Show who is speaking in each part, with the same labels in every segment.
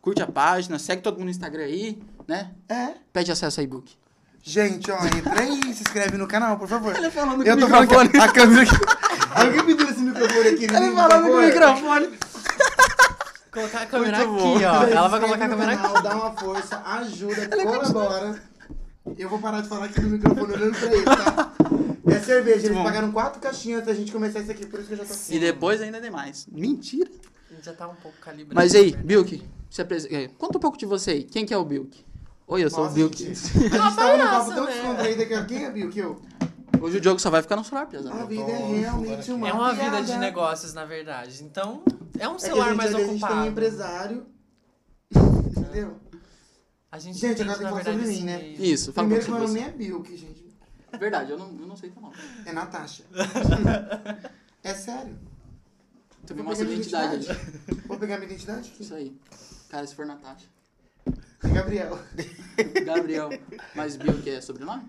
Speaker 1: curte a página, segue todo mundo no Instagram aí, né?
Speaker 2: É.
Speaker 1: Pede acesso ao e-book.
Speaker 2: Gente, ó, entra aí, se inscreve no canal, por favor.
Speaker 1: Ele falando com
Speaker 2: Eu
Speaker 1: o
Speaker 2: tô falando
Speaker 1: microfone.
Speaker 2: que é- a câmera aqui. Alguém me deu esse microfone aqui,
Speaker 1: Ele falando com o microfone.
Speaker 3: Colocar a câmera
Speaker 1: Muito
Speaker 3: aqui,
Speaker 1: bom.
Speaker 3: ó. Ela vai colocar a câmera aqui.
Speaker 2: canal, Dá uma força, ajuda, colabora. Eu vou parar de falar aqui no microfone olhando pra ele, tá? É cerveja, eles
Speaker 1: Bom.
Speaker 2: pagaram quatro caixinhas antes da gente começar isso aqui, por isso que eu já tô assim.
Speaker 1: E depois ainda tem mais. Mentira.
Speaker 3: A gente já tá um pouco calibrado.
Speaker 1: Mas aí,
Speaker 3: né?
Speaker 1: Bilk, se apresen- eh, conta um pouco de você aí. Quem que é o Bilk? Oi, eu sou
Speaker 2: Nossa,
Speaker 1: o Bilk.
Speaker 2: gente. A gente tava num papo
Speaker 1: né?
Speaker 2: tão descontraído aqui, ó. Quem é Bill? Que eu?
Speaker 1: Hoje o jogo só vai ficar no celular, pesado.
Speaker 2: A vida é realmente uma
Speaker 3: É uma vida de
Speaker 2: piada.
Speaker 3: negócios, na verdade. Então, é um
Speaker 2: É que a
Speaker 3: celular
Speaker 2: gente,
Speaker 3: mais
Speaker 2: ali, A gente tem um
Speaker 3: ocupado.
Speaker 2: empresário. Entendeu?
Speaker 3: A gente,
Speaker 2: Gente, agora tem
Speaker 3: entende,
Speaker 2: que
Speaker 3: na
Speaker 2: falar sobre
Speaker 3: verdade, assim,
Speaker 2: mim, né?
Speaker 3: esse meio.
Speaker 1: Isso, fala um
Speaker 2: Primeiro
Speaker 1: pouco
Speaker 2: que meu nome
Speaker 1: sobre
Speaker 2: nem é Bilk, gente.
Speaker 1: você. Verdade, eu não, eu não sei teu nome.
Speaker 2: É Natasha. é sério.
Speaker 1: Tu me mostra a minha identidade ali.
Speaker 2: Vou pegar minha identidade aqui.
Speaker 1: Isso aí. Cara, se for Natasha.
Speaker 2: Gabriel.
Speaker 1: Gabriel. Mas Bilk é sobrenome?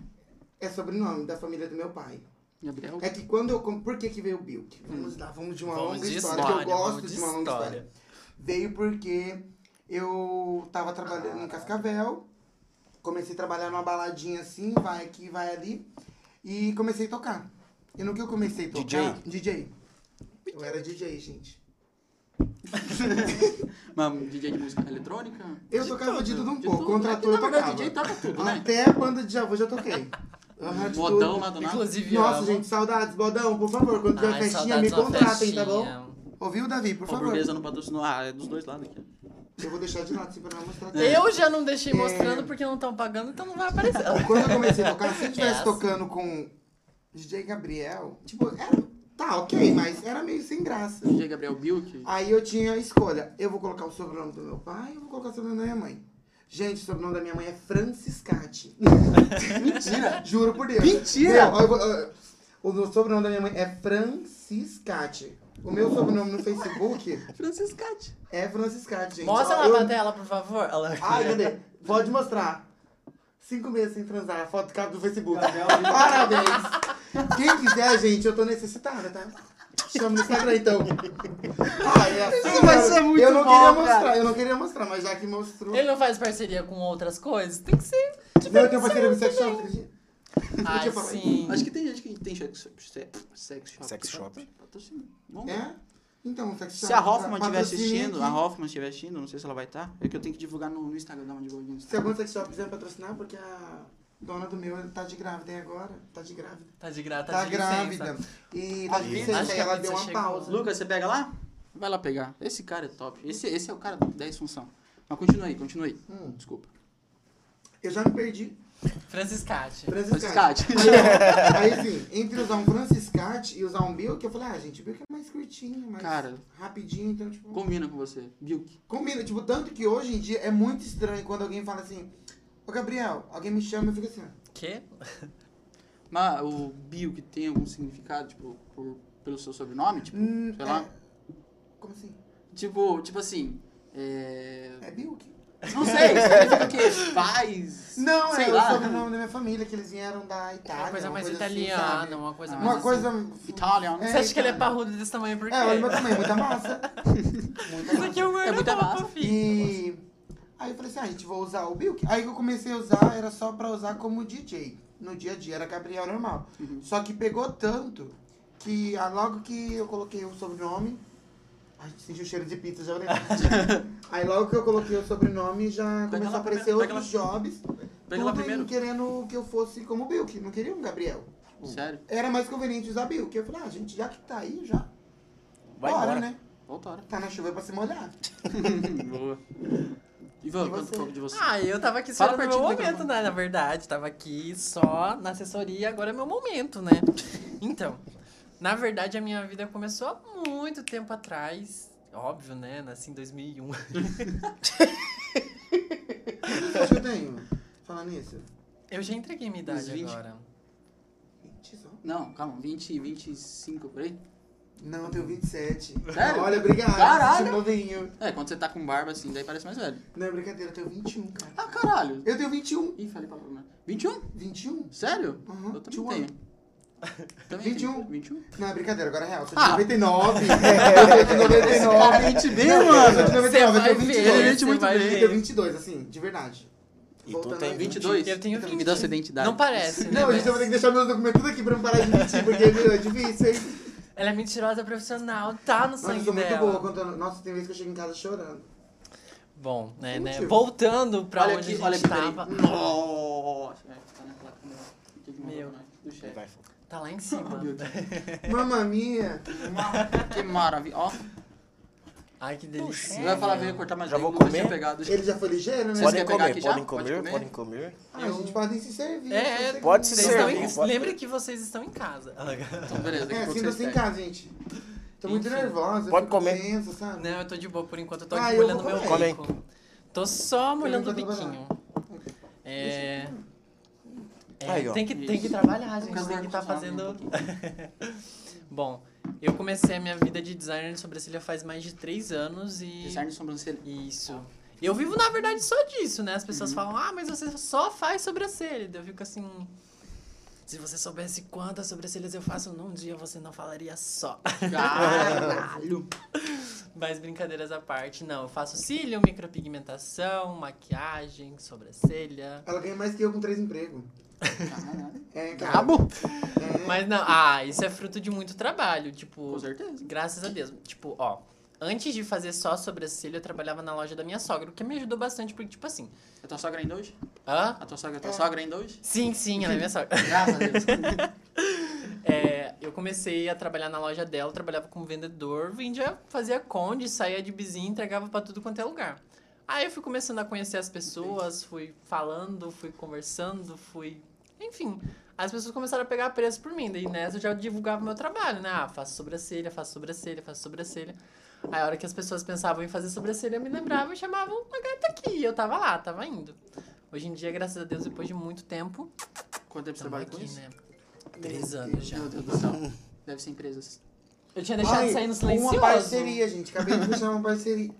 Speaker 2: É sobrenome da família do meu pai.
Speaker 1: Gabriel.
Speaker 2: É que quando eu. com- Por que, que veio o Bilk? Vamos lá, vamos de uma
Speaker 3: Vamos
Speaker 2: longa
Speaker 3: de
Speaker 2: história,
Speaker 3: história,
Speaker 2: que eu gosto
Speaker 3: vamos
Speaker 2: de
Speaker 3: de
Speaker 2: uma longa
Speaker 3: história.
Speaker 2: história. Veio porque eu tava trabalhando em Cascavel, comecei a trabalhar numa baladinha assim, vai aqui, vai ali, e comecei a tocar. E no que eu comecei a tocar. DJ? DJ. Eu era DJ, gente.
Speaker 1: Mas DJ de música eletrônica?
Speaker 2: Eu tocava de tudo um
Speaker 1: De
Speaker 2: pouco,
Speaker 1: tudo.
Speaker 2: contra
Speaker 1: É que,
Speaker 2: tudo eu
Speaker 1: na verdade, DJ
Speaker 2: tocava.
Speaker 1: toca tudo, né?
Speaker 2: Até a banda de Javu eu já toquei. Aham, de
Speaker 1: Modão
Speaker 2: tudo.
Speaker 1: lá do nada.
Speaker 3: Inclusive,
Speaker 2: Nossa,
Speaker 3: amo.
Speaker 2: gente, saudades, Bodão, por favor, quando tiver
Speaker 3: Ai,
Speaker 2: festinha,
Speaker 3: saudades
Speaker 2: me
Speaker 3: de uma
Speaker 2: contratem, tá bom?
Speaker 3: festinha.
Speaker 2: Ouviu, Davi, por
Speaker 1: A
Speaker 2: favor? Hum.
Speaker 1: burguesa não patrocinou. Ah, é dos dois lados aqui.
Speaker 2: Eu vou deixar de lado, assim, pra não mostrar tudo.
Speaker 3: Eu já não deixei
Speaker 2: É.
Speaker 3: mostrando porque não estão pagando, então não vai aparecer.
Speaker 2: Quando eu comecei a tocar, se eu estivesse
Speaker 3: Essa.
Speaker 2: tocando com DJ Gabriel, tipo, era, tá, ok, mas era meio sem graça.
Speaker 1: DJ Gabriel Bilk.
Speaker 2: Aí eu tinha a escolha, eu vou colocar o sobrenome do meu pai ou vou colocar o sobrenome da minha mãe? Gente, o sobrenome da minha mãe é Franciscati.
Speaker 1: Mentira!
Speaker 2: Juro por Deus.
Speaker 1: Mentira!
Speaker 2: Meu, eu vou- eu- o meu sobrenome da minha mãe é Franciscati. O meu sobrenome no Facebook
Speaker 1: Franciscate.
Speaker 2: é Franciscati, gente.
Speaker 3: Mostra
Speaker 2: Ó,
Speaker 3: lá
Speaker 2: eu-
Speaker 3: pra tela, por favor. Olha lá.
Speaker 2: Ai, cadê? Pode mostrar. Cinco meses sem transar, a foto capa do Facebook. Parabéns! Quem quiser, gente, eu tô necessitada, tá? Chama no Instagram, então. Ai, é assim,
Speaker 1: Isso vai
Speaker 2: cara.
Speaker 1: ser muito
Speaker 2: eu não
Speaker 1: bom,
Speaker 2: queria
Speaker 1: cara.
Speaker 2: mostrar, eu não queria mostrar, mas já que mostrou.
Speaker 3: Ele não faz parceria com outras coisas? Tem que ser.
Speaker 2: Não, eu tenho parceria com é um sex shop, acredita?
Speaker 3: Ai,
Speaker 2: falar isso.
Speaker 3: sim.
Speaker 1: Acho que tem gente que tem sex, sex, Hum. sex shop.
Speaker 4: Sex shop.
Speaker 1: Patrocínio. Vamos ver.
Speaker 2: É? Então, sex shop.
Speaker 1: né? Se a Hoffman
Speaker 2: tá?
Speaker 1: estiver
Speaker 2: Patrocínio
Speaker 1: assistindo,
Speaker 2: aqui.
Speaker 1: a Hoffman estiver assistindo, não sei se ela vai estar, é que eu tenho que divulgar no, no Instagram, dar uma divulgadinha no
Speaker 2: Se
Speaker 1: Instagram.
Speaker 2: algum sex shop quiser patrocinar, porque a dona do meu tá de grávida, e agora? Tá de grávida.
Speaker 3: Tá de graça,
Speaker 2: Tá,
Speaker 3: de licença.
Speaker 2: grávida. E tá de
Speaker 1: Acho
Speaker 2: licença,
Speaker 3: que
Speaker 2: e ela
Speaker 3: a
Speaker 2: deu
Speaker 3: pizza
Speaker 2: uma
Speaker 3: chegou.
Speaker 2: pausa.
Speaker 1: Lucas, você pega lá? Vai lá pegar. Esse cara é top. Esse, esse é o cara da 10 função. Mas continua aí, continua aí.
Speaker 2: Hum.
Speaker 1: Desculpa.
Speaker 2: Eu já me perdi.
Speaker 3: Franciscate.
Speaker 2: Franciscati.
Speaker 1: Franciscate.
Speaker 2: Aí, assim, entre usar um Franciscate e usar um Bilk, eu falei, ah, gente, o Bilk é mais curtinho, mais
Speaker 1: Cara.
Speaker 2: rapidinho, então, tipo,
Speaker 1: Combina com você. Bilk.
Speaker 2: combina. Tipo, tanto que hoje em dia é muito estranho quando alguém fala assim, ô, Gabriel, alguém me chama, eu fico assim, ó.
Speaker 3: Quê?
Speaker 1: Mas o Bilk tem algum significado, tipo, por- pelo seu sobrenome? Tipo,
Speaker 2: Hum,
Speaker 1: sei lá.
Speaker 2: é- Como assim?
Speaker 1: Tipo, tipo assim. É...
Speaker 2: É Bilk?
Speaker 1: Não sei, significa o quê? Paz?
Speaker 2: Não,
Speaker 1: sei
Speaker 2: é
Speaker 1: lá.
Speaker 2: o sobrenome da minha família, que eles vieram da Itália.
Speaker 3: uma coisa mais
Speaker 2: assim,
Speaker 3: italiana,
Speaker 2: sabe?
Speaker 3: uma coisa
Speaker 1: Ah,
Speaker 3: mais.
Speaker 2: Uma
Speaker 3: assim.
Speaker 2: coisa...
Speaker 1: Italiano.
Speaker 2: É,
Speaker 3: Você acha que ele é
Speaker 2: italiano.
Speaker 3: parrudo desse tamanho por quê?
Speaker 2: É, olha o meu tamanho, muita massa. muita
Speaker 3: Isso aqui é o meu
Speaker 1: É muita
Speaker 3: tava
Speaker 1: massa.
Speaker 3: fofinho.
Speaker 2: E aí eu falei assim, ah, gente, vou usar o Bilk. Aí que eu comecei a usar, era só pra usar como DJ. No dia a dia, era Gabriel normal.
Speaker 1: Uhum.
Speaker 2: Só que pegou tanto que ah, logo que eu coloquei o sobrenome. A gente sentiu o cheiro de pizza, já lembro. aí logo que eu coloquei o sobrenome, já
Speaker 1: Pega
Speaker 2: começou
Speaker 1: lá
Speaker 2: a aparecer
Speaker 1: primeiro, pega
Speaker 2: outros jobs.
Speaker 1: Pega lá
Speaker 2: tudo em
Speaker 1: primeiro.
Speaker 2: querendo que eu fosse como Bilk, não queria um Gabriel.
Speaker 1: Sério?
Speaker 2: Era mais conveniente usar Bilk. Eu falei, ah, gente, já que tá aí, já.
Speaker 4: Vai
Speaker 2: bora,
Speaker 4: embora.
Speaker 2: né?
Speaker 1: Volta a hora.
Speaker 2: Tá na chuva é pra se molhar.
Speaker 1: Boa. Ivan,
Speaker 2: E
Speaker 1: conta
Speaker 2: você?
Speaker 1: um pouco de você.
Speaker 3: Ah, eu tava aqui
Speaker 1: Fala
Speaker 3: esperando meu
Speaker 1: pertinho do
Speaker 3: momento, né? Na verdade, tava aqui só na assessoria, agora é meu momento, né? Então, na verdade, a minha vida começou há muito tempo atrás. Óbvio, né? Nasci em 2001.
Speaker 2: O que acha que eu tenho? Falar nisso.
Speaker 3: Eu já entreguei minha
Speaker 1: Uns
Speaker 3: idade
Speaker 1: 20.
Speaker 3: agora.
Speaker 2: Gente, só.
Speaker 1: Não, calma, 20, 25 por aí?
Speaker 2: Não, eu tenho 27.
Speaker 1: Sério?
Speaker 2: Olha, obrigado.
Speaker 1: Caralho.
Speaker 2: esse novinho.
Speaker 1: É, quando você tá com barba assim, daí parece mais velho.
Speaker 2: Não é brincadeira, eu tenho 21, cara.
Speaker 1: Ah, caralho.
Speaker 2: Eu tenho 21.
Speaker 1: Ih, falei pra problema. 21?
Speaker 2: 21?
Speaker 1: Sério?
Speaker 2: Aham,
Speaker 1: Eu também
Speaker 2: 21.
Speaker 1: tenho. um? Também
Speaker 2: 21.
Speaker 1: tem. 21?
Speaker 2: Não, é brincadeira, agora é real. Sou de
Speaker 1: Ah.
Speaker 2: 99. É, Eu sou de 99.
Speaker 1: Mente bem,
Speaker 2: um Eu sou de
Speaker 1: mano.
Speaker 2: 99, eu
Speaker 3: vai
Speaker 2: tenho
Speaker 3: ver,
Speaker 2: 22.
Speaker 1: Ele mente
Speaker 3: Você
Speaker 1: muito
Speaker 3: vai
Speaker 2: Eu
Speaker 1: bem.
Speaker 3: ver.
Speaker 2: tenho 22, assim, de verdade.
Speaker 4: E tu
Speaker 2: Voltando
Speaker 4: Então tem
Speaker 2: aí.
Speaker 4: 22?
Speaker 3: Eu tenho 20.
Speaker 1: Me dá sua identidade.
Speaker 3: Não parece, né?
Speaker 2: um. Não, a
Speaker 3: mas
Speaker 2: gente vai ter que deixar meus documentos tudo aqui pra não parar de mentir, porque é difícil, hein?
Speaker 3: Ela é mentirosa profissional, tá no
Speaker 2: Mas eu
Speaker 3: sangue
Speaker 2: sou muito
Speaker 3: dela.
Speaker 2: boa contando. Nossa, tem vezes que eu chego em casa chorando.
Speaker 3: Bom, né,
Speaker 2: Tem
Speaker 3: né?
Speaker 2: motivo.
Speaker 3: Voltando pra
Speaker 1: olha
Speaker 3: onde
Speaker 1: aqui,
Speaker 3: a
Speaker 1: olha
Speaker 3: gente
Speaker 1: aqui,
Speaker 3: tava.
Speaker 1: peraí. Nossa. É, tá na placa, né? O que que mandou
Speaker 3: Meu.
Speaker 1: pra nós? Do chefe.
Speaker 4: Vai, Fo.
Speaker 3: Tá lá em cima.
Speaker 1: Meu Deus.
Speaker 2: Mamma mia!
Speaker 1: Que maravilha. Ó,
Speaker 3: Ai, que delícia.
Speaker 1: você vai falar, veio cortar mais
Speaker 4: Já
Speaker 1: bem,
Speaker 4: vou
Speaker 1: nunca
Speaker 4: comer?
Speaker 1: tinha pegado.
Speaker 2: Ele já foi ligeiro, né?
Speaker 1: Vocês
Speaker 4: Podem
Speaker 1: querem pegar aqui
Speaker 4: comer,
Speaker 1: já?
Speaker 4: podem
Speaker 1: Pode
Speaker 4: comer,
Speaker 1: comer?
Speaker 4: podem comer.
Speaker 2: Ah, a gente pode se servir.
Speaker 3: É,
Speaker 2: só sei
Speaker 4: pode
Speaker 2: que-
Speaker 4: se
Speaker 3: Vocês
Speaker 4: servir.
Speaker 3: estão
Speaker 4: Servir,
Speaker 3: em-
Speaker 4: pode-
Speaker 3: Lembra que vocês estão em casa.
Speaker 1: Então, beleza. daqui a
Speaker 2: É,
Speaker 1: pouco
Speaker 2: sinta-se
Speaker 1: vocês
Speaker 2: em
Speaker 1: pegam.
Speaker 2: casa, gente. Tô muito
Speaker 3: Enfim.
Speaker 2: nervosa.
Speaker 4: Pode
Speaker 2: fico
Speaker 4: comer.
Speaker 2: tensa, sabe?
Speaker 3: Não, eu tô de boa por enquanto, eu tô
Speaker 2: Ah,
Speaker 3: aqui
Speaker 2: eu
Speaker 3: molhando
Speaker 2: vou
Speaker 3: meu
Speaker 4: comer.
Speaker 3: bico. Tô só molhando o
Speaker 2: Eu não tô
Speaker 3: biquinho. É. é,
Speaker 4: Aí, ó.
Speaker 3: tem, que, tem que
Speaker 1: Isso.
Speaker 3: trabalhar,
Speaker 1: Lucas
Speaker 3: gente.
Speaker 1: vai
Speaker 3: Tem um que estar
Speaker 1: continuar
Speaker 3: fazendo.
Speaker 1: um
Speaker 3: Bom, eu comecei a minha vida de designer de sobrancelha faz mais de três anos e.
Speaker 1: Design de sobrancelha.
Speaker 3: Isso. Eu vivo, na verdade, só disso, né? As
Speaker 1: Uhum.
Speaker 3: pessoas falam, ah, mas você só faz sobrancelha. Daí Eu fico assim. Se você soubesse quantas sobrancelhas eu faço num dia, você não falaria só.
Speaker 1: Caralho.
Speaker 3: Mas brincadeiras à parte, não. Eu faço cílio, micropigmentação, maquiagem, sobrancelha.
Speaker 2: Ela ganha mais que eu com três empregos.
Speaker 1: Caralho.
Speaker 2: É, cara.
Speaker 1: Cabo?
Speaker 2: É.
Speaker 3: Mas não, ah, isso é fruto de muito trabalho. Tipo,
Speaker 1: Com certeza.
Speaker 3: graças a Deus. Tipo, ó, antes de fazer só sobrancelha, eu trabalhava na loja da minha sogra, o que me ajudou bastante, porque, tipo assim,
Speaker 1: A É tua sogra ainda hoje?
Speaker 3: hã?
Speaker 1: A tua sogra, a
Speaker 2: É.
Speaker 1: tua sogra ainda hoje?
Speaker 3: Sim, sim, ela é minha sogra.
Speaker 1: Graças a Deus.
Speaker 3: É, eu comecei a trabalhar na loja dela, eu trabalhava como vendedor, vendia, fazia conde, saía de bizinho, entregava pra tudo quanto é lugar. Aí eu fui começando a conhecer as pessoas, fui falando, fui conversando, fui. Enfim, as pessoas começaram a pegar preço por mim. Daí nessa eu já divulgava meu trabalho, né? Ah, faço sobrancelha, faço sobrancelha, faço sobrancelha. Aí a hora que as pessoas pensavam em fazer sobrancelha, eu me lembrava e chamavam a gata aqui. E eu tava lá, tava indo. Hoje em dia, graças a Deus, depois de muito tempo,
Speaker 1: Quanto tempo você trabalha
Speaker 3: estamos
Speaker 1: com
Speaker 3: aqui,
Speaker 1: isso?
Speaker 3: né? Três anos já.
Speaker 1: Meu Deus do céu. Deve ser empresas.
Speaker 3: Eu tinha deixado
Speaker 2: Ai,
Speaker 3: sair no silencioso.
Speaker 2: Uma parceria, gente. Acabei de puxar uma parceria.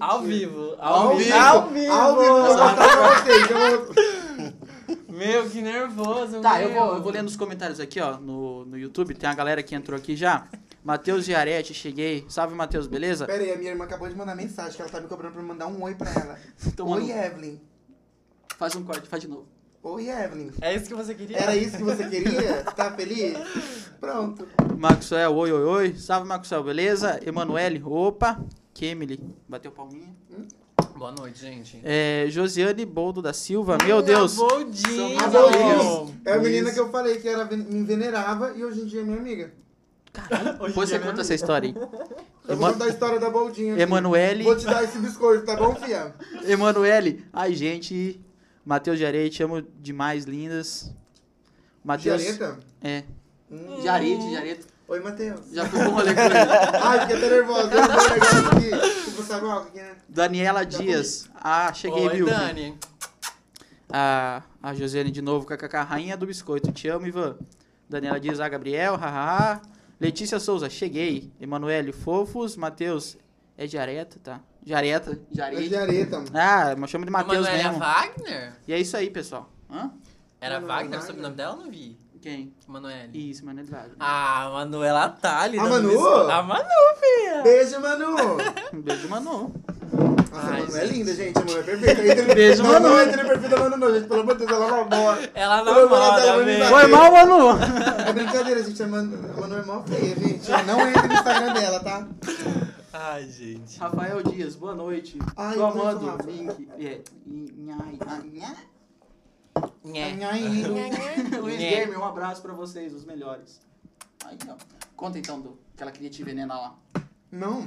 Speaker 3: Ao
Speaker 2: Mentira.
Speaker 3: vivo.
Speaker 1: Ao vivo.
Speaker 3: Ao vivo.
Speaker 2: Ao vivo, eu vou mostrar pra vocês. Eu vou...
Speaker 3: Meu, que nervoso.
Speaker 1: Tá,
Speaker 3: meu.
Speaker 1: eu vou, eu vou ler nos comentários aqui, ó, no, no YouTube. Tem a galera que entrou aqui já. Matheus Giarete, cheguei. Salve, Matheus, beleza?
Speaker 2: Pera aí, a minha irmã acabou de mandar mensagem que ela tá me cobrando pra eu mandar um oi pra ela.
Speaker 1: Então,
Speaker 2: oi,
Speaker 1: mano,
Speaker 2: Evelyn.
Speaker 1: faz um corte, faz de novo.
Speaker 2: Oi, Evelyn.
Speaker 3: É isso que você queria?
Speaker 2: Era isso que você queria? Tá feliz? Pronto.
Speaker 1: Maxwell, oi, oi, oi. Salve, Maxwell, beleza? Emanuele, opa. Kemily, bateu palminha.
Speaker 3: Boa noite, gente.
Speaker 1: É, Josiane Boldo da Silva, meu Deus.
Speaker 3: Bom
Speaker 1: São
Speaker 3: dia.
Speaker 2: Ah,
Speaker 1: Meu
Speaker 2: bom,
Speaker 1: Deus.
Speaker 2: isso. É a menina que eu falei que era, ven- me venerava e hoje em dia é minha amiga.
Speaker 1: Caralho, depois
Speaker 3: Hoje em
Speaker 1: você
Speaker 3: dia
Speaker 1: conta
Speaker 3: é
Speaker 1: essa história aí.
Speaker 2: Eu vou
Speaker 1: Eman-
Speaker 2: contar a história da Boldinha. aqui.
Speaker 1: Emanuele,
Speaker 2: Vou te dar esse biscoito, tá bom, fia?
Speaker 1: Emanuele. Ai, gente. Matheus Jarei, te amo demais, lindas. Matheus.
Speaker 2: Jareta?
Speaker 1: É.
Speaker 2: Hum.
Speaker 1: Jarete, Jareta.
Speaker 2: Oi, Matheus.
Speaker 1: Já fui bom rolê com ele.
Speaker 2: Ai, fiquei até nervosa. Eu não vou negar aqui. Tipo, sabe ó, que é?
Speaker 1: Daniela
Speaker 2: Já
Speaker 1: Dias. Ah, cheguei,
Speaker 3: Oi,
Speaker 1: viu?
Speaker 3: Dani.
Speaker 1: A, a Josiane de novo, kkk, rainha do biscoito. Te amo, Ivan. Daniela Dias, ah, Gabriel, hahaha. Letícia Souza, cheguei. Emanuele, fofos. Matheus, é de areta, tá? De areta. De
Speaker 2: É
Speaker 1: areta.
Speaker 2: Jareta.
Speaker 1: Ah, mas chama de Matheus
Speaker 3: Emanuela
Speaker 1: mesmo.
Speaker 3: Wagner?
Speaker 1: E é isso aí, pessoal. Hã?
Speaker 3: Era
Speaker 2: Emanuela
Speaker 3: Wagner o
Speaker 2: Wagner?
Speaker 3: sobrenome dela? Eu não vi.
Speaker 1: Quem?
Speaker 3: Emanuele.
Speaker 1: Isso, Manuel Wagner.
Speaker 3: Ah, a Manuela Tali.
Speaker 2: A
Speaker 3: dando
Speaker 2: Manu?
Speaker 3: biscoito. A Manu, filha.
Speaker 2: Beijo, Manu.
Speaker 1: Um Beijo, Manu.
Speaker 2: Nossa, a
Speaker 3: Ai,
Speaker 2: Manu é
Speaker 3: gente.
Speaker 2: linda, gente. A Manu é perfeita. Entre-
Speaker 1: Beijo,
Speaker 2: não, Não
Speaker 1: Manu.
Speaker 2: entra no perfil da Manu, não, gente. Pelo amor de Deus, ela é uma boa.
Speaker 3: Ela
Speaker 2: Oi, Manuela Tali,
Speaker 3: namora, né?
Speaker 2: vai me
Speaker 3: velho.
Speaker 2: dar-
Speaker 1: Foi mal, Manu.
Speaker 2: É brincadeira, gente. A Manu, a Manu é mó feia, gente. Não entra no Instagram dela, tá?
Speaker 3: Ai, gente.
Speaker 1: Rafael Dias, boa noite.
Speaker 2: Ai,
Speaker 1: Tô
Speaker 2: eu não
Speaker 1: amando.
Speaker 2: falava.
Speaker 1: Link. É. Nhaí, nhaí, nhaí. É.
Speaker 3: Nhé.
Speaker 1: Luiz
Speaker 3: Nhe.
Speaker 1: Gamer, um abraço pra vocês, os melhores. Aí, ó. Conta então, Du, que ela queria te envenenar lá.
Speaker 2: Não.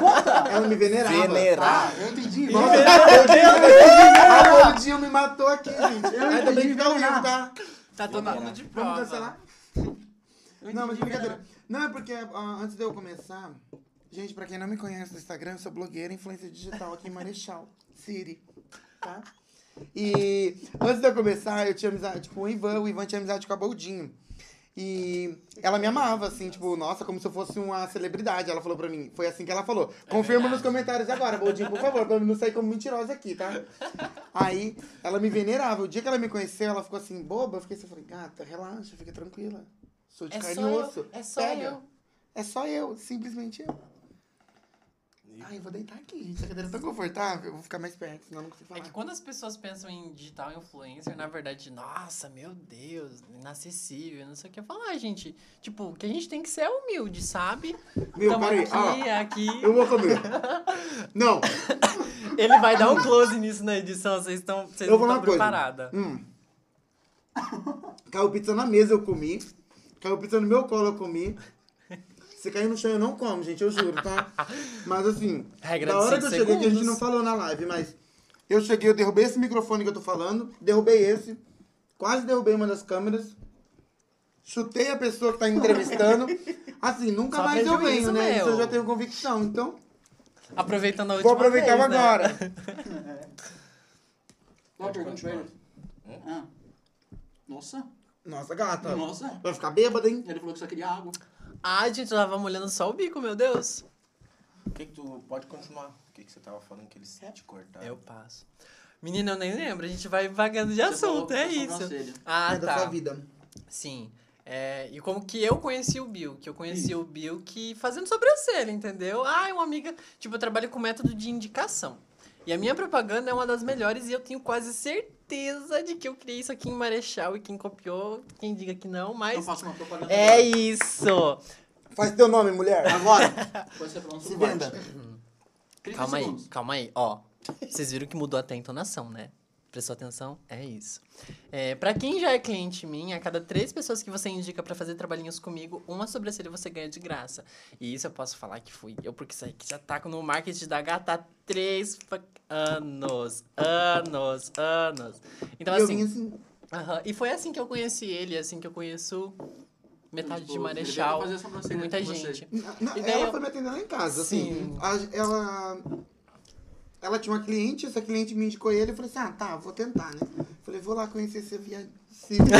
Speaker 1: Conta!
Speaker 2: Ela me venerava.
Speaker 4: Venerava.
Speaker 1: Ah, eu entendi.
Speaker 2: Nossa,
Speaker 1: Nossa,
Speaker 2: eu digo, a Boldinha me matou aqui, gente.
Speaker 1: Eu
Speaker 2: Ainda bem
Speaker 1: entendi
Speaker 2: que tá
Speaker 1: venenar.
Speaker 2: vivo, tá?
Speaker 3: Tá todo mundo de prova.
Speaker 2: Vamos cancelar?
Speaker 1: eu
Speaker 2: Não, mas
Speaker 1: entendi,
Speaker 2: brincadeira. Não, é porque ah, antes de eu começar... Gente, pra quem não me conhece no Instagram, eu sou blogueira e influencer digital aqui em Marechal, Siri, tá? tipo, E antes de eu começar, eu tinha amizade com o Ivan, o Ivan tinha amizade com a Boldinho. E ela me amava, assim, tipo, nossa, como se eu fosse uma celebridade. Ela falou pra mim. Foi assim que ela falou. Confirma nos comentários agora, Boldinho, por favor, pra eu não sair como mentirosa aqui, tá? Aí ela me venerava. O dia que ela me conheceu, ela ficou assim, boba. Eu fiquei assim, eu falei, gata, relaxa, fica tranquila. Sou de
Speaker 3: É
Speaker 2: carne
Speaker 3: só
Speaker 2: e
Speaker 3: eu,
Speaker 2: osso.
Speaker 3: é só
Speaker 2: Pega.
Speaker 3: eu.
Speaker 2: É só eu, simplesmente eu. Ai, eu vou deitar aqui, gente. A cadeira é tão confortável. Eu vou ficar mais perto, senão eu não consigo
Speaker 3: É
Speaker 2: falar.
Speaker 3: que quando as pessoas pensam em digital influencer, na verdade, nossa, meu Deus, inacessível, não sei o que. Eu falo, ah, gente, tipo, que a gente tem que ser humilde, sabe?
Speaker 2: Meu,
Speaker 3: Tamo
Speaker 2: peraí,
Speaker 3: aqui, aqui.
Speaker 2: Eu vou comer. Não.
Speaker 3: Ele vai dar um close nisso na edição, vocês estão vocês
Speaker 2: Eu vou
Speaker 3: não estão
Speaker 2: falar uma coisa.
Speaker 3: preparadas.
Speaker 2: Hum. Caiu pizza na mesa, eu comi. Caiu pizza no meu colo, eu comi. Se cair no chão, eu não como, gente, eu juro, tá? Mas assim,
Speaker 3: Regra
Speaker 2: da
Speaker 3: de
Speaker 2: hora que eu
Speaker 3: cinco
Speaker 2: cheguei, que a gente
Speaker 3: segundos.
Speaker 2: não falou na live, mas eu cheguei, eu derrubei esse microfone que eu tô falando, derrubei esse, quase derrubei uma das câmeras, chutei a pessoa que tá entrevistando. Assim, nunca
Speaker 3: Só
Speaker 2: mais eu venho,
Speaker 3: prejuízo
Speaker 2: né?
Speaker 3: meu.
Speaker 2: Isso eu já tenho convicção, então
Speaker 3: Aproveitando a última
Speaker 2: vou aproveitar
Speaker 3: vez, né?
Speaker 2: agora.
Speaker 1: Qual a pergunta pra ele? Ah. Nossa,
Speaker 2: Nossa, gata.
Speaker 1: nossa.
Speaker 2: Vai ficar bêbada, hein?
Speaker 1: Ele falou que só queria água.
Speaker 3: Ai, Ah, gente, eu tava molhando só o bico, meu Deus.
Speaker 4: O que que tu... Pode continuar. O que que você tava falando que eles te cortaram?
Speaker 3: Eu passo. Menina, eu nem lembro, a gente vai vagando de
Speaker 1: Você falou
Speaker 3: assunto,
Speaker 1: que
Speaker 3: é
Speaker 1: tá com
Speaker 3: isso.
Speaker 1: sobrancelha.
Speaker 3: Ah,
Speaker 2: é da
Speaker 3: tá.
Speaker 2: sua vida.
Speaker 3: Sim. É, e como que eu conheci o Bill? Que eu conheci o Bill que fazendo sobrancelha, entendeu? Ah, é uma amiga. Tipo, eu trabalho com método de indicação. E a minha propaganda é uma das melhores e eu tenho quase certeza de que eu criei isso aqui em Marechal e quem copiou, quem diga que não,
Speaker 1: Eu
Speaker 3: mas.
Speaker 1: faço uma propaganda.
Speaker 3: É isso!
Speaker 2: Faz teu nome, mulher.
Speaker 1: Agora. Pode ser pra nosso
Speaker 2: Se
Speaker 1: quarto.
Speaker 2: venda.
Speaker 1: 30
Speaker 3: Calma aí,
Speaker 1: segundos.
Speaker 3: calma aí, ó. Vocês viram que mudou até a entonação, né? Prestou atenção? É isso. É, para quem já é cliente minha, a cada três pessoas que você indica pra fazer trabalhinhos comigo, uma sobrancelha você ganha de graça. E isso eu posso falar que fui eu, porque isso aqui já tá no marketing da gata há três fa- anos. Anos, anos. Então,
Speaker 2: E eu vim
Speaker 3: assim.
Speaker 2: assim.
Speaker 3: aham, e foi assim que eu conheci ele, assim que eu conheço metade
Speaker 1: Tipo,
Speaker 3: de
Speaker 1: ele
Speaker 3: Marechal.
Speaker 1: veio fazer sobrancelha
Speaker 3: E muita
Speaker 1: com você.
Speaker 3: gente.
Speaker 2: Não,
Speaker 3: E daí
Speaker 2: ela
Speaker 3: eu-
Speaker 2: foi me atender lá em casa,
Speaker 3: Sim.
Speaker 2: assim. A- ela. Ela tinha uma cliente, essa cliente me indicou ele. Eu falei assim: ah, tá, vou tentar, né? Falei, vou lá conhecer esse viado. Esse moço,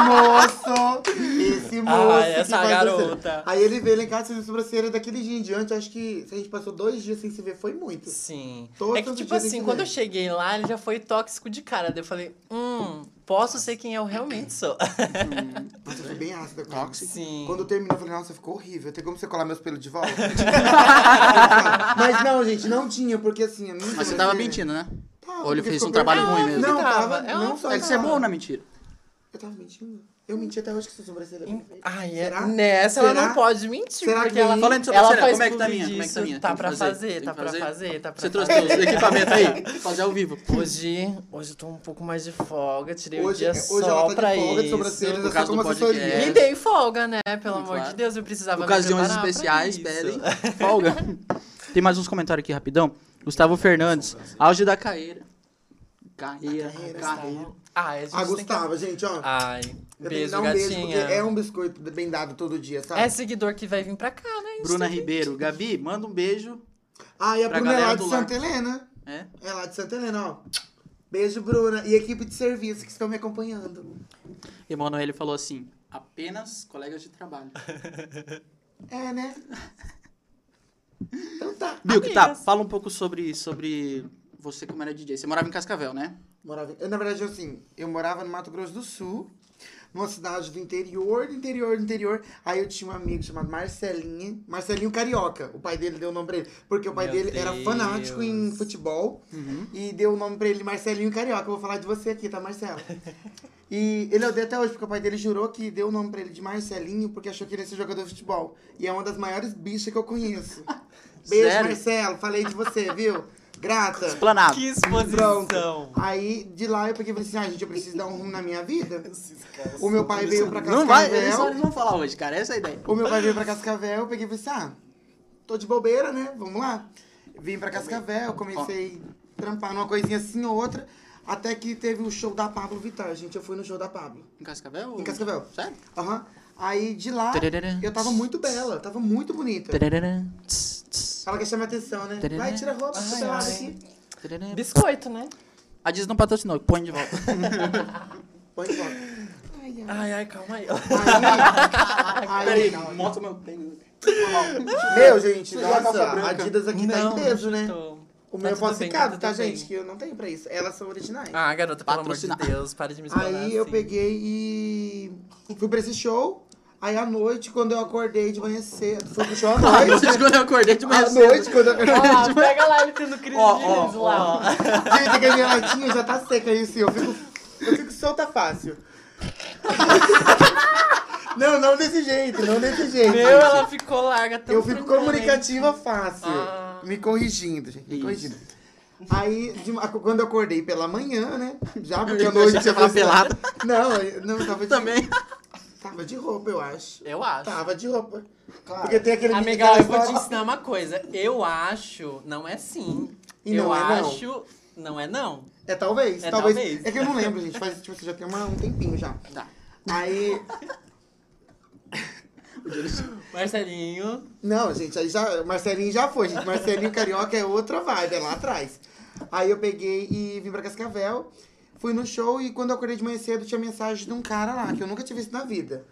Speaker 2: esse moço, esse moço.
Speaker 3: Ah,
Speaker 2: que
Speaker 3: essa
Speaker 2: faz
Speaker 3: garota.
Speaker 2: sobrancelha. Aí ele veio lá em casa fazendo sobrancelha daquele dia em diante. Acho que se a gente passou dois dias sem se ver, foi muito.
Speaker 3: Sim.
Speaker 2: Todo
Speaker 3: é que, tipo
Speaker 2: dia tem
Speaker 3: assim,
Speaker 2: que
Speaker 3: quando
Speaker 2: ver.
Speaker 3: eu cheguei lá, ele já foi tóxico de cara. Daí eu falei, hum, posso ser quem eu realmente sou.
Speaker 2: Nossa, eu sou bem ácida com ele.
Speaker 3: Sim.
Speaker 2: Quando eu terminei, eu falei, nossa, ficou horrível. Tem como você colar meus pelos de volta? Mas não, gente, não tinha, porque assim... a minha
Speaker 1: Mas você tava
Speaker 2: sobrancelha-
Speaker 1: mentindo, né?
Speaker 2: Tava,
Speaker 1: Ou ele
Speaker 2: porque
Speaker 1: fez um
Speaker 2: ficou
Speaker 1: trabalho
Speaker 2: perfeito.
Speaker 1: ruim mesmo?
Speaker 2: Não,
Speaker 3: Eu tava,
Speaker 2: É, tava.
Speaker 3: eu
Speaker 2: Não,
Speaker 3: não
Speaker 2: só
Speaker 1: É que você é
Speaker 2: tava.
Speaker 1: bom na mentira.
Speaker 2: Eu tava mentindo. Eu menti até hoje que essa sobrancelha é
Speaker 3: Em-
Speaker 2: perfeita.
Speaker 3: Ai, é,
Speaker 2: Será?
Speaker 3: nessa ela
Speaker 2: Será?
Speaker 3: não pode mentir,
Speaker 2: Será
Speaker 3: porque
Speaker 2: que-
Speaker 3: ela,
Speaker 2: Fala
Speaker 1: aí de
Speaker 3: ela
Speaker 1: sobrancelha,
Speaker 3: faz
Speaker 1: como é que tá a
Speaker 3: tudo
Speaker 1: minha? Como é que tá a minha?
Speaker 3: disso. Tá
Speaker 1: Tem que
Speaker 3: pra
Speaker 1: fazer?
Speaker 3: fazer,
Speaker 1: Tem
Speaker 3: tá
Speaker 1: que
Speaker 3: pra
Speaker 1: fazer?
Speaker 3: fazer, tá pra
Speaker 1: Você trouxe
Speaker 3: fazer.
Speaker 1: os equipamentos aí? Fazer ao vivo.
Speaker 3: Hoje, hoje eu tô um pouco mais de folga, tirei o
Speaker 2: Hoje,
Speaker 3: dia
Speaker 2: hoje
Speaker 3: só
Speaker 2: ela tá de
Speaker 3: pra
Speaker 2: folga de
Speaker 3: isso.
Speaker 2: sobrancelha,
Speaker 1: Por
Speaker 2: só
Speaker 1: causa
Speaker 2: como
Speaker 1: do
Speaker 2: assessoria.
Speaker 1: podcast.
Speaker 3: Me dei folga, né? Pelo amor
Speaker 1: É. Claro.
Speaker 3: de Deus, eu precisava me
Speaker 1: Ocasiões
Speaker 3: preparar pra
Speaker 1: especiais,
Speaker 3: isso.
Speaker 1: pedem folga. Tem mais uns comentários aqui rapidão. Gustavo Fernandes, auge da carreira. Carreira,
Speaker 2: Carreira,
Speaker 1: carreira.
Speaker 3: Ai, a gente
Speaker 2: Ah,
Speaker 3: tem que-
Speaker 2: Gustavo, gente, ó. eu
Speaker 3: Ai,
Speaker 2: tenho que
Speaker 3: beijo,
Speaker 2: dar um beijo,
Speaker 3: gatinha.
Speaker 2: porque é um biscoito bem dado todo dia, sabe?
Speaker 3: É seguidor que vai vir pra cá, né? Isso
Speaker 1: Bruna
Speaker 3: tem que-
Speaker 1: Ribeiro, Gabi, manda um beijo.
Speaker 2: Ah, e a
Speaker 1: Pra
Speaker 2: Bruna é lá
Speaker 1: galera
Speaker 2: de
Speaker 1: do
Speaker 2: Santa Helena.
Speaker 1: É?
Speaker 2: É lá de Santa Helena, ó. Beijo, Bruna. E equipe de serviço que estão me acompanhando.
Speaker 1: Emanuele falou assim: apenas colegas de trabalho.
Speaker 2: É, né? Então tá.
Speaker 1: Bill, que tá,
Speaker 3: Amigas.
Speaker 1: fala um pouco sobre, sobre você como era DJ. Você morava em Cascavel, né?
Speaker 2: Morava, em- eu, na verdade, assim, eu morava no Mato Grosso do Sul, numa cidade do interior, do interior, do interior. Aí eu tinha um amigo chamado Marcelinha, Marcelinho Carioca. O pai dele deu o nome pra ele, porque o pai
Speaker 3: Meu
Speaker 2: dele era
Speaker 3: Deus. Uhum.
Speaker 2: fanático em futebol e deu o nome pra ele Marcelinho Carioca. Eu vou falar de você aqui, tá, Marcelo? E ele odeia até hoje, porque o pai dele jurou que deu o nome pra ele de Marcelinho, porque achou que ele ia ser jogador de futebol. E é uma das maiores bichas que eu conheço. Beijo,
Speaker 1: Sério?
Speaker 2: Marcelo. Falei de você, viu? Grata.
Speaker 1: Planado.
Speaker 3: Que
Speaker 2: Pronto.
Speaker 3: exposição.
Speaker 2: Aí de lá eu peguei e falei assim: ah, gente, eu preciso dar um rumo na minha vida. O meu pai veio pra Cascavel.
Speaker 1: Não vai, eles só não vão falar hoje, cara. Essa é a ideia.
Speaker 2: O meu pai veio pra Cascavel, eu peguei e falei assim: ah, tô de bobeira, né? Vamos lá. Vim pra Cascavel, comecei a trampar numa coisinha assim ou outra. Até que teve o show da Pablo Vittar, gente. Eu fui no show da Pablo.
Speaker 1: Em Cascavel?
Speaker 2: Em Cascavel.
Speaker 1: Sério?
Speaker 2: Aham. Aí de lá,
Speaker 1: Tararara.
Speaker 2: eu tava muito bela, tava muito bonita.
Speaker 1: Tararara, tss, tss,
Speaker 2: Ela quer chamar atenção, né?
Speaker 1: Tararara.
Speaker 2: Vai, tira a roupa,
Speaker 3: Ai,
Speaker 2: tô pelada
Speaker 3: ai.
Speaker 2: aqui.
Speaker 1: tararara.
Speaker 3: Biscoito, né?
Speaker 1: A Disney não patrocinou, põe de volta.
Speaker 2: Põe de volta. Ai, ai, ai.
Speaker 3: Ai, ai, calma aí.
Speaker 2: Aí,
Speaker 4: Peraí,
Speaker 2: aí,
Speaker 4: mostra meu tênis.
Speaker 2: Meu, gente,
Speaker 1: Você já
Speaker 2: nossa,
Speaker 1: calça branca?
Speaker 2: a Adidas aqui tá
Speaker 3: Não,
Speaker 2: em peso, né?
Speaker 3: tô-
Speaker 2: O
Speaker 3: Tá
Speaker 2: meu é
Speaker 3: tudo bem,
Speaker 2: falsificado,
Speaker 3: tá
Speaker 2: tá,
Speaker 3: tudo bem.
Speaker 2: gente? Que eu não tenho pra isso. Elas são originais.
Speaker 3: Ah, garota, pelo amor de
Speaker 1: Patrocinar.
Speaker 3: Deus, para de me esbalar
Speaker 2: Aí eu
Speaker 3: assim.
Speaker 2: peguei e fui pra esse show. Aí à noite, quando eu acordei de manhã cedo, fui pro show à
Speaker 1: A
Speaker 2: noite.
Speaker 1: noite quando né? eu acordei de manhã
Speaker 2: à
Speaker 1: cedo.
Speaker 2: noite, quando eu acordei.
Speaker 3: Ó, lá, pega lá ele tendo crise
Speaker 1: Ó,
Speaker 3: de
Speaker 1: ó,
Speaker 3: riso lá, ó.
Speaker 2: Gente, que a minha latinha já tá seca aí, assim. Eu fico, eu fico solta fácil. não, não desse jeito, não desse jeito.
Speaker 3: Meu, ela ficou larga tão
Speaker 2: Eu fico
Speaker 3: tranquila,
Speaker 2: comunicativa fácil.
Speaker 3: Ah.
Speaker 2: Me corrigindo, gente. Me
Speaker 1: Isso.
Speaker 2: corrigindo. Aí, de ma- quando eu acordei pela manhã, né? Já
Speaker 1: Eu
Speaker 2: porque
Speaker 1: ia
Speaker 2: a noite assim,
Speaker 1: noite você falar pelada
Speaker 2: Não, eu- não, tava de,
Speaker 1: também.
Speaker 2: tava de roupa, eu acho. Tá.
Speaker 3: hein? Eu acho.
Speaker 2: Tava de roupa.
Speaker 4: Claro.
Speaker 2: Porque tem aquele
Speaker 3: Amiga,
Speaker 2: aquela
Speaker 3: eu vou te
Speaker 2: história-
Speaker 3: ensinar uma coisa. Eu acho, não é sim.
Speaker 2: E
Speaker 3: eu
Speaker 2: não é não.
Speaker 3: acho, não. é não.
Speaker 2: É talvez,
Speaker 3: É
Speaker 2: talvez.
Speaker 3: talvez.
Speaker 2: É que eu não lembro, gente. Faz, tipo, você já tem uma- um tempinho já.
Speaker 1: Tá.
Speaker 2: Aí,
Speaker 3: Marcelinho,
Speaker 2: Não, gente, aí já, o Marcelinho já foi, gente. Marcelinho Carioca é outra vibe, é lá atrás. Aí eu peguei e vim pra Cascavel, fui no show e quando eu acordei de manhã cedo tinha mensagem de um cara lá, que eu nunca tinha visto na vida.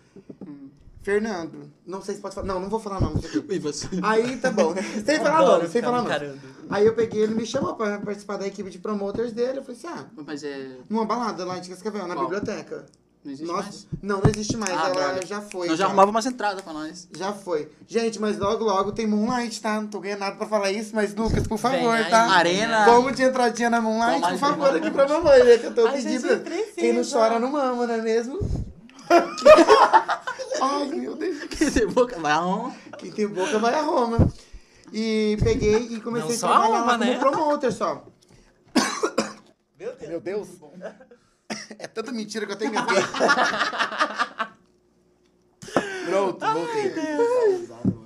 Speaker 2: Fernando, não sei se pode falar. Não, não vou falar nome. tá
Speaker 1: E você?
Speaker 2: Aí tá bom, né? Sem falar
Speaker 3: Adoro
Speaker 2: nome, sem
Speaker 3: ficar
Speaker 2: falar
Speaker 3: me
Speaker 2: nome.
Speaker 3: encarando.
Speaker 2: Aí eu peguei, ele me chamou pra participar da equipe de promoters dele. Eu falei assim, ah,
Speaker 1: Mas é.
Speaker 2: numa balada lá de Cascavel, na
Speaker 1: Qual?
Speaker 2: biblioteca.
Speaker 1: Não existe
Speaker 2: Nossa,
Speaker 1: mais?
Speaker 2: não, não existe mais,
Speaker 1: Ah,
Speaker 2: ela
Speaker 1: droga.
Speaker 2: já foi.
Speaker 1: Nós já arrumava umas entradas pra nós.
Speaker 2: Já foi. Gente, mas logo, logo tem Moonlight, tá? Não tô ganhando nada pra falar isso, mas Lucas, por favor,
Speaker 3: Vem aí,
Speaker 2: tá?
Speaker 1: Arena.
Speaker 2: Vamos de entradinha na Moonlight,
Speaker 1: Moonlight,
Speaker 2: por favor,
Speaker 1: Moonlight.
Speaker 2: aqui pra mamãe, né? Que eu tô
Speaker 3: A gente
Speaker 2: pedindo. Quem não
Speaker 3: precisa.
Speaker 2: chora não mama, não é mesmo? Ai, meu Deus.
Speaker 1: Quem tem boca vai aonde?
Speaker 2: Quem tem boca vai a Roma. E peguei e comecei
Speaker 3: Não
Speaker 2: a
Speaker 3: só
Speaker 2: trabalhar
Speaker 3: uma,
Speaker 2: lá
Speaker 3: né?
Speaker 2: como promoter só.
Speaker 3: Meu Deus.
Speaker 2: Meu Deus. É tanta mentira que eu tenho engasguei. Pronto, voltei.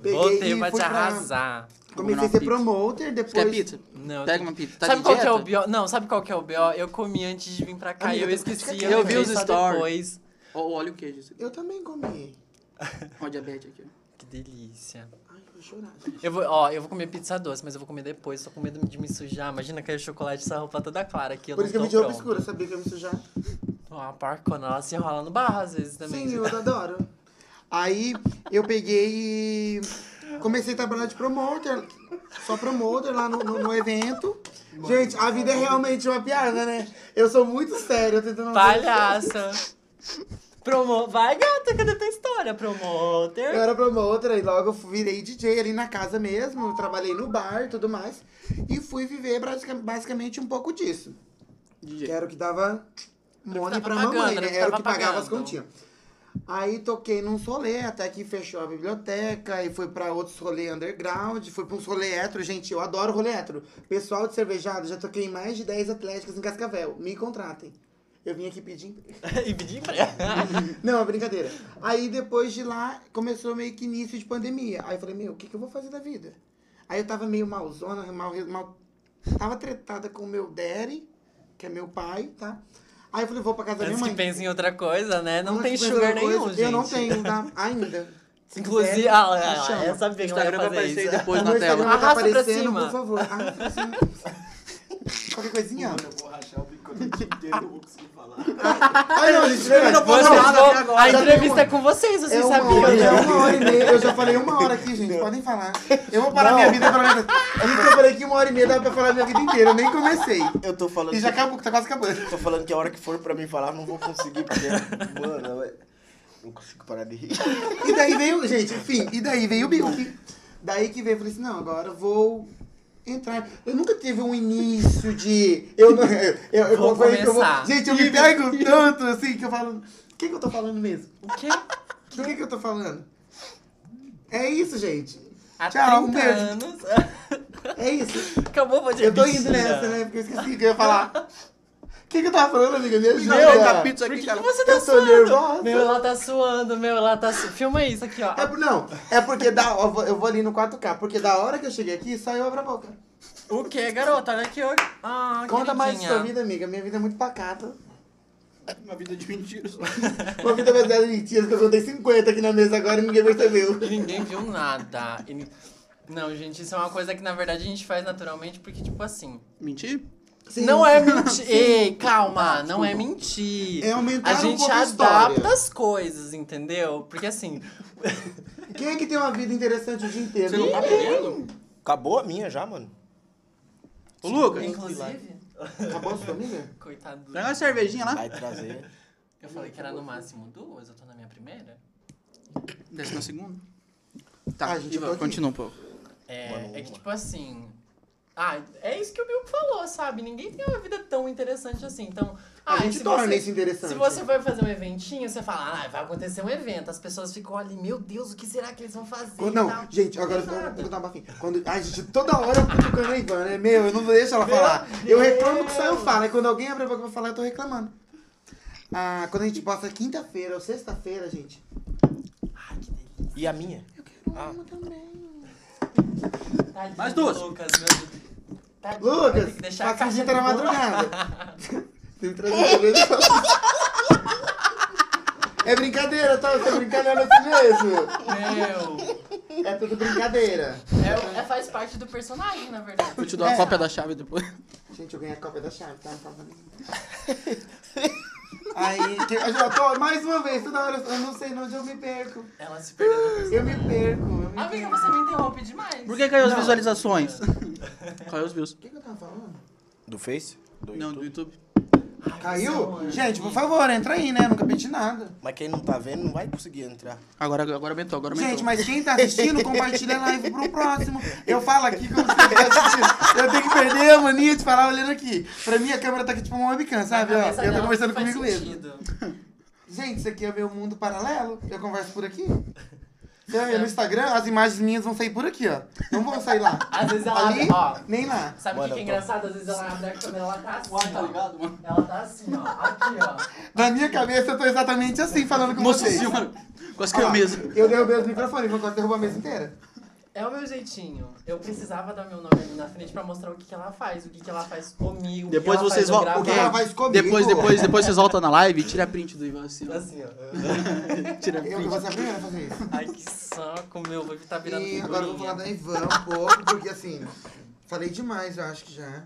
Speaker 2: Peguei
Speaker 3: Voltei
Speaker 2: e
Speaker 3: pra
Speaker 2: fui pra-
Speaker 3: te arrasar.
Speaker 2: Comecei a ser promoter,
Speaker 1: Você quer
Speaker 2: depois
Speaker 1: pizza?
Speaker 3: Não,
Speaker 1: Pega uma pizza. Tá
Speaker 3: sabe
Speaker 1: de
Speaker 3: qual
Speaker 1: dieta?
Speaker 3: que é o B.O.? Não, sabe qual que é o B.O.? Eu comi antes de vir pra cá e
Speaker 2: Amiga,
Speaker 3: eu
Speaker 2: eu tô
Speaker 3: esqueci.
Speaker 2: ficando
Speaker 1: Eu vi os
Speaker 3: lembrei só
Speaker 1: stories.
Speaker 3: depois.
Speaker 1: Ó, ó, olha o queijo. isso aqui.
Speaker 2: Eu também comi.
Speaker 1: Ó, diabetes aqui. ó.
Speaker 3: Que delícia.
Speaker 2: Ai, eu vou chorar.
Speaker 3: Eu vou, ó, eu vou comer pizza doce, mas eu vou comer depois. Tô com medo de me sujar. Imagina que é chocolate essa roupa toda clara aqui. Eu
Speaker 2: Por
Speaker 3: não
Speaker 2: isso que eu
Speaker 3: tô
Speaker 2: pedi roupa
Speaker 3: pronta.
Speaker 2: escura, eu sabia que eu ia me sujar.
Speaker 3: Ó, a parcona, ela se enrola no barro às vezes também.
Speaker 2: Sim, eu adoro. Aí eu peguei e comecei a trabalhar de promoter. Só promoter lá no, no- no evento. Gente, a vida é realmente uma piada, né? Eu sou muito sério, eu tento não.
Speaker 3: Palhaça. Promo... Vai, gata, cadê tua história, promoter?
Speaker 2: Eu era promotor e logo eu virei DJ ali na casa mesmo, eu trabalhei no bar e tudo mais. E fui viver brasica- basicamente um pouco disso.
Speaker 1: DJ.
Speaker 2: Que era o que dava money
Speaker 3: tava
Speaker 2: pra
Speaker 3: pagando,
Speaker 2: mamãe,
Speaker 3: era o
Speaker 2: né?
Speaker 3: que
Speaker 2: Era o que
Speaker 3: tava
Speaker 2: pagava as
Speaker 3: pagando.
Speaker 2: continhas. Aí toquei num solê, até que fechou a biblioteca, e fui pra outros rolê underground, fui pra um solê hétero. Gente, eu adoro rolê hétero. Pessoal de cervejado, já toquei em mais de 10 atléticas em Cascavel. Me contratem. Eu vim aqui pedir.
Speaker 3: e pedi emprego.
Speaker 2: Não, é brincadeira. Aí depois de lá, começou meio que início de pandemia. Aí eu falei, meu, o que, que eu vou fazer da vida? Aí eu tava meio malzona, mal, mal... Tava tretada com o meu daddy, que é meu pai, tá? Aí eu falei, vou pra casa da minha
Speaker 3: Antes que
Speaker 2: mãe.
Speaker 3: pensa em outra coisa, né? Não
Speaker 2: Antes
Speaker 3: tem
Speaker 2: de pensar
Speaker 3: sugar
Speaker 2: outra coisa,
Speaker 3: nenhum, gente.
Speaker 2: Eu não tenho, tá? Ainda. Se
Speaker 3: Inclusive,
Speaker 2: quiser,
Speaker 3: ah, ah,
Speaker 2: me
Speaker 3: ah,
Speaker 2: chama.
Speaker 3: eu sabia que ela
Speaker 1: Instagram vai
Speaker 3: ia fazer
Speaker 1: aparecer aí
Speaker 3: isso.
Speaker 1: depois
Speaker 2: Meu
Speaker 1: na
Speaker 2: Instagram
Speaker 1: tela.
Speaker 2: vai tá
Speaker 3: Arrasta pra
Speaker 2: aparecendo,
Speaker 3: cima.
Speaker 2: por favor. Arrasta pra cima. Qualquer coisinha.
Speaker 4: Eu vou rachar o bico aqui inteiro, não vou conseguir falar.
Speaker 2: Ai, não, é gente,
Speaker 1: Eu não posso
Speaker 3: Vocês
Speaker 1: falar
Speaker 3: vão-
Speaker 1: até agora.
Speaker 3: A
Speaker 2: Já
Speaker 3: entrevista
Speaker 2: tem
Speaker 3: é com vocês,
Speaker 2: É
Speaker 3: vocês
Speaker 2: uma,
Speaker 3: sabiam,
Speaker 2: hora, é
Speaker 3: né?
Speaker 2: uma hora e meia. Eu já falei uma hora aqui, gente. Podem falar. Eu vou parar minha vida pelo menos. A gente, eu falei que uma hora e meia dava pra falar minha vida inteira. Eu nem comecei.
Speaker 4: Eu tô falando.
Speaker 2: E já
Speaker 4: que-
Speaker 2: acabou, tá quase acabando.
Speaker 4: Eu tô falando que a hora que for pra mim falar, eu não vou conseguir, porque. Mano, eu- não consigo parar de rir.
Speaker 2: E daí veio, gente, enfim, e daí veio o Bilk. Daí que veio, eu falei assim, não, agora eu vou entrar. Eu nunca tive um início de. Eu não. Eu, eu, eu,
Speaker 3: Vou
Speaker 2: falei que eu
Speaker 3: começar.
Speaker 2: gente, eu me pego tanto assim que eu falo. O que, que eu tô falando mesmo?
Speaker 3: O quê?
Speaker 2: Do que, que eu tô falando? É isso, gente.
Speaker 3: Há
Speaker 2: Tchau, um
Speaker 3: 30
Speaker 2: beijo.
Speaker 3: anos.
Speaker 2: É isso.
Speaker 3: Acabou vou dizer
Speaker 2: Eu tô
Speaker 3: bexiga.
Speaker 2: indo nessa, né? Porque eu esqueci o que eu ia falar. O que, que eu tava falando, amiga? Me ajuda.
Speaker 1: Meu, tá pizza
Speaker 3: Por que
Speaker 1: aqui,
Speaker 3: que
Speaker 1: cara.
Speaker 3: você tá
Speaker 2: eu tô nervosa.
Speaker 3: Meu, ela tá suando, meu, ela tá su... Filma isso aqui, ó.
Speaker 2: É por- não, é porque da, eu, vou, eu vou ali no 4K, porque da hora que eu cheguei aqui, só eu abro a boca.
Speaker 3: O que, garota? Olha aqui hoje. Ah,
Speaker 2: Conta mais de
Speaker 3: queridinha.
Speaker 2: sua vida, amiga. Minha vida é muito pacata.
Speaker 1: Uma vida de mentiras.
Speaker 2: Uma vida baseada em mentiras, que eu contei 50 aqui na mesa agora e ninguém percebeu.
Speaker 3: E ninguém viu nada. E ni- Não, gente, isso é uma coisa que na verdade a gente faz naturalmente, porque, tipo assim,
Speaker 1: Mentir?
Speaker 2: Sim.
Speaker 3: Não é mentir. Ei, calma, não é mentir.
Speaker 2: É aumentar
Speaker 3: A
Speaker 2: um
Speaker 3: gente
Speaker 2: pouco a história.
Speaker 3: adapta as coisas, entendeu? Porque assim,
Speaker 2: Quem é que tem uma vida interessante o dia inteiro?
Speaker 1: Você não tá bebendo?
Speaker 4: Acabou a minha já, mano.
Speaker 1: Ô, Lucas,
Speaker 3: inclusive.
Speaker 2: Acabou a sua amiga?
Speaker 3: Coitado do.
Speaker 1: traga uma cervejinha lá.
Speaker 4: Vai trazer.
Speaker 3: Eu falei que era no máximo duas, eu tô na minha primeira.
Speaker 1: Décima segunda. Tá,
Speaker 2: Ah, gente, eu tô
Speaker 1: Ivan,
Speaker 2: aqui.
Speaker 1: continua um pouco.
Speaker 3: É,
Speaker 4: Mano,
Speaker 3: é que
Speaker 4: uma.
Speaker 3: tipo assim. Ah, é isso que o Bill falou, sabe? Ninguém tem uma vida tão interessante assim. Então,
Speaker 2: A
Speaker 3: ah,
Speaker 2: gente
Speaker 3: se
Speaker 2: torna
Speaker 3: você,
Speaker 2: isso interessante.
Speaker 3: Se você vai fazer um eventinho, você fala, ah, vai acontecer um evento. As pessoas ficam ali, meu Deus, o que será que eles vão fazer?
Speaker 2: Quando-
Speaker 3: e tal.
Speaker 2: Não, gente, agora eu vou eu
Speaker 3: Exato.
Speaker 2: vou contar uma bafinha. Quando, ai, gente, toda hora eu fico tocando a Ivana, né? Meu, eu não deixo ela falar. Eu reclamo que só eu falo. Aí quando alguém abre a boca pra falar, eu tô reclamando. Ah, quando a gente posta quinta-feira ou sexta-feira, gente.
Speaker 3: Ai, que delícia.
Speaker 4: E a minha?
Speaker 2: Eu quero uma também.
Speaker 3: Tadinho
Speaker 1: Mais
Speaker 3: do
Speaker 1: duas.
Speaker 3: Tá Lucas, meu Deus. Tadinho, vai ter que
Speaker 2: Lucas,
Speaker 3: deixar a
Speaker 2: faça
Speaker 3: caixa
Speaker 2: visita na
Speaker 3: boa.
Speaker 2: madrugada. Tem que trazer uma vez só. É brincadeira, tá? Você é brincadeira si mesmo.
Speaker 3: Meu.
Speaker 2: É tudo brincadeira.
Speaker 3: É, é- faz parte do personagem, na verdade.
Speaker 1: Eu te dou a
Speaker 2: É.
Speaker 1: cópia da chave depois.
Speaker 2: Gente, eu ganhei a cópia da chave, tá? Não falta nenhuma. Aí, que, eu já tô, mais uma vez, toda hora eu não sei onde eu me perco.
Speaker 3: Ela se perdeu no personagem.
Speaker 2: Eu me perco. Eu me perco.
Speaker 3: Amiga, você me interrompe demais.
Speaker 1: Por que caiu as
Speaker 2: Não.
Speaker 1: visualizações? caiu é os views.
Speaker 2: O que, que eu tava falando?
Speaker 4: Do Face? Do
Speaker 1: Não, do
Speaker 4: YouTube?
Speaker 1: YouTube.
Speaker 3: Ai, você é um
Speaker 2: Caiu?
Speaker 3: anjo.
Speaker 2: Gente, por favor, entra aí, né? Nunca pedi nada.
Speaker 4: Mas quem não tá vendo não vai conseguir entrar.
Speaker 1: Agora, agora aumentou, agora aumentou.
Speaker 2: Gente, mas quem tá assistindo, compartilha a live pro próximo. Eu falo aqui como se eu tivesse tá assistindo. Eu tenho que perder a mania de falar olhando aqui. Pra mim, a câmera tá aqui tipo uma webcam,
Speaker 3: Na
Speaker 2: sabe? Ó,
Speaker 3: cabeça
Speaker 2: eu tô
Speaker 3: dela
Speaker 2: conversando
Speaker 3: faz
Speaker 2: comigo mesmo.
Speaker 3: sentido.
Speaker 2: Gente, isso aqui é meu mundo paralelo. Eu converso por aqui. Você vai ver no Instagram, as imagens minhas vão sair por aqui, ó. Não vão sair lá.
Speaker 3: Às vezes ela
Speaker 2: Ali,
Speaker 3: abre, ó.
Speaker 2: nem lá.
Speaker 3: Sabe o
Speaker 4: Mano,
Speaker 3: que, que é
Speaker 4: eu tô-
Speaker 3: engraçado? Às vezes ela abre a câmera, ela tá assim, ó.
Speaker 1: mano?
Speaker 3: Ela tá assim, ó. Aqui,
Speaker 2: Na minha cabeça, eu tô exatamente assim, falando com
Speaker 1: Nossa
Speaker 2: vocês.
Speaker 1: senhora, quase
Speaker 2: Olha
Speaker 1: caiu
Speaker 2: lá,
Speaker 1: a mesa.
Speaker 2: Eu derrubei os microfones, vou quase derrubar a mesa inteira.
Speaker 3: ó. É o meu jeitinho. Eu precisava dar meu nome ali na frente pra mostrar o que, que ela faz, o que, que ela faz comigo. o que
Speaker 1: Depois
Speaker 3: ela
Speaker 1: vocês
Speaker 3: faz no
Speaker 1: voltam.
Speaker 2: O que
Speaker 3: gravar.
Speaker 2: ela faz comigo?
Speaker 1: Depois, depois, depois vocês voltam na live e tira a print do Ivan assim. ó.
Speaker 3: Assim, ó.
Speaker 1: Tira a
Speaker 2: Eu que
Speaker 1: print.
Speaker 2: vou ser a primeira a fazer isso.
Speaker 3: Ai, que saco, meu. Vai tá virando
Speaker 2: E agora eu vou falar
Speaker 3: figurinha.
Speaker 2: da Ivan um pouco, porque assim, falei demais, eu acho que já.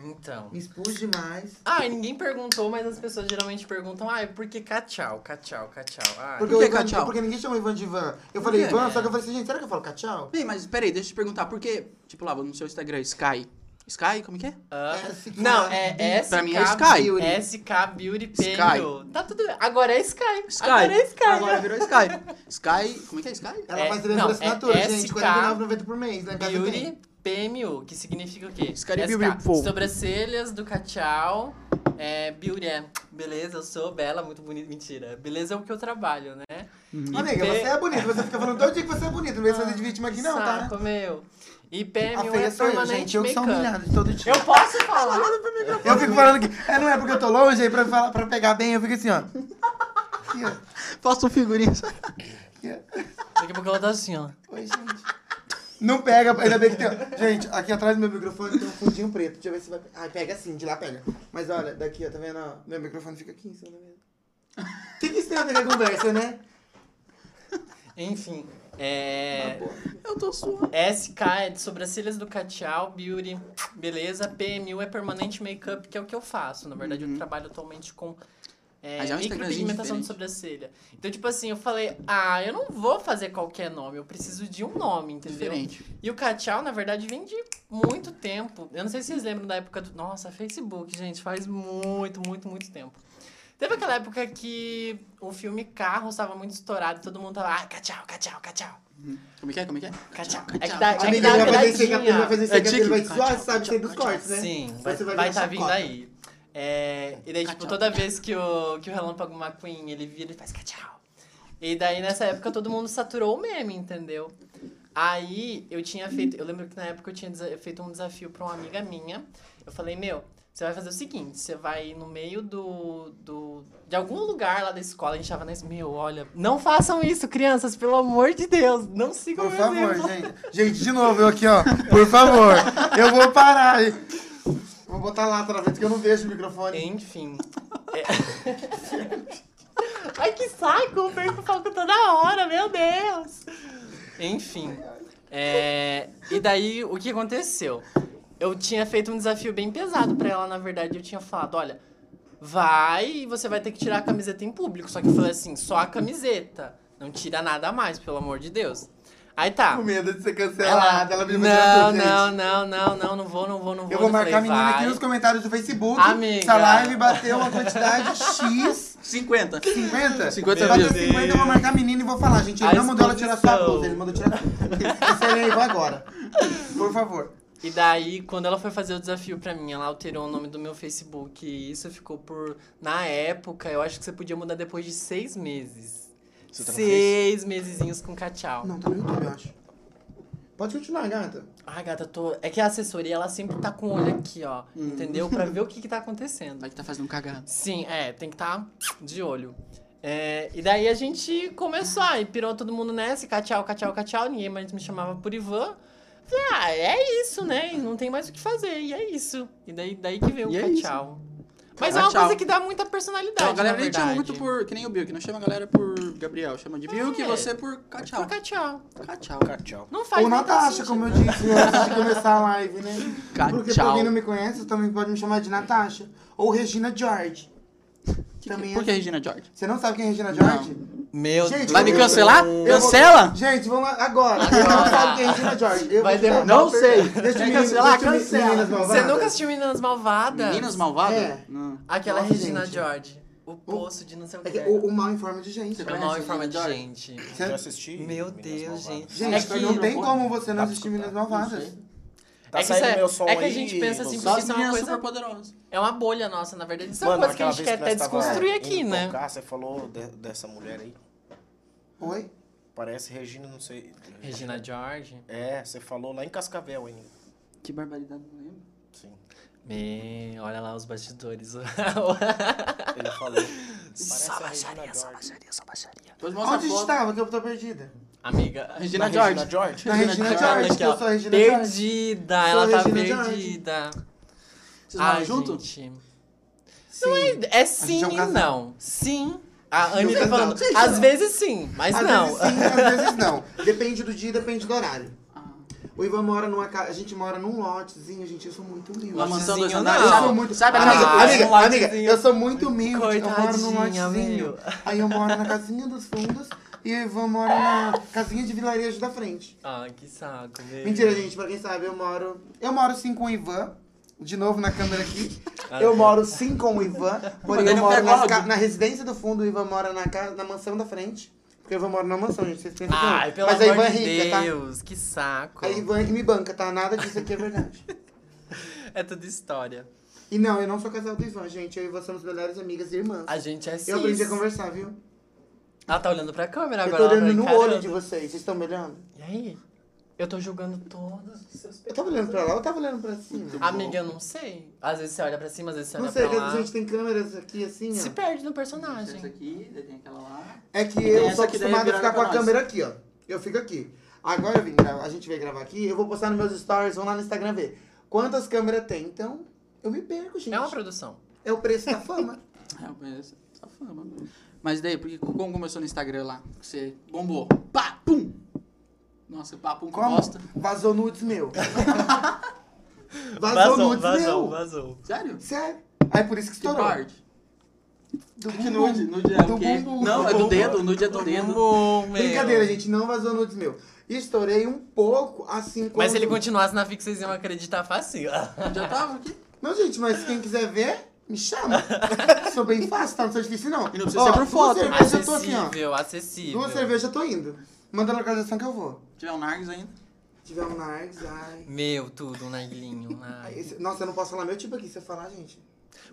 Speaker 3: Então.
Speaker 2: Me expus demais.
Speaker 3: Ah, e ninguém perguntou, mas as pessoas geralmente perguntam, ai, por que cachau, cachau, cachau? Ai,
Speaker 2: Porque,
Speaker 1: Por
Speaker 2: o
Speaker 1: que
Speaker 2: Ivan,
Speaker 1: cachau?
Speaker 2: porque ninguém chama o Ivan de Ivan. Eu falei
Speaker 1: quê?
Speaker 2: Ivan, só que eu falei assim, gente, será que eu falo cachau?
Speaker 1: Bem, mas peraí, deixa eu te perguntar, por que, tipo lá, vou no seu Instagram, Sky. Sky, como que é?
Speaker 3: Ah,
Speaker 2: SK
Speaker 3: não, é SK
Speaker 1: Pra mim é Sky.
Speaker 3: Beauty. SK Beauty
Speaker 1: Sky.
Speaker 3: Painel. Tá tudo bem. Agora é Sky.
Speaker 1: Sky.
Speaker 3: Agora é Sky.
Speaker 1: Agora virou Sky. Sky, como é que é Sky?
Speaker 2: Ela
Speaker 3: É,
Speaker 2: faz também
Speaker 3: não,
Speaker 2: por assinatura,
Speaker 3: é
Speaker 2: gente.
Speaker 3: SK,
Speaker 2: R$ 49,90 por mês, né? Casa tem.
Speaker 3: Beauty PMU, que significa o quê?
Speaker 2: é
Speaker 1: Sky Beauty, pô.
Speaker 3: Sobrancelhas do cachau. É, beauty é, beleza, eu sou bela, muito bonita. Mentira. Beleza é o que eu trabalho, né? E
Speaker 2: Amiga,
Speaker 3: P-
Speaker 2: você é bonita. Você fica falando todo dia que você é bonita. Não vem fazer de vítima aqui, não, tá?
Speaker 3: Saco, meu. E
Speaker 2: A
Speaker 3: PMU é
Speaker 2: feia sou eu, gente.
Speaker 3: permanente
Speaker 2: Eu que sou
Speaker 3: make-up.
Speaker 2: humilhada de todo dia.
Speaker 3: Eu posso falar.
Speaker 2: Eu fico falando que. É, não é porque eu tô longe aí pra, falar, pra pegar bem. Eu fico assim, ó. Aqui, ó.
Speaker 1: Faço figurinha.
Speaker 2: Aqui, ó.
Speaker 3: Daqui a pouco ela tá assim, ó.
Speaker 2: Oi, gente. Não pega, ainda bem que tem. Gente, aqui atrás do meu microfone tem um fundinho preto. Deixa eu ver se vai. Ai, pega assim, de lá pega. Mas olha, daqui, ó, tá vendo? ó? Meu microfone fica aqui em cima da mesa. O que, que isso tem a ver com a conversa, né?
Speaker 3: Enfim. É.
Speaker 1: Eu tô suando.
Speaker 3: SK é de sobrancelhas do Cachau, Beauty, beleza. PMU é permanente makeup, que é o que eu faço. Na verdade, eu trabalho atualmente com é,
Speaker 1: Uhum. Mas é um Instagramzinho
Speaker 3: micropigmentação de
Speaker 1: diferente.
Speaker 3: sobrancelha. Então, tipo assim, eu falei, ah, eu não vou fazer qualquer nome, eu preciso de um nome, entendeu?
Speaker 1: Diferente.
Speaker 3: E o Cachau, na verdade, vem de muito tempo. Eu não sei se vocês lembram da época do. Nossa, Facebook, gente, faz muito, muito, muito tempo. Teve aquela época que o filme Carro estava muito estourado e todo mundo tava, ah, Cachau, Cachau, Cachau.
Speaker 1: Como que é, como que é?
Speaker 3: Cachau,
Speaker 1: Cachau,
Speaker 3: é que dá, é que
Speaker 2: Amiga,
Speaker 3: dá
Speaker 2: ele
Speaker 3: uma
Speaker 2: vai fazer shake up, ele vai
Speaker 3: viradinha.
Speaker 2: fazer
Speaker 1: É
Speaker 2: shake up, ele vai
Speaker 1: tique.
Speaker 2: suar, sabe, tem dos cortes, né?
Speaker 3: Sim, vai
Speaker 2: Você
Speaker 3: estar
Speaker 2: vai
Speaker 3: tá
Speaker 2: deixar
Speaker 3: vindo
Speaker 2: cota.
Speaker 3: aí. É, e daí, tipo,
Speaker 1: Cachau.
Speaker 3: toda vez que o, que o Relâmpago McQueen, ele vira, ele faz cachau. E daí, nessa época, todo mundo saturou o meme, entendeu? Aí, eu tinha feito... Eu lembro que na época eu tinha desa- feito um desafio pra uma amiga minha. Eu falei, meu, você vai fazer o seguinte. Você vai no meio do... do de algum lugar lá da escola. A gente tava na... es- Meu, olha... Não façam isso, crianças. Pelo amor de Deus. Não sigam
Speaker 2: Por
Speaker 3: meu
Speaker 2: favor,
Speaker 3: exemplo.
Speaker 2: gente. Gente, de novo, eu aqui, ó. Por favor. Eu vou parar. hein? Vou botar lá outra vez, que eu não vejo o microfone.
Speaker 3: Enfim. É. Ai, que saco! Eu perco o foco toda hora, meu Deus! Enfim. é, E daí, o que aconteceu? eu tinha feito um desafio bem pesado pra ela, na verdade. Eu tinha falado, olha, vai e você vai ter que tirar a camiseta em público. Só que eu falei assim, só a camiseta. Não tira nada a mais, pelo amor de Deus. Aí tá.
Speaker 2: Com medo de ser cancelada. Ela, me mandou
Speaker 3: não,
Speaker 2: tudo, gente.
Speaker 3: não, não, não, não, não vou, não vou, não vou.
Speaker 2: Eu vou
Speaker 3: Eu
Speaker 2: marcar a
Speaker 3: falei,
Speaker 2: menina aqui
Speaker 3: vai.
Speaker 2: nos comentários do Facebook.
Speaker 3: Amiga.
Speaker 2: Se a live bateu uma quantidade X,
Speaker 1: 50.
Speaker 2: 50?
Speaker 1: 50
Speaker 2: Se bater
Speaker 1: mil.
Speaker 2: 50, eu vou marcar a menina e vou falar, gente. Ele
Speaker 3: A
Speaker 2: não mandou ela tirar sua
Speaker 3: exposição.
Speaker 2: blusa, ele mandou tirar tudo. Isso aí eu vou agora. Por favor.
Speaker 3: E daí, quando ela foi fazer o desafio pra mim, ela alterou o nome do meu Facebook. E isso ficou por. Na época, eu acho que você podia mudar depois de seis meses.
Speaker 4: Você tá no
Speaker 3: seis mesezinhos com cachau.
Speaker 2: Não, tá no YouTube, eu acho. Pode continuar, gata.
Speaker 3: Ah, gata, tô. É que a assessoria, ela sempre tá com o olho aqui, ó. Entendeu? Pra ver o que, que tá acontecendo.
Speaker 1: Vai que tá fazendo um cagado.
Speaker 3: Sim, é, tem que estar de olho. É, e daí a gente começou, aí pirou todo mundo nessa, e cachau, cachau, cachau, ninguém mais me chamava por Ivan. Falei, ah, é isso, né? E Não tem mais o que fazer, e é isso. E daí, daí que veio
Speaker 1: E
Speaker 3: o
Speaker 1: é
Speaker 3: cachau. Mas é
Speaker 1: Cachau.
Speaker 3: uma coisa que dá muita personalidade,
Speaker 1: Então, a galera
Speaker 3: na
Speaker 1: nem chama
Speaker 3: verdade.
Speaker 1: muito por. Que nem o Bill, que não chama a galera por Gabriel. Chama de Bill que
Speaker 3: É.
Speaker 1: você por Cachau.
Speaker 3: Por cachau.
Speaker 1: Cachau.
Speaker 4: Cara, tchau.
Speaker 3: Não faz
Speaker 2: Ou
Speaker 3: muito
Speaker 2: Natasha,
Speaker 3: sentido.
Speaker 2: como eu disse antes de começar a live, né?
Speaker 1: Cachau.
Speaker 2: Porque pra quem não me conhece, também pode me chamar de Natasha. Ou Regina George.
Speaker 1: Que-
Speaker 2: Também
Speaker 1: por que
Speaker 2: é-
Speaker 1: Regina George?
Speaker 2: Você não sabe quem é Regina George?
Speaker 3: Meu
Speaker 2: Gente,
Speaker 3: Deus.
Speaker 1: Vai me
Speaker 2: eu-
Speaker 1: cancelar?
Speaker 2: eu vou-
Speaker 1: Cancela?
Speaker 2: Gente, vamos lá agora. Você não sabe quem é Regina George. Eu
Speaker 3: Vai
Speaker 2: vou te dar-
Speaker 3: demorar. Não
Speaker 1: sei.
Speaker 2: Deixa
Speaker 1: Quer
Speaker 2: eu me
Speaker 1: cancelar?
Speaker 2: deixa eu me-
Speaker 1: Cancela.
Speaker 2: Meninas
Speaker 3: Você
Speaker 2: malvadas.
Speaker 3: nunca assistiu Meninas Malvadas?
Speaker 1: Meninas malvadas?
Speaker 2: É.
Speaker 1: Não.
Speaker 3: Aquela
Speaker 2: Nossa,
Speaker 3: Regina
Speaker 2: gente.
Speaker 3: George. O poço de não sei o
Speaker 2: É
Speaker 3: que.
Speaker 2: que o, o mal informa de gente.
Speaker 3: É
Speaker 2: conhece
Speaker 3: mal
Speaker 2: Regina
Speaker 3: informa de
Speaker 2: George?
Speaker 3: gente.
Speaker 4: Eu
Speaker 2: Você- é
Speaker 4: assisti.
Speaker 3: Meu
Speaker 4: Meninas
Speaker 3: Deus,
Speaker 4: Malvadas.
Speaker 3: gente.
Speaker 2: Gente, então
Speaker 3: É que-
Speaker 2: não tem como você não
Speaker 4: Dá pra
Speaker 2: assistir Meninas
Speaker 4: escutar.
Speaker 2: Malvadas.
Speaker 4: Tá
Speaker 3: É que
Speaker 4: saindo
Speaker 3: isso é-
Speaker 4: meu som
Speaker 3: é que a
Speaker 4: aí,
Speaker 3: gente pensa assim,
Speaker 1: Só
Speaker 4: Douglas.
Speaker 1: as
Speaker 3: isso é uma
Speaker 1: meninas
Speaker 3: coisa-
Speaker 1: super poderosas.
Speaker 3: É uma bolha nossa, na verdade. Isso é uma
Speaker 4: Mano,
Speaker 3: coisa que a
Speaker 4: aquela
Speaker 3: gente
Speaker 4: vez
Speaker 3: quer
Speaker 4: nós
Speaker 3: até
Speaker 4: tava
Speaker 3: desconstruir
Speaker 4: indo
Speaker 3: aqui, né?
Speaker 4: tocar, você falou de- dessa mulher aí.
Speaker 2: Oi?
Speaker 4: Parece Regina, não sei.
Speaker 3: Regina George.
Speaker 4: É, você falou lá em Cascavel ainda.
Speaker 1: Que barbaridade, não lembro.
Speaker 4: Sim.
Speaker 3: Me, olha lá os bastidores.
Speaker 4: Ele falou. Parece
Speaker 3: só
Speaker 4: a
Speaker 3: baixaria,
Speaker 4: Regina
Speaker 3: só
Speaker 4: George.
Speaker 3: baixaria, só baixaria.
Speaker 1: Depois mostra
Speaker 2: Onde
Speaker 1: a foto.
Speaker 2: estava que eu tô perdida?
Speaker 3: Amiga, a
Speaker 1: Regina
Speaker 4: Na
Speaker 1: George.
Speaker 4: Regina George?
Speaker 2: Na Regina
Speaker 1: George.
Speaker 2: George,
Speaker 3: aqui,
Speaker 2: que eu
Speaker 3: ó,
Speaker 2: sou a Regina George.
Speaker 3: perdida, ela tá
Speaker 2: Regina George.
Speaker 3: perdida.
Speaker 1: Vocês moram junto?
Speaker 3: gente.
Speaker 2: Não é
Speaker 3: É
Speaker 2: gente
Speaker 3: sim
Speaker 2: é um
Speaker 3: e
Speaker 2: casal.
Speaker 3: não. Sim. A
Speaker 2: Meu
Speaker 3: Anne tá
Speaker 2: casal.
Speaker 3: falando,
Speaker 2: Gente,
Speaker 3: às
Speaker 2: não.
Speaker 3: vezes sim, mas
Speaker 2: Às
Speaker 3: não.
Speaker 2: vezes sim, às vezes não. Depende do dia, depende do horário.
Speaker 1: Ah.
Speaker 2: O Ivan mora numa casa. A gente mora num lotezinho, gente. Eu sou muito humilde.
Speaker 1: Uma mansão dois
Speaker 3: Lotezinho,
Speaker 1: andares.
Speaker 3: não.
Speaker 2: Eu
Speaker 1: Sabe,
Speaker 2: sou muito.
Speaker 1: sabe a
Speaker 3: Ah,
Speaker 1: casa
Speaker 2: amiga,
Speaker 1: do-
Speaker 2: amiga,
Speaker 3: um lotezinho.
Speaker 2: amiga, eu sou muito humilde. eu moro num
Speaker 3: Coitadinha,
Speaker 2: lotezinho.
Speaker 3: meu.
Speaker 2: Aí eu moro na casinha dos fundos e o Ivan mora na casinha de vilarejo da frente.
Speaker 3: Ah, que saco, meu.
Speaker 2: Mentira, gente, pra quem sabe, eu moro. Eu moro sim com o Ivan. De novo na câmera aqui.
Speaker 3: Ah,
Speaker 2: Eu moro sim com o Ivan. Porém,
Speaker 1: Mas
Speaker 2: eu
Speaker 3: é um
Speaker 1: ele
Speaker 2: moro
Speaker 1: pega
Speaker 2: nas
Speaker 1: logo.
Speaker 2: ca- na residência do fundo, o Ivan mora na, casa, na mansão da frente. Porque o Ivan mora na mansão, gente. Vocês pensam que não.
Speaker 3: Ai, pelo
Speaker 2: Mas a Ivan
Speaker 3: amor
Speaker 2: é
Speaker 3: de
Speaker 2: rica,
Speaker 3: Deus, que saco.
Speaker 2: tá? A Ivan me banca, tá? Nada disso aqui é verdade.
Speaker 3: É tudo história.
Speaker 2: e não, eu não sou casal do Ivan, gente. Eu e Ivan somos melhores amigas e irmãs.
Speaker 3: A gente é cis.
Speaker 2: Eu aprendi a conversar, viu?
Speaker 3: Ela tá olhando pra câmera
Speaker 2: Eu
Speaker 3: agora.
Speaker 2: tô
Speaker 3: ela
Speaker 2: olhando
Speaker 3: tá
Speaker 2: no
Speaker 3: encarando.
Speaker 2: olho de vocês. Vocês estão me olhando?
Speaker 3: E aí? Eu tô julgando todos os seus
Speaker 2: Eu tava olhando pra lá ou eu tava olhando pra cima?
Speaker 3: Amiga, eu não sei. Às vezes você olha pra cima, às vezes você
Speaker 2: Não
Speaker 3: olha
Speaker 2: sei,
Speaker 3: né, pra
Speaker 2: a
Speaker 3: lá.
Speaker 2: gente tem câmeras aqui assim, ó.
Speaker 3: Se perde no
Speaker 1: Essa
Speaker 3: personagem.
Speaker 1: aqui, daí tem aquela lá.
Speaker 2: É que
Speaker 1: Tem
Speaker 2: eu
Speaker 1: essa
Speaker 2: sou
Speaker 1: que daí é
Speaker 2: acostumado a
Speaker 1: virada
Speaker 2: ficar com
Speaker 1: pra
Speaker 2: a
Speaker 1: nós.
Speaker 2: câmera aqui, ó. Eu fico aqui. Agora eu vim gravar, a gente veio gravar aqui, eu vou postar nos meus stories, vão lá no Instagram ver. Quantas câmeras tem, então eu me perco, gente.
Speaker 3: É uma produção.
Speaker 2: É o preço da fama.
Speaker 1: É, mas essa essa fama. Mas daí, porque como começou no Instagram lá? Você bombou. Pá, pum! Nossa, pá, pum, que bosta.
Speaker 2: Vazou nudes meu. vazou
Speaker 3: Vazou,
Speaker 2: nudes
Speaker 3: vazou,
Speaker 2: meu.
Speaker 3: vazou.
Speaker 1: Sério?
Speaker 2: Sério? Aí por isso que
Speaker 1: Que
Speaker 2: estourou.
Speaker 1: parte?
Speaker 2: Do
Speaker 1: Que
Speaker 2: bumbum.
Speaker 1: nude? Nude é
Speaker 2: Do
Speaker 1: o quê?
Speaker 2: bumbum.
Speaker 1: Não, é do dedo. Nude é do dedo.
Speaker 3: Bom, meu.
Speaker 2: Brincadeira, gente, não vazou nudes meu. Estourei um pouco, assim como...
Speaker 3: Mas se ele continuasse na FIC, vocês iam acreditar fácil.
Speaker 1: Já tava aqui.
Speaker 2: Não, gente, mas quem quiser ver, me chama. Sou bem fácil, tá? Não sou difícil, não.
Speaker 1: E não precisa ser por
Speaker 2: duas
Speaker 1: foto.
Speaker 2: cervejas eu tô aqui, ó.
Speaker 3: Acessível, acessível.
Speaker 2: Duas cervejas eu tô indo. Manda a localização que eu vou.
Speaker 1: Se tiver um Nargs ainda.
Speaker 2: Se tiver um Nargs, ai.
Speaker 3: Meu, tudo, um narguilinho.
Speaker 2: Ai,
Speaker 3: ai.
Speaker 2: esse- Nossa, eu não posso falar meu tipo aqui, se eu falar, gente.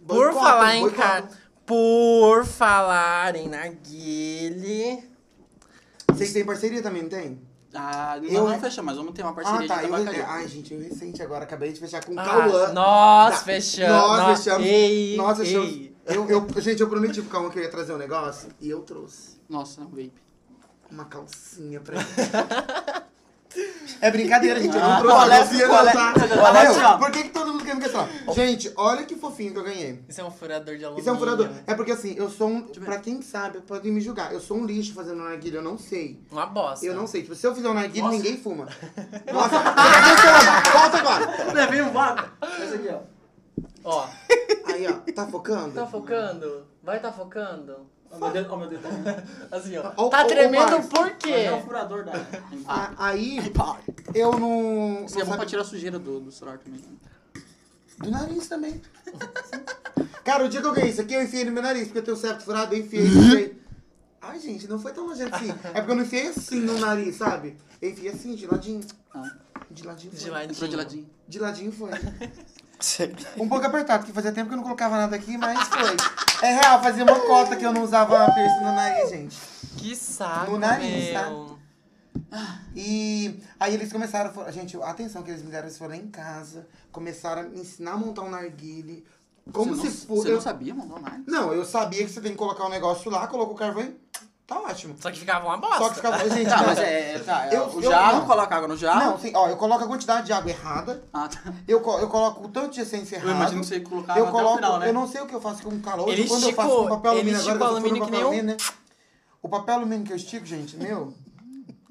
Speaker 3: Por
Speaker 2: Boicotam,
Speaker 3: falar em
Speaker 2: boicotam.
Speaker 3: car... Por falar em narguile...
Speaker 2: Vocês têm parceria também, não tem?
Speaker 1: Ah, não,
Speaker 2: Eu- é-
Speaker 1: não fecha, mas vamos ter uma parceria
Speaker 2: ah, tá.
Speaker 1: de
Speaker 2: Eu,
Speaker 1: tabacaria.
Speaker 2: ai, gente, eu recente agora. Acabei de fechar com o
Speaker 3: Ah,
Speaker 2: Cauã.
Speaker 3: nós
Speaker 2: Tá.
Speaker 3: fechamos.
Speaker 2: Nós
Speaker 3: Nós-
Speaker 2: fechamos.
Speaker 3: ei,
Speaker 2: nós fechamos.
Speaker 3: ei.
Speaker 2: Eu, eu- gente, eu prometi pro Cauã que eu ia trazer um negócio e eu trouxe
Speaker 1: Nossa, é um vape.
Speaker 2: uma calcinha pra ele. É brincadeira, gente. Eu não
Speaker 1: Ah,
Speaker 2: trouxe.
Speaker 1: o
Speaker 4: Alex-
Speaker 2: eu ia
Speaker 4: o Alex-
Speaker 2: dançar.
Speaker 4: o Alex,
Speaker 2: Meu,
Speaker 4: ó.
Speaker 2: Por que, que todo mundo quer me cancelar? Gente, olha que fofinho que eu ganhei.
Speaker 3: Isso é um furador de alumínio. né?
Speaker 2: Isso é um furador. É porque assim, eu sou um. Pra quem sabe, podem me julgar. Eu sou um lixo fazendo narguilha, eu não sei.
Speaker 3: Uma bosta.
Speaker 2: Eu não sei. Tipo, se eu fizer um narguilha,
Speaker 4: Nossa.
Speaker 2: ninguém fuma. Nossa, ninguém fuma. Volta agora.
Speaker 4: Levei um vaca. Esse aqui, ó.
Speaker 3: Ó,
Speaker 2: Aí, ó. Tá focando?
Speaker 3: tá focando? Vai tá focando?
Speaker 1: Ó, meu dedo, ó, meu dedo tá
Speaker 3: Assim, ó.
Speaker 2: Ou-
Speaker 3: tá
Speaker 2: ou- ou
Speaker 3: tremendo
Speaker 2: mais.
Speaker 3: por quê?
Speaker 1: É um furador da. Ah,
Speaker 2: A- aí, eu não.
Speaker 1: Isso é
Speaker 2: não
Speaker 1: bom pra
Speaker 2: sabia-
Speaker 1: tirar a sujeira do, do celular também. né?
Speaker 2: Do nariz também. Cara, o dia que eu ganhei isso aqui, eu enfiei no meu nariz, porque eu tenho septo furado, eu enfiei, enfiei. Ai, gente, não foi tão longe assim. É porque eu não enfiei assim no nariz, sabe? Eu enfiei assim, de ladinho.
Speaker 1: Ah.
Speaker 2: De ladinho foi.
Speaker 3: De ladinho.
Speaker 1: Entrou de ladinho.
Speaker 2: De ladinho foi. Um pouco apertado, que fazia tempo que eu não colocava nada aqui, mas foi. É real, fazia uma cota que eu não usava piercing no nariz, gente.
Speaker 3: Que saco,
Speaker 2: No nariz, tá?
Speaker 3: meu.
Speaker 2: E aí eles começaram, a for- gente, a atenção que eles me deram, eles foram lá em casa, começaram a me ensinar a montar um narguile. Como
Speaker 1: você
Speaker 2: se
Speaker 1: não,
Speaker 2: fosse.
Speaker 1: Você
Speaker 2: eu-
Speaker 1: não sabia montar nada?
Speaker 2: Não, eu sabia que você tem que colocar o negócio lá, colocou o carvão e tá ótimo.
Speaker 3: Só que ficava uma bosta.
Speaker 2: Só que ficava. Gente,
Speaker 1: Tá,
Speaker 2: não.
Speaker 1: mas é. é, Tá, é,
Speaker 2: Eu-
Speaker 1: o
Speaker 2: eu-
Speaker 1: jarro,
Speaker 2: não.
Speaker 1: coloca água no jarro.
Speaker 2: Não, sim, ó, eu coloco a quantidade de água errada,
Speaker 1: Ah, tá.
Speaker 2: eu, co- eu coloco o tanto de essência
Speaker 1: Eu
Speaker 2: errada.
Speaker 1: imagino que você colocava
Speaker 2: eu
Speaker 1: até
Speaker 2: coloco,
Speaker 1: o final, né?
Speaker 2: eu não sei o que eu faço com calor,
Speaker 3: Ele
Speaker 2: quando
Speaker 3: estica
Speaker 2: eu faço
Speaker 3: o-
Speaker 2: com papel
Speaker 3: ele
Speaker 2: alumínio
Speaker 3: estica
Speaker 2: agora,
Speaker 3: o
Speaker 2: que eu tô
Speaker 3: alumínio
Speaker 2: no
Speaker 3: que
Speaker 2: papel
Speaker 3: nem um-
Speaker 2: alumínio, né? O papel alumínio que eu estico, gente, meu,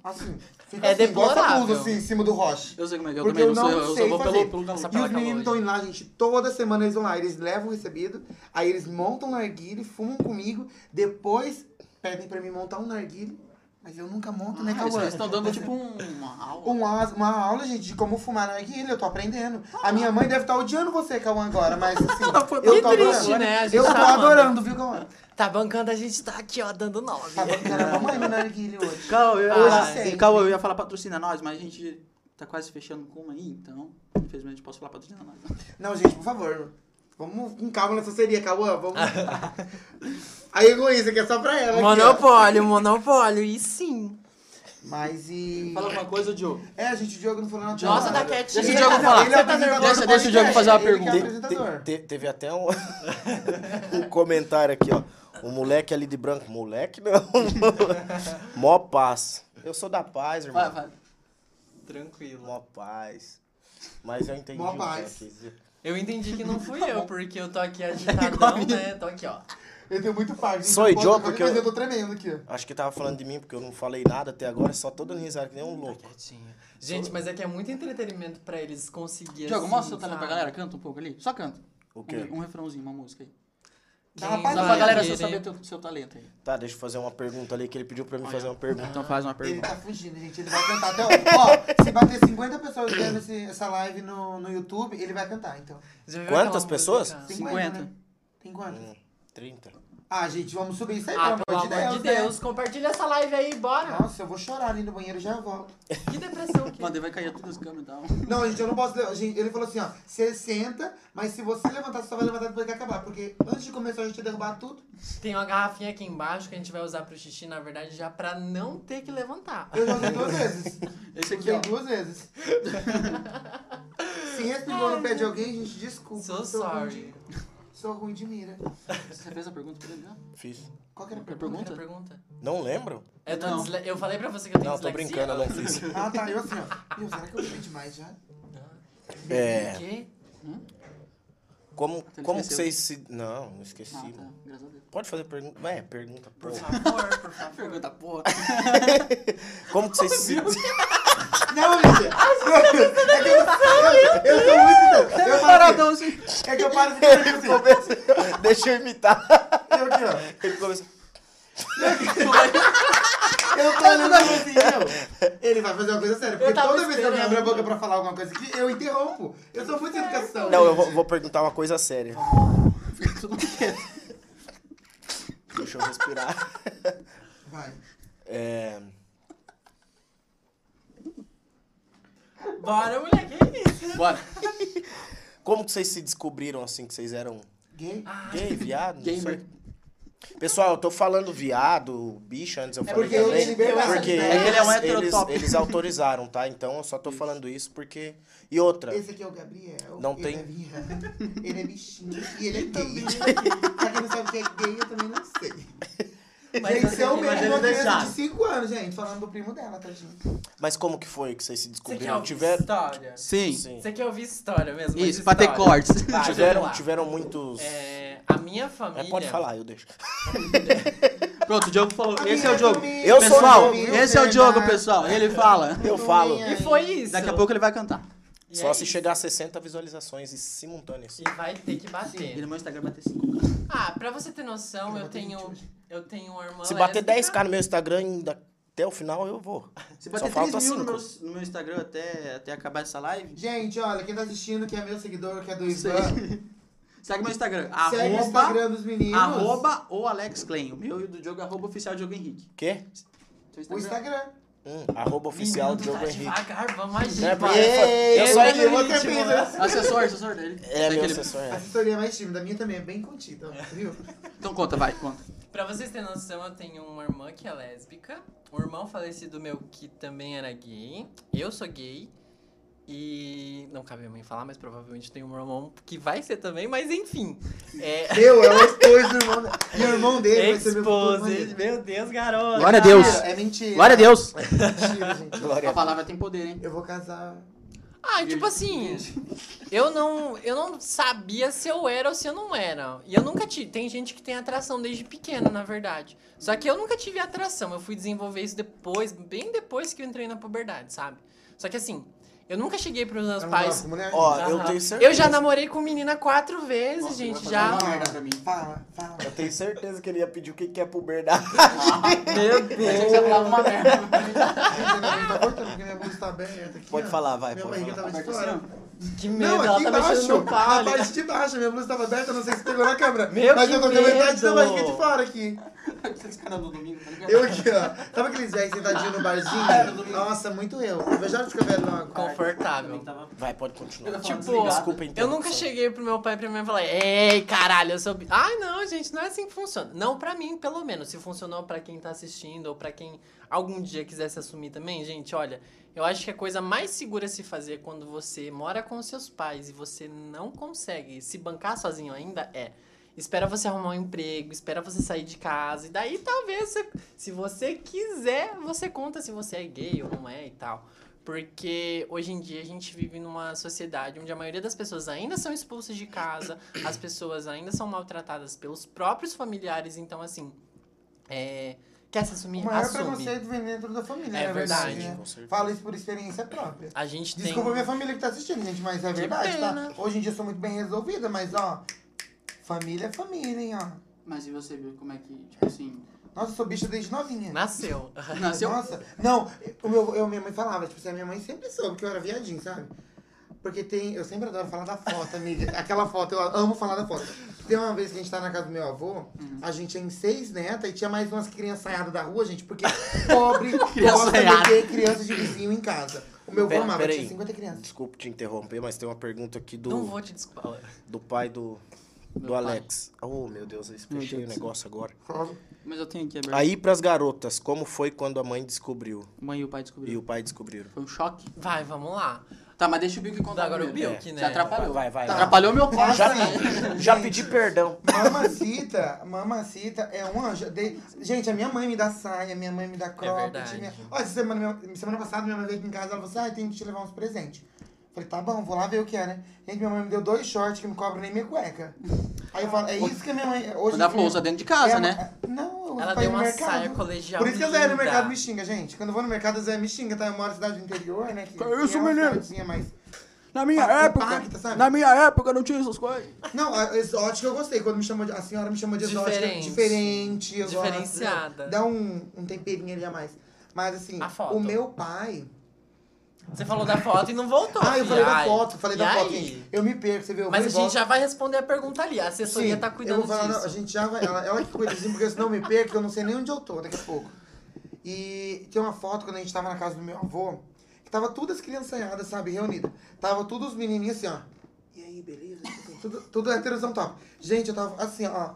Speaker 2: assim, fica
Speaker 3: É
Speaker 2: assim, igual
Speaker 3: deplorável.
Speaker 2: sabugo, assim, em cima do roche.
Speaker 1: Eu sei como é que eu
Speaker 2: Porque
Speaker 1: também
Speaker 2: eu
Speaker 1: não sou,
Speaker 2: não
Speaker 1: eu
Speaker 2: sei
Speaker 1: só vou
Speaker 2: fazer.
Speaker 1: pelo, pelo calor.
Speaker 3: Essa
Speaker 2: E
Speaker 3: Pela
Speaker 2: os meninos
Speaker 3: calor.
Speaker 1: né?
Speaker 2: estão indo lá, gente, toda semana eles vão lá, eles levam o recebido, aí eles montam o narguile, fumam comigo, depois pedem pra mim montar um narguile, mas eu nunca monto, né,
Speaker 1: Ah,
Speaker 2: Cauã?
Speaker 1: Vocês estão dando tipo um, uma aula.
Speaker 2: Um as- uma aula, gente, de como fumar narguilha, eu tô aprendendo. A minha mãe deve estar odiando você, Cauã, agora, mas assim, eu
Speaker 3: que
Speaker 2: tô
Speaker 3: triste,
Speaker 2: adorando.
Speaker 3: né? A gente
Speaker 2: Eu tô
Speaker 3: tá amando.
Speaker 2: adorando, viu, Cauã?
Speaker 3: Tá bancando, a gente tá aqui, ó, dando nove.
Speaker 2: Tá bancando a mamãe no narguilha hoje.
Speaker 1: Calma, eu,
Speaker 3: Hoje
Speaker 1: ah,
Speaker 2: sempre.
Speaker 1: Calma, eu ia falar patrocina nós, mas a gente tá quase fechando com uma aí, então infelizmente não posso falar patrocina nós. né?
Speaker 2: Não, gente, por favor. Vamos com calma nessa seria, Cauã. Vamos. A egoísta, que é só pra ela. aqui, ó.
Speaker 3: monopólio, monopólio, e sim.
Speaker 2: Mas e.
Speaker 1: Fala alguma coisa, Joe.
Speaker 2: É, gente, o Diogo não falou nada.
Speaker 3: Nossa, tá
Speaker 2: Ele-
Speaker 3: quietinho.
Speaker 1: Deixa o Diogo falar.
Speaker 2: Ele é
Speaker 3: Você tá
Speaker 2: apresentador
Speaker 3: nervoso?
Speaker 1: Deixa-
Speaker 2: do
Speaker 1: deixa o Diogo
Speaker 2: podcast,
Speaker 1: fazer uma
Speaker 2: ele que é
Speaker 1: pergunta.
Speaker 2: apresentador.
Speaker 4: teve até um, um comentário aqui, ó. O moleque ali de branco. Moleque não. Mó paz. Eu sou da paz, irmão.
Speaker 1: Vai, vai.
Speaker 3: Tranquilo.
Speaker 4: Mó paz. Mas eu entendi
Speaker 2: Mó
Speaker 4: o que ela
Speaker 2: paz.
Speaker 4: quis dizer.
Speaker 3: Eu entendi que não fui
Speaker 2: Tá
Speaker 3: eu, porque eu tô aqui
Speaker 2: É
Speaker 3: agitadão, né? Tô aqui, ó.
Speaker 2: Eu tenho muito par. gente.
Speaker 4: Sou idiota,
Speaker 2: Qualquer
Speaker 4: porque
Speaker 2: coisa
Speaker 4: eu-
Speaker 2: eu tô tremendo aqui, ó.
Speaker 4: Acho que tava falando de mim, porque eu não falei nada até agora, só todo risado que nem um louco.
Speaker 3: Quietinho. Gente, mas é que é muito entretenimento pra eles conseguirem.
Speaker 1: Diogo,
Speaker 3: assim,
Speaker 1: mostra o seu talento pra
Speaker 3: sabe?
Speaker 1: galera, canta um pouco ali. Só canta.
Speaker 4: O
Speaker 1: Um-
Speaker 4: quê?
Speaker 1: Um, refrãozinho, uma música aí.
Speaker 2: Tá
Speaker 3: Quem
Speaker 1: Só
Speaker 2: rapaz, Vai,
Speaker 1: pra
Speaker 3: vai
Speaker 1: galera só
Speaker 3: querer?
Speaker 1: saber teu, seu talento aí.
Speaker 4: Tá, deixa eu fazer uma pergunta ali, que ele pediu pra mim fazer uma pergunta.
Speaker 1: Então faz uma
Speaker 2: Ele
Speaker 1: pergunta.
Speaker 2: tá fugindo, gente. Ele vai cantar até. Ó, se bater 50 pessoas vendo esse- essa live no, no YouTube, ele vai cantar, então.
Speaker 3: Já viu
Speaker 4: Quantas
Speaker 3: aquela
Speaker 4: pessoas?
Speaker 3: música?
Speaker 1: 50.
Speaker 2: né? Tem quantas?
Speaker 1: É.
Speaker 4: Hum, 30.
Speaker 2: Ah, gente, vamos subir isso aí,
Speaker 3: Ah,
Speaker 2: pelo amor de Deus. né?
Speaker 3: compartilha essa live aí, bora.
Speaker 2: Nossa, eu vou chorar ali no banheiro e já volto.
Speaker 3: Que depressão que é.
Speaker 1: Mano, ele vai cair todas as câmeras e tal.
Speaker 2: Não, gente, eu não posso. le- gente, ele falou assim, ó, você senta, mas se você levantar, você só vai levantar depois que acabar. Porque antes de começar a gente ia derrubar tudo.
Speaker 3: Tem uma garrafinha aqui embaixo que a gente vai usar pro xixi, na verdade, já pra não ter que levantar.
Speaker 2: Eu já usei duas vezes.
Speaker 1: Esse aqui,
Speaker 2: Usei
Speaker 1: ó.
Speaker 2: duas vezes. Se respingou no pé de alguém, gente, desculpa.
Speaker 3: So
Speaker 2: sou ruim
Speaker 3: sorry.
Speaker 2: de- Sou ruim de mira.
Speaker 1: Você fez a pergunta pra ele já?
Speaker 4: Fiz.
Speaker 2: Qual que era a
Speaker 1: Qualquer
Speaker 2: pergunta?
Speaker 3: Outra
Speaker 1: pergunta?
Speaker 3: pergunta?
Speaker 4: Não lembro?
Speaker 3: Eu, tô
Speaker 1: Não.
Speaker 3: disle- eu falei pra você que eu tenho
Speaker 4: Não, tô
Speaker 3: dislexia?
Speaker 4: brincando, eu não fiz.
Speaker 2: Ah, tá. Eu assim, ó. Meu, será que eu bebi demais já?
Speaker 4: É.
Speaker 3: Quê?
Speaker 4: Como,
Speaker 1: Então ele
Speaker 4: como que
Speaker 1: esqueceu.
Speaker 4: vocês se. Não, não esqueci.
Speaker 1: Ah,
Speaker 4: mano.
Speaker 1: tá. Graças a Deus.
Speaker 4: Pode fazer pergunta. É, pergunta.
Speaker 3: Por
Speaker 4: porra.
Speaker 3: favor, por favor.
Speaker 1: Pergunta, porra.
Speaker 4: Como que vocês se.
Speaker 2: Não, mentira. É que eu, eu, eu sou muito. doido. Eu paro assim.
Speaker 1: Paradão, assim.
Speaker 2: É que eu paro de
Speaker 4: Ele começa- Deixa eu imitar.
Speaker 2: Eu aqui, ó.
Speaker 4: Ele começa.
Speaker 2: Eu tô olhando assim, meu. Ele vai fazer uma coisa séria. Porque
Speaker 3: Eu tava
Speaker 2: toda vez que alguém abre
Speaker 3: esperando.
Speaker 2: a boca pra falar alguma coisa aqui, eu interrompo. Eu sou muito educação.
Speaker 4: Não, eu vou,
Speaker 2: gente.
Speaker 4: vou perguntar uma coisa séria.
Speaker 1: Fica tudo quieto.
Speaker 4: Deixa eu respirar.
Speaker 2: Vai.
Speaker 4: É.
Speaker 3: Bora, mulher, que isso?
Speaker 1: Bora.
Speaker 4: Como que vocês se descobriram assim que vocês eram
Speaker 2: Gay?
Speaker 4: gay, viado? não
Speaker 1: Gamer.
Speaker 4: sei. Pessoal, eu tô falando viado, bicho, antes eu falei
Speaker 2: É porque eu né?
Speaker 4: também.
Speaker 2: me liberei dessa
Speaker 4: porque
Speaker 2: ideia.
Speaker 1: É que ele é um
Speaker 4: eles-
Speaker 1: heterotop.
Speaker 4: eles, autorizaram, tá? Então eu só tô falando isso porque. E outra.
Speaker 2: Esse aqui é o Gabriel.
Speaker 4: Não
Speaker 2: ele
Speaker 4: tem.
Speaker 2: É viado, ele é bichinho e ele é gay. Pra quem não sabe o que é gay, eu também não sei.
Speaker 3: mas
Speaker 2: Tem que ser
Speaker 3: assim,
Speaker 2: o mesmo
Speaker 3: mas
Speaker 2: uma
Speaker 3: eles
Speaker 2: criança
Speaker 3: deixaram.
Speaker 2: de 5 anos, gente. Falando do primo dela, tá, gente?
Speaker 4: Mas como que foi que vocês se
Speaker 3: Você quer
Speaker 4: descobriram?
Speaker 3: ouvir
Speaker 4: Tiveram,
Speaker 3: história?
Speaker 1: Sim.
Speaker 4: sim. Ah,
Speaker 3: Você quer ouvir história mesmo? mas
Speaker 1: Isso, pra ter
Speaker 3: história.
Speaker 1: cortes.
Speaker 3: Vai,
Speaker 4: tiveram,
Speaker 3: vamos lá.
Speaker 4: tiveram muitos...
Speaker 3: É, a minha família...
Speaker 4: É, pode falar, eu deixo.
Speaker 1: Pronto, o Diogo falou.
Speaker 2: A
Speaker 1: Esse
Speaker 2: minha
Speaker 1: é o Diogo.
Speaker 2: família,
Speaker 4: Eu sou o
Speaker 1: pessoal,
Speaker 4: Diogo,
Speaker 1: esse é o Diogo, pessoal. Ele fala.
Speaker 4: Eu falo.
Speaker 3: E foi isso.
Speaker 1: Daqui a pouco ele vai cantar.
Speaker 3: E
Speaker 4: Só
Speaker 3: é
Speaker 4: se
Speaker 3: isso.
Speaker 4: chegar a 60 visualizações e simultâneas.
Speaker 3: E vai ter que
Speaker 1: E
Speaker 3: bater.
Speaker 1: no meu Instagram vai ter 5
Speaker 3: Ah, pra você ter noção, eu
Speaker 2: bater
Speaker 3: tenho,
Speaker 2: 20 hoje.
Speaker 3: eu tenho uma irmã
Speaker 4: Se bater
Speaker 3: lésbica.
Speaker 4: 10k no meu Instagram ainda até o final, eu vou.
Speaker 1: Se
Speaker 4: Só
Speaker 1: bater
Speaker 4: falta
Speaker 1: 3 mil no
Speaker 4: cinco.
Speaker 1: meu, no meu Instagram até, até acabar essa live,
Speaker 2: Gente, olha, quem tá assistindo, que é meu seguidor, que é do
Speaker 1: Isso
Speaker 2: Ivan,
Speaker 1: segue meu Instagram.
Speaker 2: segue o
Speaker 1: Arroba,
Speaker 2: Instagram dos meninos.
Speaker 1: arroba ou Alex Klein. O meu e o do Diogo, arroba oficial Diogo Henrique.
Speaker 4: Quê?
Speaker 1: Seu
Speaker 2: O Instagram.
Speaker 4: Hum, arroba oficial
Speaker 3: Menino, tu
Speaker 4: Diogo
Speaker 3: tá
Speaker 4: Henrique.
Speaker 3: Devagar, vamos agir.
Speaker 4: É, porque
Speaker 3: vai.
Speaker 4: eu
Speaker 1: Ei,
Speaker 4: só-
Speaker 1: ei,
Speaker 4: eu só-
Speaker 2: outra coisa.
Speaker 1: é Assessor, assessor dele.
Speaker 4: É, meu
Speaker 1: Daquele-
Speaker 4: assessor.
Speaker 2: A
Speaker 4: é.
Speaker 2: assessoria mais tímida, a minha também é bem contida, viu?
Speaker 1: Então conta, vai, conta.
Speaker 3: Pra vocês terem noção, eu tenho uma irmã que é lésbica, um irmão falecido meu que também era gay, eu sou gay, e não cabe a mim falar, mas provavelmente tem um irmão que vai ser também, mas enfim. É,
Speaker 2: Meu, é os dois do irmão dele. E o irmão dele vai ser meu futuro
Speaker 3: Exposed,
Speaker 2: marido.
Speaker 3: meu Deus, garoto.
Speaker 1: Glória a Deus.
Speaker 2: É mentira.
Speaker 1: Glória a Deus.
Speaker 2: Mentira, gente.
Speaker 4: Glória.
Speaker 1: A palavra tem poder, hein?
Speaker 2: Eu vou casar.
Speaker 3: Ah, tipo assim, eu não, eu não sabia se eu era ou se eu não era. E eu nunca tive. Tem gente que tem atração desde pequena, na verdade. Só que eu nunca tive atração. Eu fui desenvolver isso depois, bem depois que eu entrei na puberdade, sabe? Só que assim, eu nunca cheguei pros meus
Speaker 2: Ah, Eu não gosto
Speaker 3: pais.
Speaker 2: de mulher.
Speaker 4: Ó,
Speaker 3: Aham.
Speaker 4: eu tenho certeza.
Speaker 3: Eu já namorei com menina quatro vezes, gente, já.
Speaker 1: uma merda pra mim.
Speaker 2: Fala, fala.
Speaker 4: Eu tenho certeza que ele ia pedir o que que é puberdade.
Speaker 1: Meu Deus. Achei que você ia falar uma merda.
Speaker 2: Gente, ainda bem que tá cortando, porque minha bolsa tá aberta aqui.
Speaker 4: Pode
Speaker 2: ó.
Speaker 4: falar, vai,
Speaker 2: Minha
Speaker 4: pode
Speaker 2: barriga
Speaker 4: falar.
Speaker 2: tava de
Speaker 1: Aperta
Speaker 2: fora.
Speaker 1: assim, ó.
Speaker 3: Que
Speaker 2: Não,
Speaker 3: medo, ela
Speaker 2: aqui
Speaker 3: tá mexendo
Speaker 2: embaixo.
Speaker 3: no pau.
Speaker 2: a parte de baixo, minha blusa tava aberta, não sei se pegou na câmera.
Speaker 3: Meu,
Speaker 2: mas
Speaker 3: que
Speaker 2: eu tô com a metade da
Speaker 3: medo.
Speaker 2: barriga de fora aqui.
Speaker 1: Esses caras no domingo, tá ligado?
Speaker 2: Eu aqui, ó. Sabe aqueles velhos sentadinhos no
Speaker 3: É,
Speaker 2: barzinho? Nossa, muito eu. Eu já fico velho logo.
Speaker 3: Confortável.
Speaker 1: Domingo tava-
Speaker 4: Vai, pode continuar.
Speaker 1: Tipo,
Speaker 4: desculpa a
Speaker 3: Eu
Speaker 4: interrupção.
Speaker 3: nunca cheguei pro meu pai e pra minha mãe e falei, ei, caralho, eu sou. bi-". Ai, não, gente, não é assim que funciona. Não pra mim, pelo menos. Se funcionou pra quem tá assistindo ou pra quem algum dia quiser se assumir também, gente, olha, eu acho que a coisa mais segura a se fazer quando você mora com os seus pais e você não consegue se bancar sozinho ainda é. Espera você arrumar um emprego, espera você sair de casa, e daí talvez, você- se você quiser, você conta se você é gay ou não é e tal. Porque hoje em dia a gente vive numa sociedade onde a maioria das pessoas ainda são expulsas de casa, as pessoas ainda são maltratadas pelos próprios familiares, então assim. É, quer se
Speaker 2: O
Speaker 3: assumir?
Speaker 2: maior
Speaker 3: Assume.
Speaker 2: preconceito vem dentro da família,
Speaker 3: É
Speaker 2: na verdade.
Speaker 3: verdade.
Speaker 2: né?
Speaker 4: Com certeza.
Speaker 2: Falo isso por experiência própria.
Speaker 3: A gente
Speaker 2: Desculpa
Speaker 3: tem.
Speaker 2: minha família que tá assistindo, gente, mas é
Speaker 3: Que
Speaker 2: verdade,
Speaker 3: pena.
Speaker 2: tá? Hoje em dia eu sou muito bem resolvida, mas ó. Família é família, hein, ó.
Speaker 1: Mas e você viu como é que, tipo assim,
Speaker 2: Nossa, eu sou bicha desde novinha.
Speaker 3: Nasceu.
Speaker 1: nasceu?
Speaker 2: Nossa, não, o meu, eu, minha mãe falava, tipo, assim, a minha mãe sempre soube que eu era viadinho, sabe? Porque tem. Eu sempre adoro falar da foto, amiga. Aquela foto, eu amo falar da foto. Tem uma vez que a gente tá na casa do meu avô,
Speaker 4: Uhum.
Speaker 2: a gente tinha em seis netas e tinha mais umas criançaiadas da rua, gente, porque pobre gosta de
Speaker 1: Criançaiada.
Speaker 2: ter criança de vizinho em casa. O meu avô
Speaker 4: Pera-
Speaker 2: amava,
Speaker 4: pera
Speaker 2: tinha
Speaker 4: aí.
Speaker 2: 50 crianças.
Speaker 4: Desculpa te interromper, mas tem uma pergunta aqui
Speaker 3: Não
Speaker 4: do,
Speaker 3: vou te desculpar.
Speaker 4: do pai do, do
Speaker 1: pai.
Speaker 4: Alex. Oh, meu Deus, eu fechei o negócio agora.
Speaker 1: Mas eu tenho aqui aberto.
Speaker 4: Aí pras garotas, como foi quando a mãe descobriu
Speaker 1: Mãe e o pai
Speaker 4: e
Speaker 1: descobriram.
Speaker 4: o pai descobriram?
Speaker 1: Foi um choque.
Speaker 3: Vai, vamos lá.
Speaker 1: Tá, mas deixa o Bill que contar
Speaker 3: Agora o
Speaker 1: primeiro.
Speaker 3: Bill que, né?
Speaker 1: É. Já atrapalhou.
Speaker 4: Vai, vai,
Speaker 2: Tá.
Speaker 4: vai.
Speaker 1: Atrapalhou meu pai.
Speaker 4: Já,
Speaker 2: Assim,
Speaker 4: já
Speaker 2: gente.
Speaker 4: pedi perdão.
Speaker 2: Mamacita, mamacita é um anjo. De- Gente, a minha mãe me dá saia, minha mãe me dá cropped.
Speaker 3: É verdade.
Speaker 2: minha... Ó, essa semana, minha- semana passada, minha mãe veio aqui em casa, ela falou assim, ah, tem que te levar uns presentes. Falei, tá bom, vou lá ver o que é, né? Gente, minha mãe me deu dois shorts que não cobrem nem minha cueca. Aí eu falo, é isso que a minha mãe... Hoje
Speaker 1: Mas ela falou, usa dentro de casa,
Speaker 2: é,
Speaker 1: né?
Speaker 2: Não, eu
Speaker 3: Ela
Speaker 2: pra ir
Speaker 3: deu
Speaker 2: no
Speaker 3: uma
Speaker 2: mercado.
Speaker 3: saia colegial.
Speaker 2: Por isso que a Zé no
Speaker 3: linda.
Speaker 2: mercado me xinga, gente. Quando eu vou no mercado, a Zé me xinga, tá? Eu moro na cidade do interior, né? Que,
Speaker 1: Que isso,
Speaker 2: é uma
Speaker 1: menino?
Speaker 2: cidadezinha mais...
Speaker 1: Na
Speaker 2: minha Pa- época-
Speaker 1: tá
Speaker 2: impacta, sabe? na
Speaker 1: minha época não tinha essas coisas.
Speaker 2: Não, a exótica eu gostei. Quando me chamou de, a senhora me chamou de exótica.
Speaker 3: Diferente.
Speaker 2: Diferente. eu gosto.
Speaker 3: Diferenciada.
Speaker 2: Dá um, um temperinho ali a mais. Mas assim,
Speaker 3: A foto.
Speaker 2: o meu pai.
Speaker 3: Você falou da foto e não voltou.
Speaker 2: Ah, eu falei da
Speaker 3: Ai.
Speaker 2: foto, falei da
Speaker 3: E
Speaker 2: foto.
Speaker 3: aí?
Speaker 2: gente. Eu me perco, você vê. Eu
Speaker 3: Mas
Speaker 2: vou
Speaker 3: a
Speaker 2: e
Speaker 3: gente
Speaker 2: volto.
Speaker 3: já vai responder a pergunta ali. A assessoria
Speaker 2: Sim,
Speaker 3: tá
Speaker 2: eu
Speaker 3: cuidando
Speaker 2: vou falar, não,
Speaker 3: disso.
Speaker 2: a gente já vai. Ela, ela que cuida assim, porque senão eu me perco, eu não sei nem onde eu tô daqui a pouco. E tem uma foto quando a gente tava na casa do meu avô, que tava todas as criançaiadas, sabe, reunidas. Tava todos os menininhos assim, ó. E aí, beleza? Tudo, tudo heterosão top. Gente, eu tava assim, ó.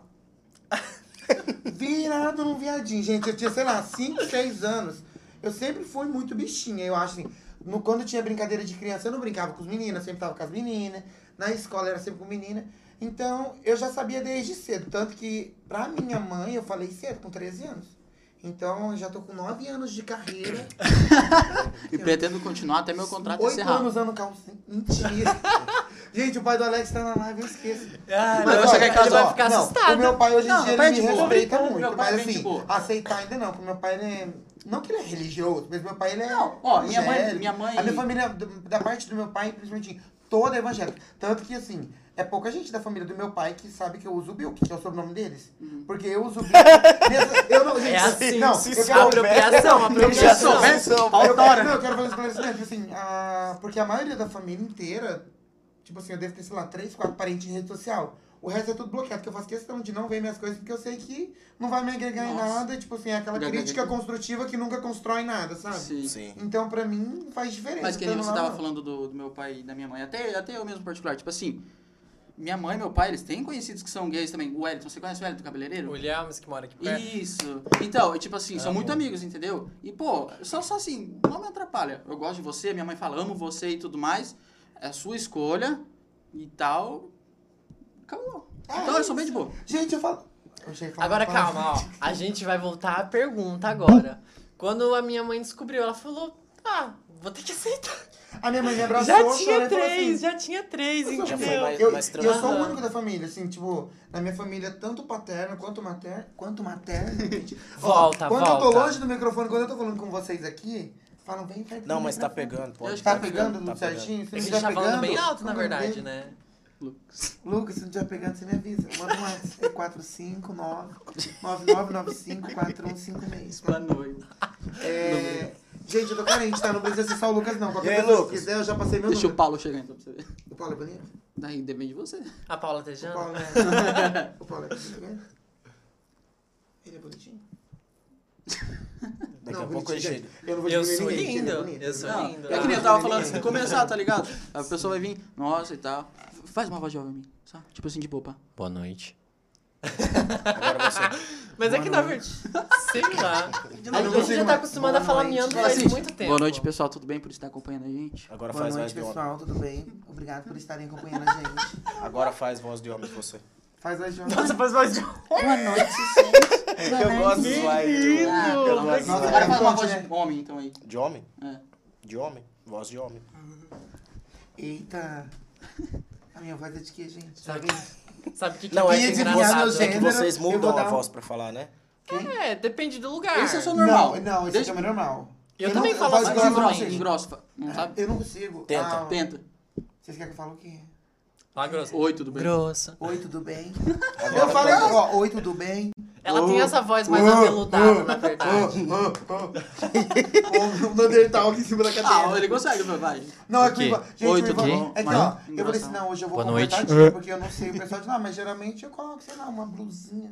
Speaker 2: Virado num viadinho, gente. Eu tinha, sei lá, 5, 6 anos. Eu sempre fui muito bichinha, eu acho assim. No, quando tinha brincadeira de criança, eu não brincava com os meninos, eu sempre tava com as meninas. Na escola era sempre com menina. Então, eu já sabia desde cedo. Tanto que, pra minha mãe, eu falei cedo, com 13 anos. Então, eu já tô com nove anos de carreira.
Speaker 1: E pretendo continuar até meu contrato
Speaker 2: Oito
Speaker 1: encerrar.
Speaker 2: anos usando calça. Mentira. Gente, o pai do Alex tá na live, eu esqueço.
Speaker 3: Ah,
Speaker 1: Mas
Speaker 3: não,
Speaker 1: você quer que
Speaker 3: ele
Speaker 1: ela-
Speaker 3: vai ficar
Speaker 2: não,
Speaker 3: assustado.
Speaker 2: O meu pai hoje em
Speaker 1: Não,
Speaker 2: dia
Speaker 1: meu pai é
Speaker 2: ele
Speaker 1: de
Speaker 2: me
Speaker 1: boa.
Speaker 2: respeita
Speaker 1: Meu pai
Speaker 2: muito,
Speaker 1: é
Speaker 2: mas
Speaker 1: bem de
Speaker 2: assim,
Speaker 1: boa.
Speaker 2: aceitar ainda não, porque meu pai ele é. Não que ele é religioso, mas meu pai ele é.
Speaker 1: Não, ó, minha mãe-
Speaker 2: evangélico.
Speaker 1: minha mãe-
Speaker 2: A minha família, do- da parte do meu pai, principalmente, toda é evangélica. Tanto que assim, é pouca gente da família do meu pai que sabe que eu uso o Bill, que é o sobrenome deles.
Speaker 1: Uhum.
Speaker 2: Porque eu uso o Bill. eu não, gente,
Speaker 3: É assim,
Speaker 2: não,
Speaker 4: se
Speaker 2: eu quero-
Speaker 4: souber.
Speaker 3: apropriação,
Speaker 4: Tá.
Speaker 1: Já
Speaker 3: apropriação.
Speaker 1: soube.
Speaker 2: eu,
Speaker 1: Falta
Speaker 2: quero,
Speaker 1: hora.
Speaker 2: não, eu quero fazer um esclarecimento, assim, a, porque a maioria da família inteira, tipo assim, eu devo ter, sei lá, três, quatro parentes em rede social. O resto é tudo bloqueado, porque eu faço questão de não ver minhas coisas, porque eu sei que não vai me agregar em
Speaker 1: Nossa.
Speaker 2: nada. Tipo assim, é aquela
Speaker 1: Gaga-
Speaker 2: crítica construtiva que nunca constrói nada, sabe?
Speaker 1: Sim.
Speaker 4: Sim.
Speaker 2: Então, pra mim, faz diferença.
Speaker 1: Mas que nem
Speaker 2: Então,
Speaker 1: você
Speaker 2: não-
Speaker 1: tava falando do, do meu pai e da minha mãe, até, até eu mesmo particular, tipo assim, minha mãe e meu pai, eles têm conhecidos que são gays também. O Wellington, você conhece o Wellington Cabeleireiro?
Speaker 3: O Williams, que mora aqui perto.
Speaker 1: Isso. Então, eu, tipo assim, são muito amigos, entendeu? E, pô, só, só assim, não me atrapalha. Eu gosto de você, minha mãe fala, amo você e tudo mais. É sua escolha e tal. Acabou.
Speaker 2: Ah,
Speaker 1: então, eu sou bem de boa.
Speaker 2: Gente, eu falo. Eu achei que falava
Speaker 3: Agora
Speaker 2: palavrão.
Speaker 3: calma, ó. A gente vai voltar à pergunta agora. Quando a minha mãe descobriu, ela falou: Ah, vou ter que aceitar.
Speaker 2: A minha mãe me abraçou,
Speaker 3: já
Speaker 2: chorou
Speaker 3: tinha
Speaker 2: e falou assim,
Speaker 3: três, já tinha três,
Speaker 2: Eu sou-
Speaker 4: Já foi
Speaker 3: entendeu?
Speaker 4: mais-
Speaker 2: eu,
Speaker 4: mais
Speaker 2: e eu sou o
Speaker 3: tranquilo.
Speaker 2: único da família, assim, tipo, na minha família, tanto paterno quanto materno. Quanto materno. gente.
Speaker 4: Tá,
Speaker 3: Volta,
Speaker 2: quando eu tô
Speaker 3: volta.
Speaker 2: longe do microfone, quando eu tô falando com vocês aqui, falam bem perto. do
Speaker 4: Não, mas tá
Speaker 2: microfone.
Speaker 4: pegando,
Speaker 1: Eu
Speaker 4: pode.
Speaker 1: acho
Speaker 2: Tá
Speaker 1: Tá
Speaker 2: pegando
Speaker 4: tá
Speaker 2: certinho? Se
Speaker 3: É que a
Speaker 2: não
Speaker 3: gente
Speaker 2: tiver
Speaker 3: tá
Speaker 2: pegando.
Speaker 3: falando bem alto,
Speaker 2: como é
Speaker 3: na
Speaker 2: o nome dele?
Speaker 3: verdade, né?
Speaker 1: Lucas.
Speaker 2: Lucas, se não tiver pegando, você me avisa. Manda um WhatsApp. É 459 9995 4156.
Speaker 1: Explanou.
Speaker 2: É. Gente, eu tô carente, tá? Não precisa ser só o Lucas, não. Qualquer
Speaker 4: E aí,
Speaker 2: pessoa que
Speaker 4: Lucas?
Speaker 2: quiser, eu já passei meu
Speaker 1: Deixa o
Speaker 2: número.
Speaker 1: Paulo chegar então pra você ver.
Speaker 2: O Paulo é bonito?
Speaker 1: Daí depende de você.
Speaker 3: A Paula tá
Speaker 2: O
Speaker 3: Tejano?
Speaker 2: Paulo é. O Paulo é bonito. Ele é bonitinho?
Speaker 4: Daqui
Speaker 2: Não,
Speaker 4: a pouco eu
Speaker 2: bonitinho,
Speaker 4: chego.
Speaker 2: gente. Eu não vou
Speaker 3: Eu
Speaker 2: diminuir
Speaker 3: sou
Speaker 2: ninguém, gente, ele é
Speaker 3: lindo.
Speaker 2: bonito.
Speaker 3: Eu sou
Speaker 1: Não,
Speaker 3: lindo.
Speaker 1: é que nem eu tava falando, se começar, tá ligado? A pessoa vai vir, nossa e tal. Faz uma voz jovem em mim, sabe? Tipo assim, de boba.
Speaker 3: Boa noite.
Speaker 4: Agora você.
Speaker 3: Mas é que na verdade. Sei lá.
Speaker 2: novo,
Speaker 3: A gente já
Speaker 2: Boa
Speaker 3: tá acostumado a falar
Speaker 2: noite.
Speaker 3: miando
Speaker 1: Fala
Speaker 3: faz
Speaker 1: assim,
Speaker 3: muito tempo.
Speaker 1: Boa noite, pessoal, tudo bem por estar acompanhando a gente?
Speaker 4: Agora
Speaker 2: Boa
Speaker 4: faz
Speaker 2: noite,
Speaker 4: voz de homem.
Speaker 2: pessoal. Tudo bem? Obrigado por estarem acompanhando a gente.
Speaker 4: Agora faz voz de homem você.
Speaker 2: Faz a Joana.
Speaker 3: Nossa, faz mais de um.
Speaker 1: Boa noite, gente.
Speaker 4: Eu gosto de zoar. ele.
Speaker 1: Ah,
Speaker 4: Eu
Speaker 1: pelo amor
Speaker 4: gosto
Speaker 1: de
Speaker 4: de
Speaker 1: Deus.
Speaker 4: zoar.
Speaker 1: Agora faz uma
Speaker 2: Conte,
Speaker 1: voz
Speaker 2: né?
Speaker 1: de homem, então, aí.
Speaker 4: De homem?
Speaker 1: É.
Speaker 4: De homem? Voz de homem.
Speaker 2: Eita. A minha voz é de quê, gente?
Speaker 3: Sabe,
Speaker 2: Tá vendo?
Speaker 3: sabe o que, que
Speaker 4: Não, é
Speaker 3: mais
Speaker 2: E
Speaker 4: que,
Speaker 2: adivinhar
Speaker 3: engraçado? né?
Speaker 2: meu
Speaker 4: vocês, é que
Speaker 2: gênero,
Speaker 4: vocês
Speaker 2: eu vou
Speaker 4: mudam
Speaker 2: dar
Speaker 4: a
Speaker 2: um-
Speaker 4: voz pra falar, né?
Speaker 3: É, depende do lugar.
Speaker 2: é
Speaker 1: Esse eu sou é normal.
Speaker 2: Não, não, isso
Speaker 1: Deixa-
Speaker 2: aqui é normal.
Speaker 3: Eu
Speaker 2: não-
Speaker 3: também falo
Speaker 2: faço
Speaker 1: Mas
Speaker 3: assim,
Speaker 2: igual a
Speaker 1: de
Speaker 3: grosso,
Speaker 1: grosso,
Speaker 2: vocês.
Speaker 1: de grosso, fa- não sabe?
Speaker 2: Eu não consigo.
Speaker 4: Tenta.
Speaker 2: Ah,
Speaker 1: Tenta.
Speaker 2: Vocês querem que eu fale o quê?
Speaker 3: Fala grosso.
Speaker 1: Oi, tudo bem?
Speaker 3: Grosso.
Speaker 2: Oi, tudo bem?
Speaker 4: Agora
Speaker 2: Eu falei,
Speaker 4: tá-
Speaker 2: ó, oi, tudo bem?
Speaker 3: Ela tem essa voz mais
Speaker 2: Oh,
Speaker 3: aveludada,
Speaker 2: oh,
Speaker 3: na verdade.
Speaker 2: O Undertal um aqui em cima da
Speaker 1: Ah,
Speaker 2: cadeira.
Speaker 1: ele consegue, meu vai.
Speaker 2: Não, é
Speaker 3: O
Speaker 2: que
Speaker 3: quê?
Speaker 2: o Ivan- Gente,
Speaker 1: Oi,
Speaker 2: o
Speaker 1: tudo
Speaker 2: Ivan-
Speaker 1: bem?
Speaker 2: É que, ó,
Speaker 1: Mas-
Speaker 2: eu falei assim, não, hoje eu vou
Speaker 3: Boa noite.
Speaker 2: completar dia, porque eu não sei o pessoal de lá, mas geralmente eu coloco, sei lá, uma blusinha.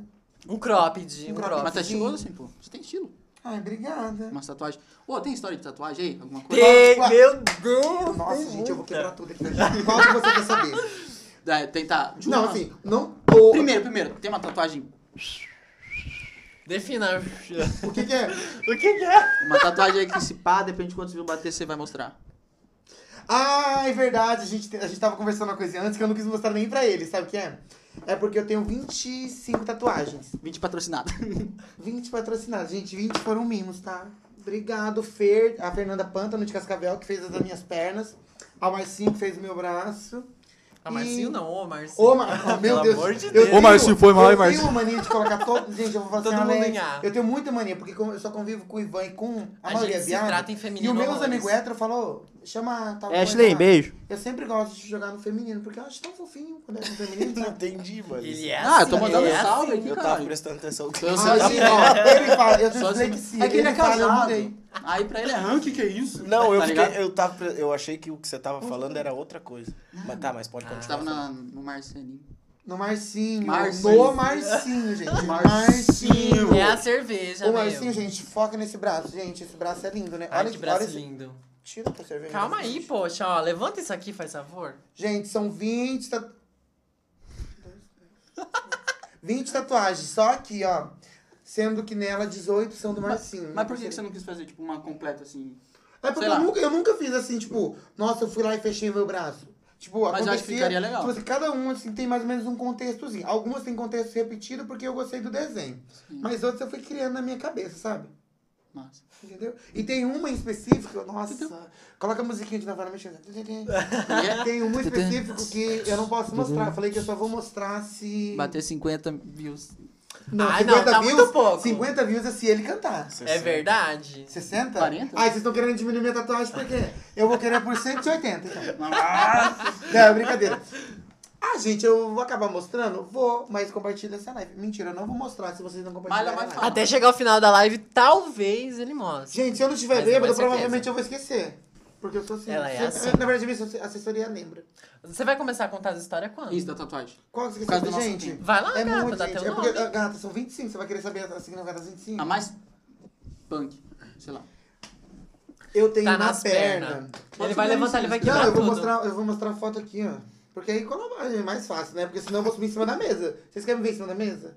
Speaker 3: Um cropped, um
Speaker 2: Um cropped.
Speaker 1: Mas
Speaker 3: cropped.
Speaker 1: tá estiloso assim, pô. Você tem estilo.
Speaker 2: Ai, Ah, obrigada.
Speaker 1: Uma tatuagem. Ô, tem história de tatuagem aí?
Speaker 2: um
Speaker 1: Alguma coisa?
Speaker 3: Tem, meu Deus!
Speaker 2: Nossa,
Speaker 3: tem
Speaker 2: gente,
Speaker 3: muita.
Speaker 2: eu vou quebrar tudo aqui. Qual que você quer saber?
Speaker 1: É, tentar. de
Speaker 2: Não,
Speaker 1: uma-
Speaker 2: assim, não tô.
Speaker 1: Primeiro, primeiro, tem uma tatuagem.
Speaker 3: Defina.
Speaker 2: O que que é?
Speaker 3: o que que é?
Speaker 1: Uma tatuagem aí que se pá, depende de quantos mil bater, você vai mostrar.
Speaker 2: Ah, é verdade. A gente, te- a gente tava conversando uma coisa antes que eu não quis mostrar nem pra ele, sabe o que é? É porque eu tenho 25 tatuagens.
Speaker 1: 20 patrocinados.
Speaker 2: 20 patrocinadas. Gente, 20 foram mimos, tá? Obrigado, Fer, a Fernanda Pântano de Cascavel, que fez as minhas pernas. A Marcinho, que fez o meu braço.
Speaker 3: Ah, Marcinho
Speaker 2: E-
Speaker 3: não, ô Marcinho.
Speaker 2: Ô, Mar... oh, meu
Speaker 3: Pelo
Speaker 2: Deus.
Speaker 3: amor de
Speaker 2: Eu
Speaker 3: Deus.
Speaker 2: tenho-
Speaker 5: Ô, Marcinho, foi mal, hein,
Speaker 2: Eu
Speaker 5: Marcinho?
Speaker 2: tenho mania de colocar todo... Gente, eu vou falar
Speaker 3: Todo
Speaker 2: assim,
Speaker 3: mundo
Speaker 2: Alex,
Speaker 3: em A.
Speaker 2: Eu tenho muita mania, porque como eu só convivo com o Ivan e com a,
Speaker 3: A
Speaker 2: maioria
Speaker 3: gente se
Speaker 2: viado,
Speaker 3: trata em feminino,
Speaker 2: E os meus
Speaker 3: amores.
Speaker 2: amigos hétero falou, chama tal coisa lá. Eu sempre gosto de jogar no feminino, porque eu acho tão fofinho quando é no feminino,
Speaker 4: Não
Speaker 2: sabe?
Speaker 4: entendi, mano.
Speaker 3: Ele é
Speaker 1: Ah, eu tô
Speaker 3: assim,
Speaker 1: mandando
Speaker 3: ele é
Speaker 1: salve
Speaker 3: assim.
Speaker 1: aqui,
Speaker 4: Eu tava
Speaker 1: caralho.
Speaker 4: prestando atenção.
Speaker 1: Eu sei
Speaker 2: Ah,
Speaker 1: lá.
Speaker 2: gente, ó, ele fala, eu tenho
Speaker 1: Só se-
Speaker 3: assim.
Speaker 2: dislexia.
Speaker 1: É que ele é
Speaker 2: fala, "Ah, eu
Speaker 1: casado.
Speaker 2: mudei.
Speaker 1: Aí pra ele é ranking, que isso?
Speaker 4: Não, eu,
Speaker 1: Tá
Speaker 4: fiquei-
Speaker 1: ligado?
Speaker 4: eu, tava, pre- eu achei que o que você tava falando era outra coisa. Mas tá, mas pode
Speaker 1: Você
Speaker 4: continuar.
Speaker 1: tava na- no Marcelinho.
Speaker 2: No Marcinho.
Speaker 1: Marcinho.
Speaker 2: No Marcinho, gente.
Speaker 1: Marcinho.
Speaker 2: Marcinho.
Speaker 3: É a cerveja,
Speaker 2: O
Speaker 3: meu.
Speaker 2: Marcinho, gente, foca nesse braço, gente. Esse braço é lindo, né?
Speaker 3: Ai,
Speaker 2: olha
Speaker 3: que
Speaker 2: olha
Speaker 3: braço
Speaker 2: esse-
Speaker 3: lindo.
Speaker 2: Tira pra cerveja.
Speaker 3: Calma aí,
Speaker 2: gente.
Speaker 3: poxa, ó. Levanta isso aqui, faz favor.
Speaker 2: Gente, são 20 tatu... 20 tatuagens, só aqui, ó. Sendo que nela 18 são do Marcinho.
Speaker 1: Mas por que que você não quis fazer, tipo, uma completa assim?
Speaker 2: É porque
Speaker 1: Sei
Speaker 2: eu
Speaker 1: lá.
Speaker 2: nunca, eu nunca fiz assim, tipo, nossa, eu fui lá e fechei meu braço. Tipo,
Speaker 3: Mas eu acho que
Speaker 2: acontecia,
Speaker 3: ficaria legal.
Speaker 2: tipo assim, cada um assim, tem mais ou menos um contextozinho. Algumas têm contexto repetido porque eu gostei do desenho. Mas outras eu fui criando na minha cabeça, sabe?
Speaker 1: Massa.
Speaker 2: Entendeu? E tem uma em específico, nossa. Coloca a musiquinha de Navara mexendo.
Speaker 3: Né?
Speaker 2: É, Tem uma em específico que eu não posso mostrar. Eu Falei que eu só vou mostrar se.
Speaker 1: Bater 50 views.
Speaker 2: Não,
Speaker 3: Ah, não, tá
Speaker 2: views,
Speaker 3: muito pouco.
Speaker 2: 50 views é se ele cantar.
Speaker 3: É verdade.
Speaker 2: 60?
Speaker 1: 40?
Speaker 2: Ai, vocês estão querendo diminuir minha tatuagem por quê? Eu vou querer por 180, então. Não, é brincadeira. Ah, gente, eu vou acabar mostrando? Vou, mas compartilha essa live. Mentira, eu não vou mostrar se vocês não compartilharem.
Speaker 1: Mas ela vai
Speaker 2: a
Speaker 1: falar.
Speaker 2: live.
Speaker 3: Até chegar ao final da live, talvez ele mostre.
Speaker 2: Gente, se eu não estiver
Speaker 3: Mas não é
Speaker 2: bêbado,
Speaker 3: certeza.
Speaker 2: provavelmente eu vou esquecer. Porque eu sou assim.
Speaker 3: Ela é
Speaker 2: Sempre-
Speaker 3: assim.
Speaker 2: Na verdade, minha asso- assessoria lembra.
Speaker 3: Você vai começar a contar as histórias quando?
Speaker 1: Isso, da tatuagem.
Speaker 2: Qual que você
Speaker 1: Por causa
Speaker 2: esqueceu?
Speaker 1: do nosso
Speaker 2: Gente,
Speaker 1: tempo.
Speaker 3: Vai lá,
Speaker 2: é
Speaker 3: Ah, gata,
Speaker 2: muito,
Speaker 3: dá
Speaker 2: gente.
Speaker 3: teu
Speaker 2: É porque,
Speaker 3: nome. Ah,
Speaker 2: ah, gata, são 25. Você vai querer saber a significada das 25?
Speaker 1: A mais punk, sei lá.
Speaker 2: Eu tenho
Speaker 3: Tá
Speaker 2: na
Speaker 3: nas
Speaker 2: perna.
Speaker 3: pernas.
Speaker 1: Pode
Speaker 3: Ele vai
Speaker 1: subir
Speaker 3: levantar,
Speaker 1: isso,
Speaker 3: ele vai
Speaker 2: Não,
Speaker 3: quebrar
Speaker 2: eu vou,
Speaker 3: tudo.
Speaker 2: mostrar, eu vou mostrar a foto aqui, ó. Porque aí colabora, é mais fácil, né? Porque senão eu vou subir em cima da mesa. Vocês querem me ver em cima da mesa?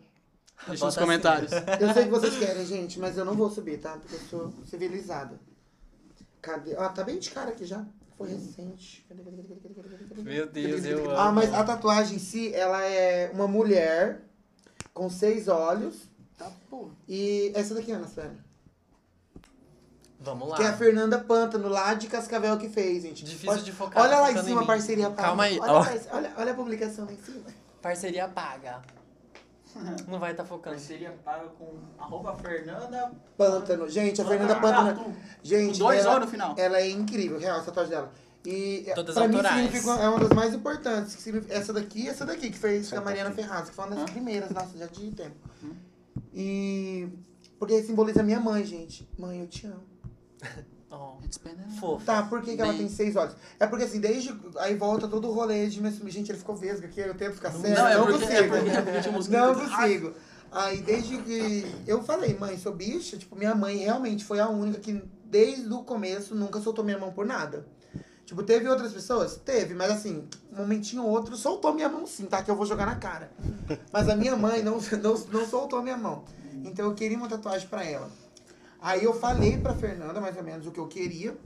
Speaker 1: Deixa
Speaker 3: Bota
Speaker 1: nos comentários.
Speaker 2: Eu sei que vocês querem, gente, mas eu não vou subir, tá? Porque eu sou civilizada. Cadê? Ah, tá bem de cara aqui já. Foi recente. Cadê, cadê, cadê, cadê, cadê, cadê, cadê?
Speaker 3: Meu Deus, eu amo.
Speaker 2: Ah, mas a tatuagem em si, ela é uma mulher com seis olhos.
Speaker 1: Tá, porra.
Speaker 2: E essa daqui, Ana Sônia.
Speaker 3: Vamos lá.
Speaker 2: Que é a Fernanda Pântano, lá de Cascavel, que fez, gente.
Speaker 3: Difícil
Speaker 2: Olha-
Speaker 3: de focar,
Speaker 2: Olha lá em
Speaker 3: focando em
Speaker 2: cima a
Speaker 3: mim.
Speaker 2: parceria pra
Speaker 3: Calma aí,
Speaker 2: Olha,
Speaker 3: ó.
Speaker 2: a par- olha, olha a publicação lá em cima.
Speaker 3: Parceria paga. Não vai estar focando.
Speaker 1: Parceria paga com arroba Fernanda.
Speaker 2: Pântano. Gente, a
Speaker 3: tá.
Speaker 2: Fernanda Pântano. Gente,
Speaker 1: Com dois
Speaker 2: ela,
Speaker 1: O no final.
Speaker 2: Ela é incrível, real, essa tatuagem dela. E é,
Speaker 3: Todas
Speaker 2: pra mim
Speaker 3: autorais.
Speaker 2: significa é uma das mais importantes. que significa- essa daqui e essa daqui, que fez com a
Speaker 4: Senta
Speaker 2: Mariana
Speaker 4: aqui.
Speaker 2: Ferraz, que foi uma das
Speaker 1: Hã?
Speaker 2: primeiras, nossa, já de tempo.
Speaker 3: Hum.
Speaker 2: E. Porque simboliza minha mãe, gente. Mãe, eu te amo. é.
Speaker 3: Ó,
Speaker 1: It's been a-
Speaker 3: fofo.
Speaker 2: Tá, por que, que ela
Speaker 1: Bem-
Speaker 2: tem seis olhos? É porque assim, desde. Aí volta todo o rolê de me assumir. Gente, ele ficou vesgo aqui, eu tento ficar sério.
Speaker 1: Não, é
Speaker 2: não
Speaker 1: porque,
Speaker 2: consigo.
Speaker 1: é porque, é porque tinha um mosquito.
Speaker 2: Não consigo. Aí desde que eu falei, mãe, sou bicha, tipo, minha mãe realmente foi a única que desde o começo nunca soltou minha mão por nada. Tipo, teve outras pessoas? Teve, mas assim, um momentinho ou outro soltou minha mão sim, tá? Que eu vou jogar na cara. Mas a minha mãe não, não, não soltou minha mão. Então eu queria uma tatuagem pra ela. Aí eu falei pra Fernanda mais ou menos o que eu queria.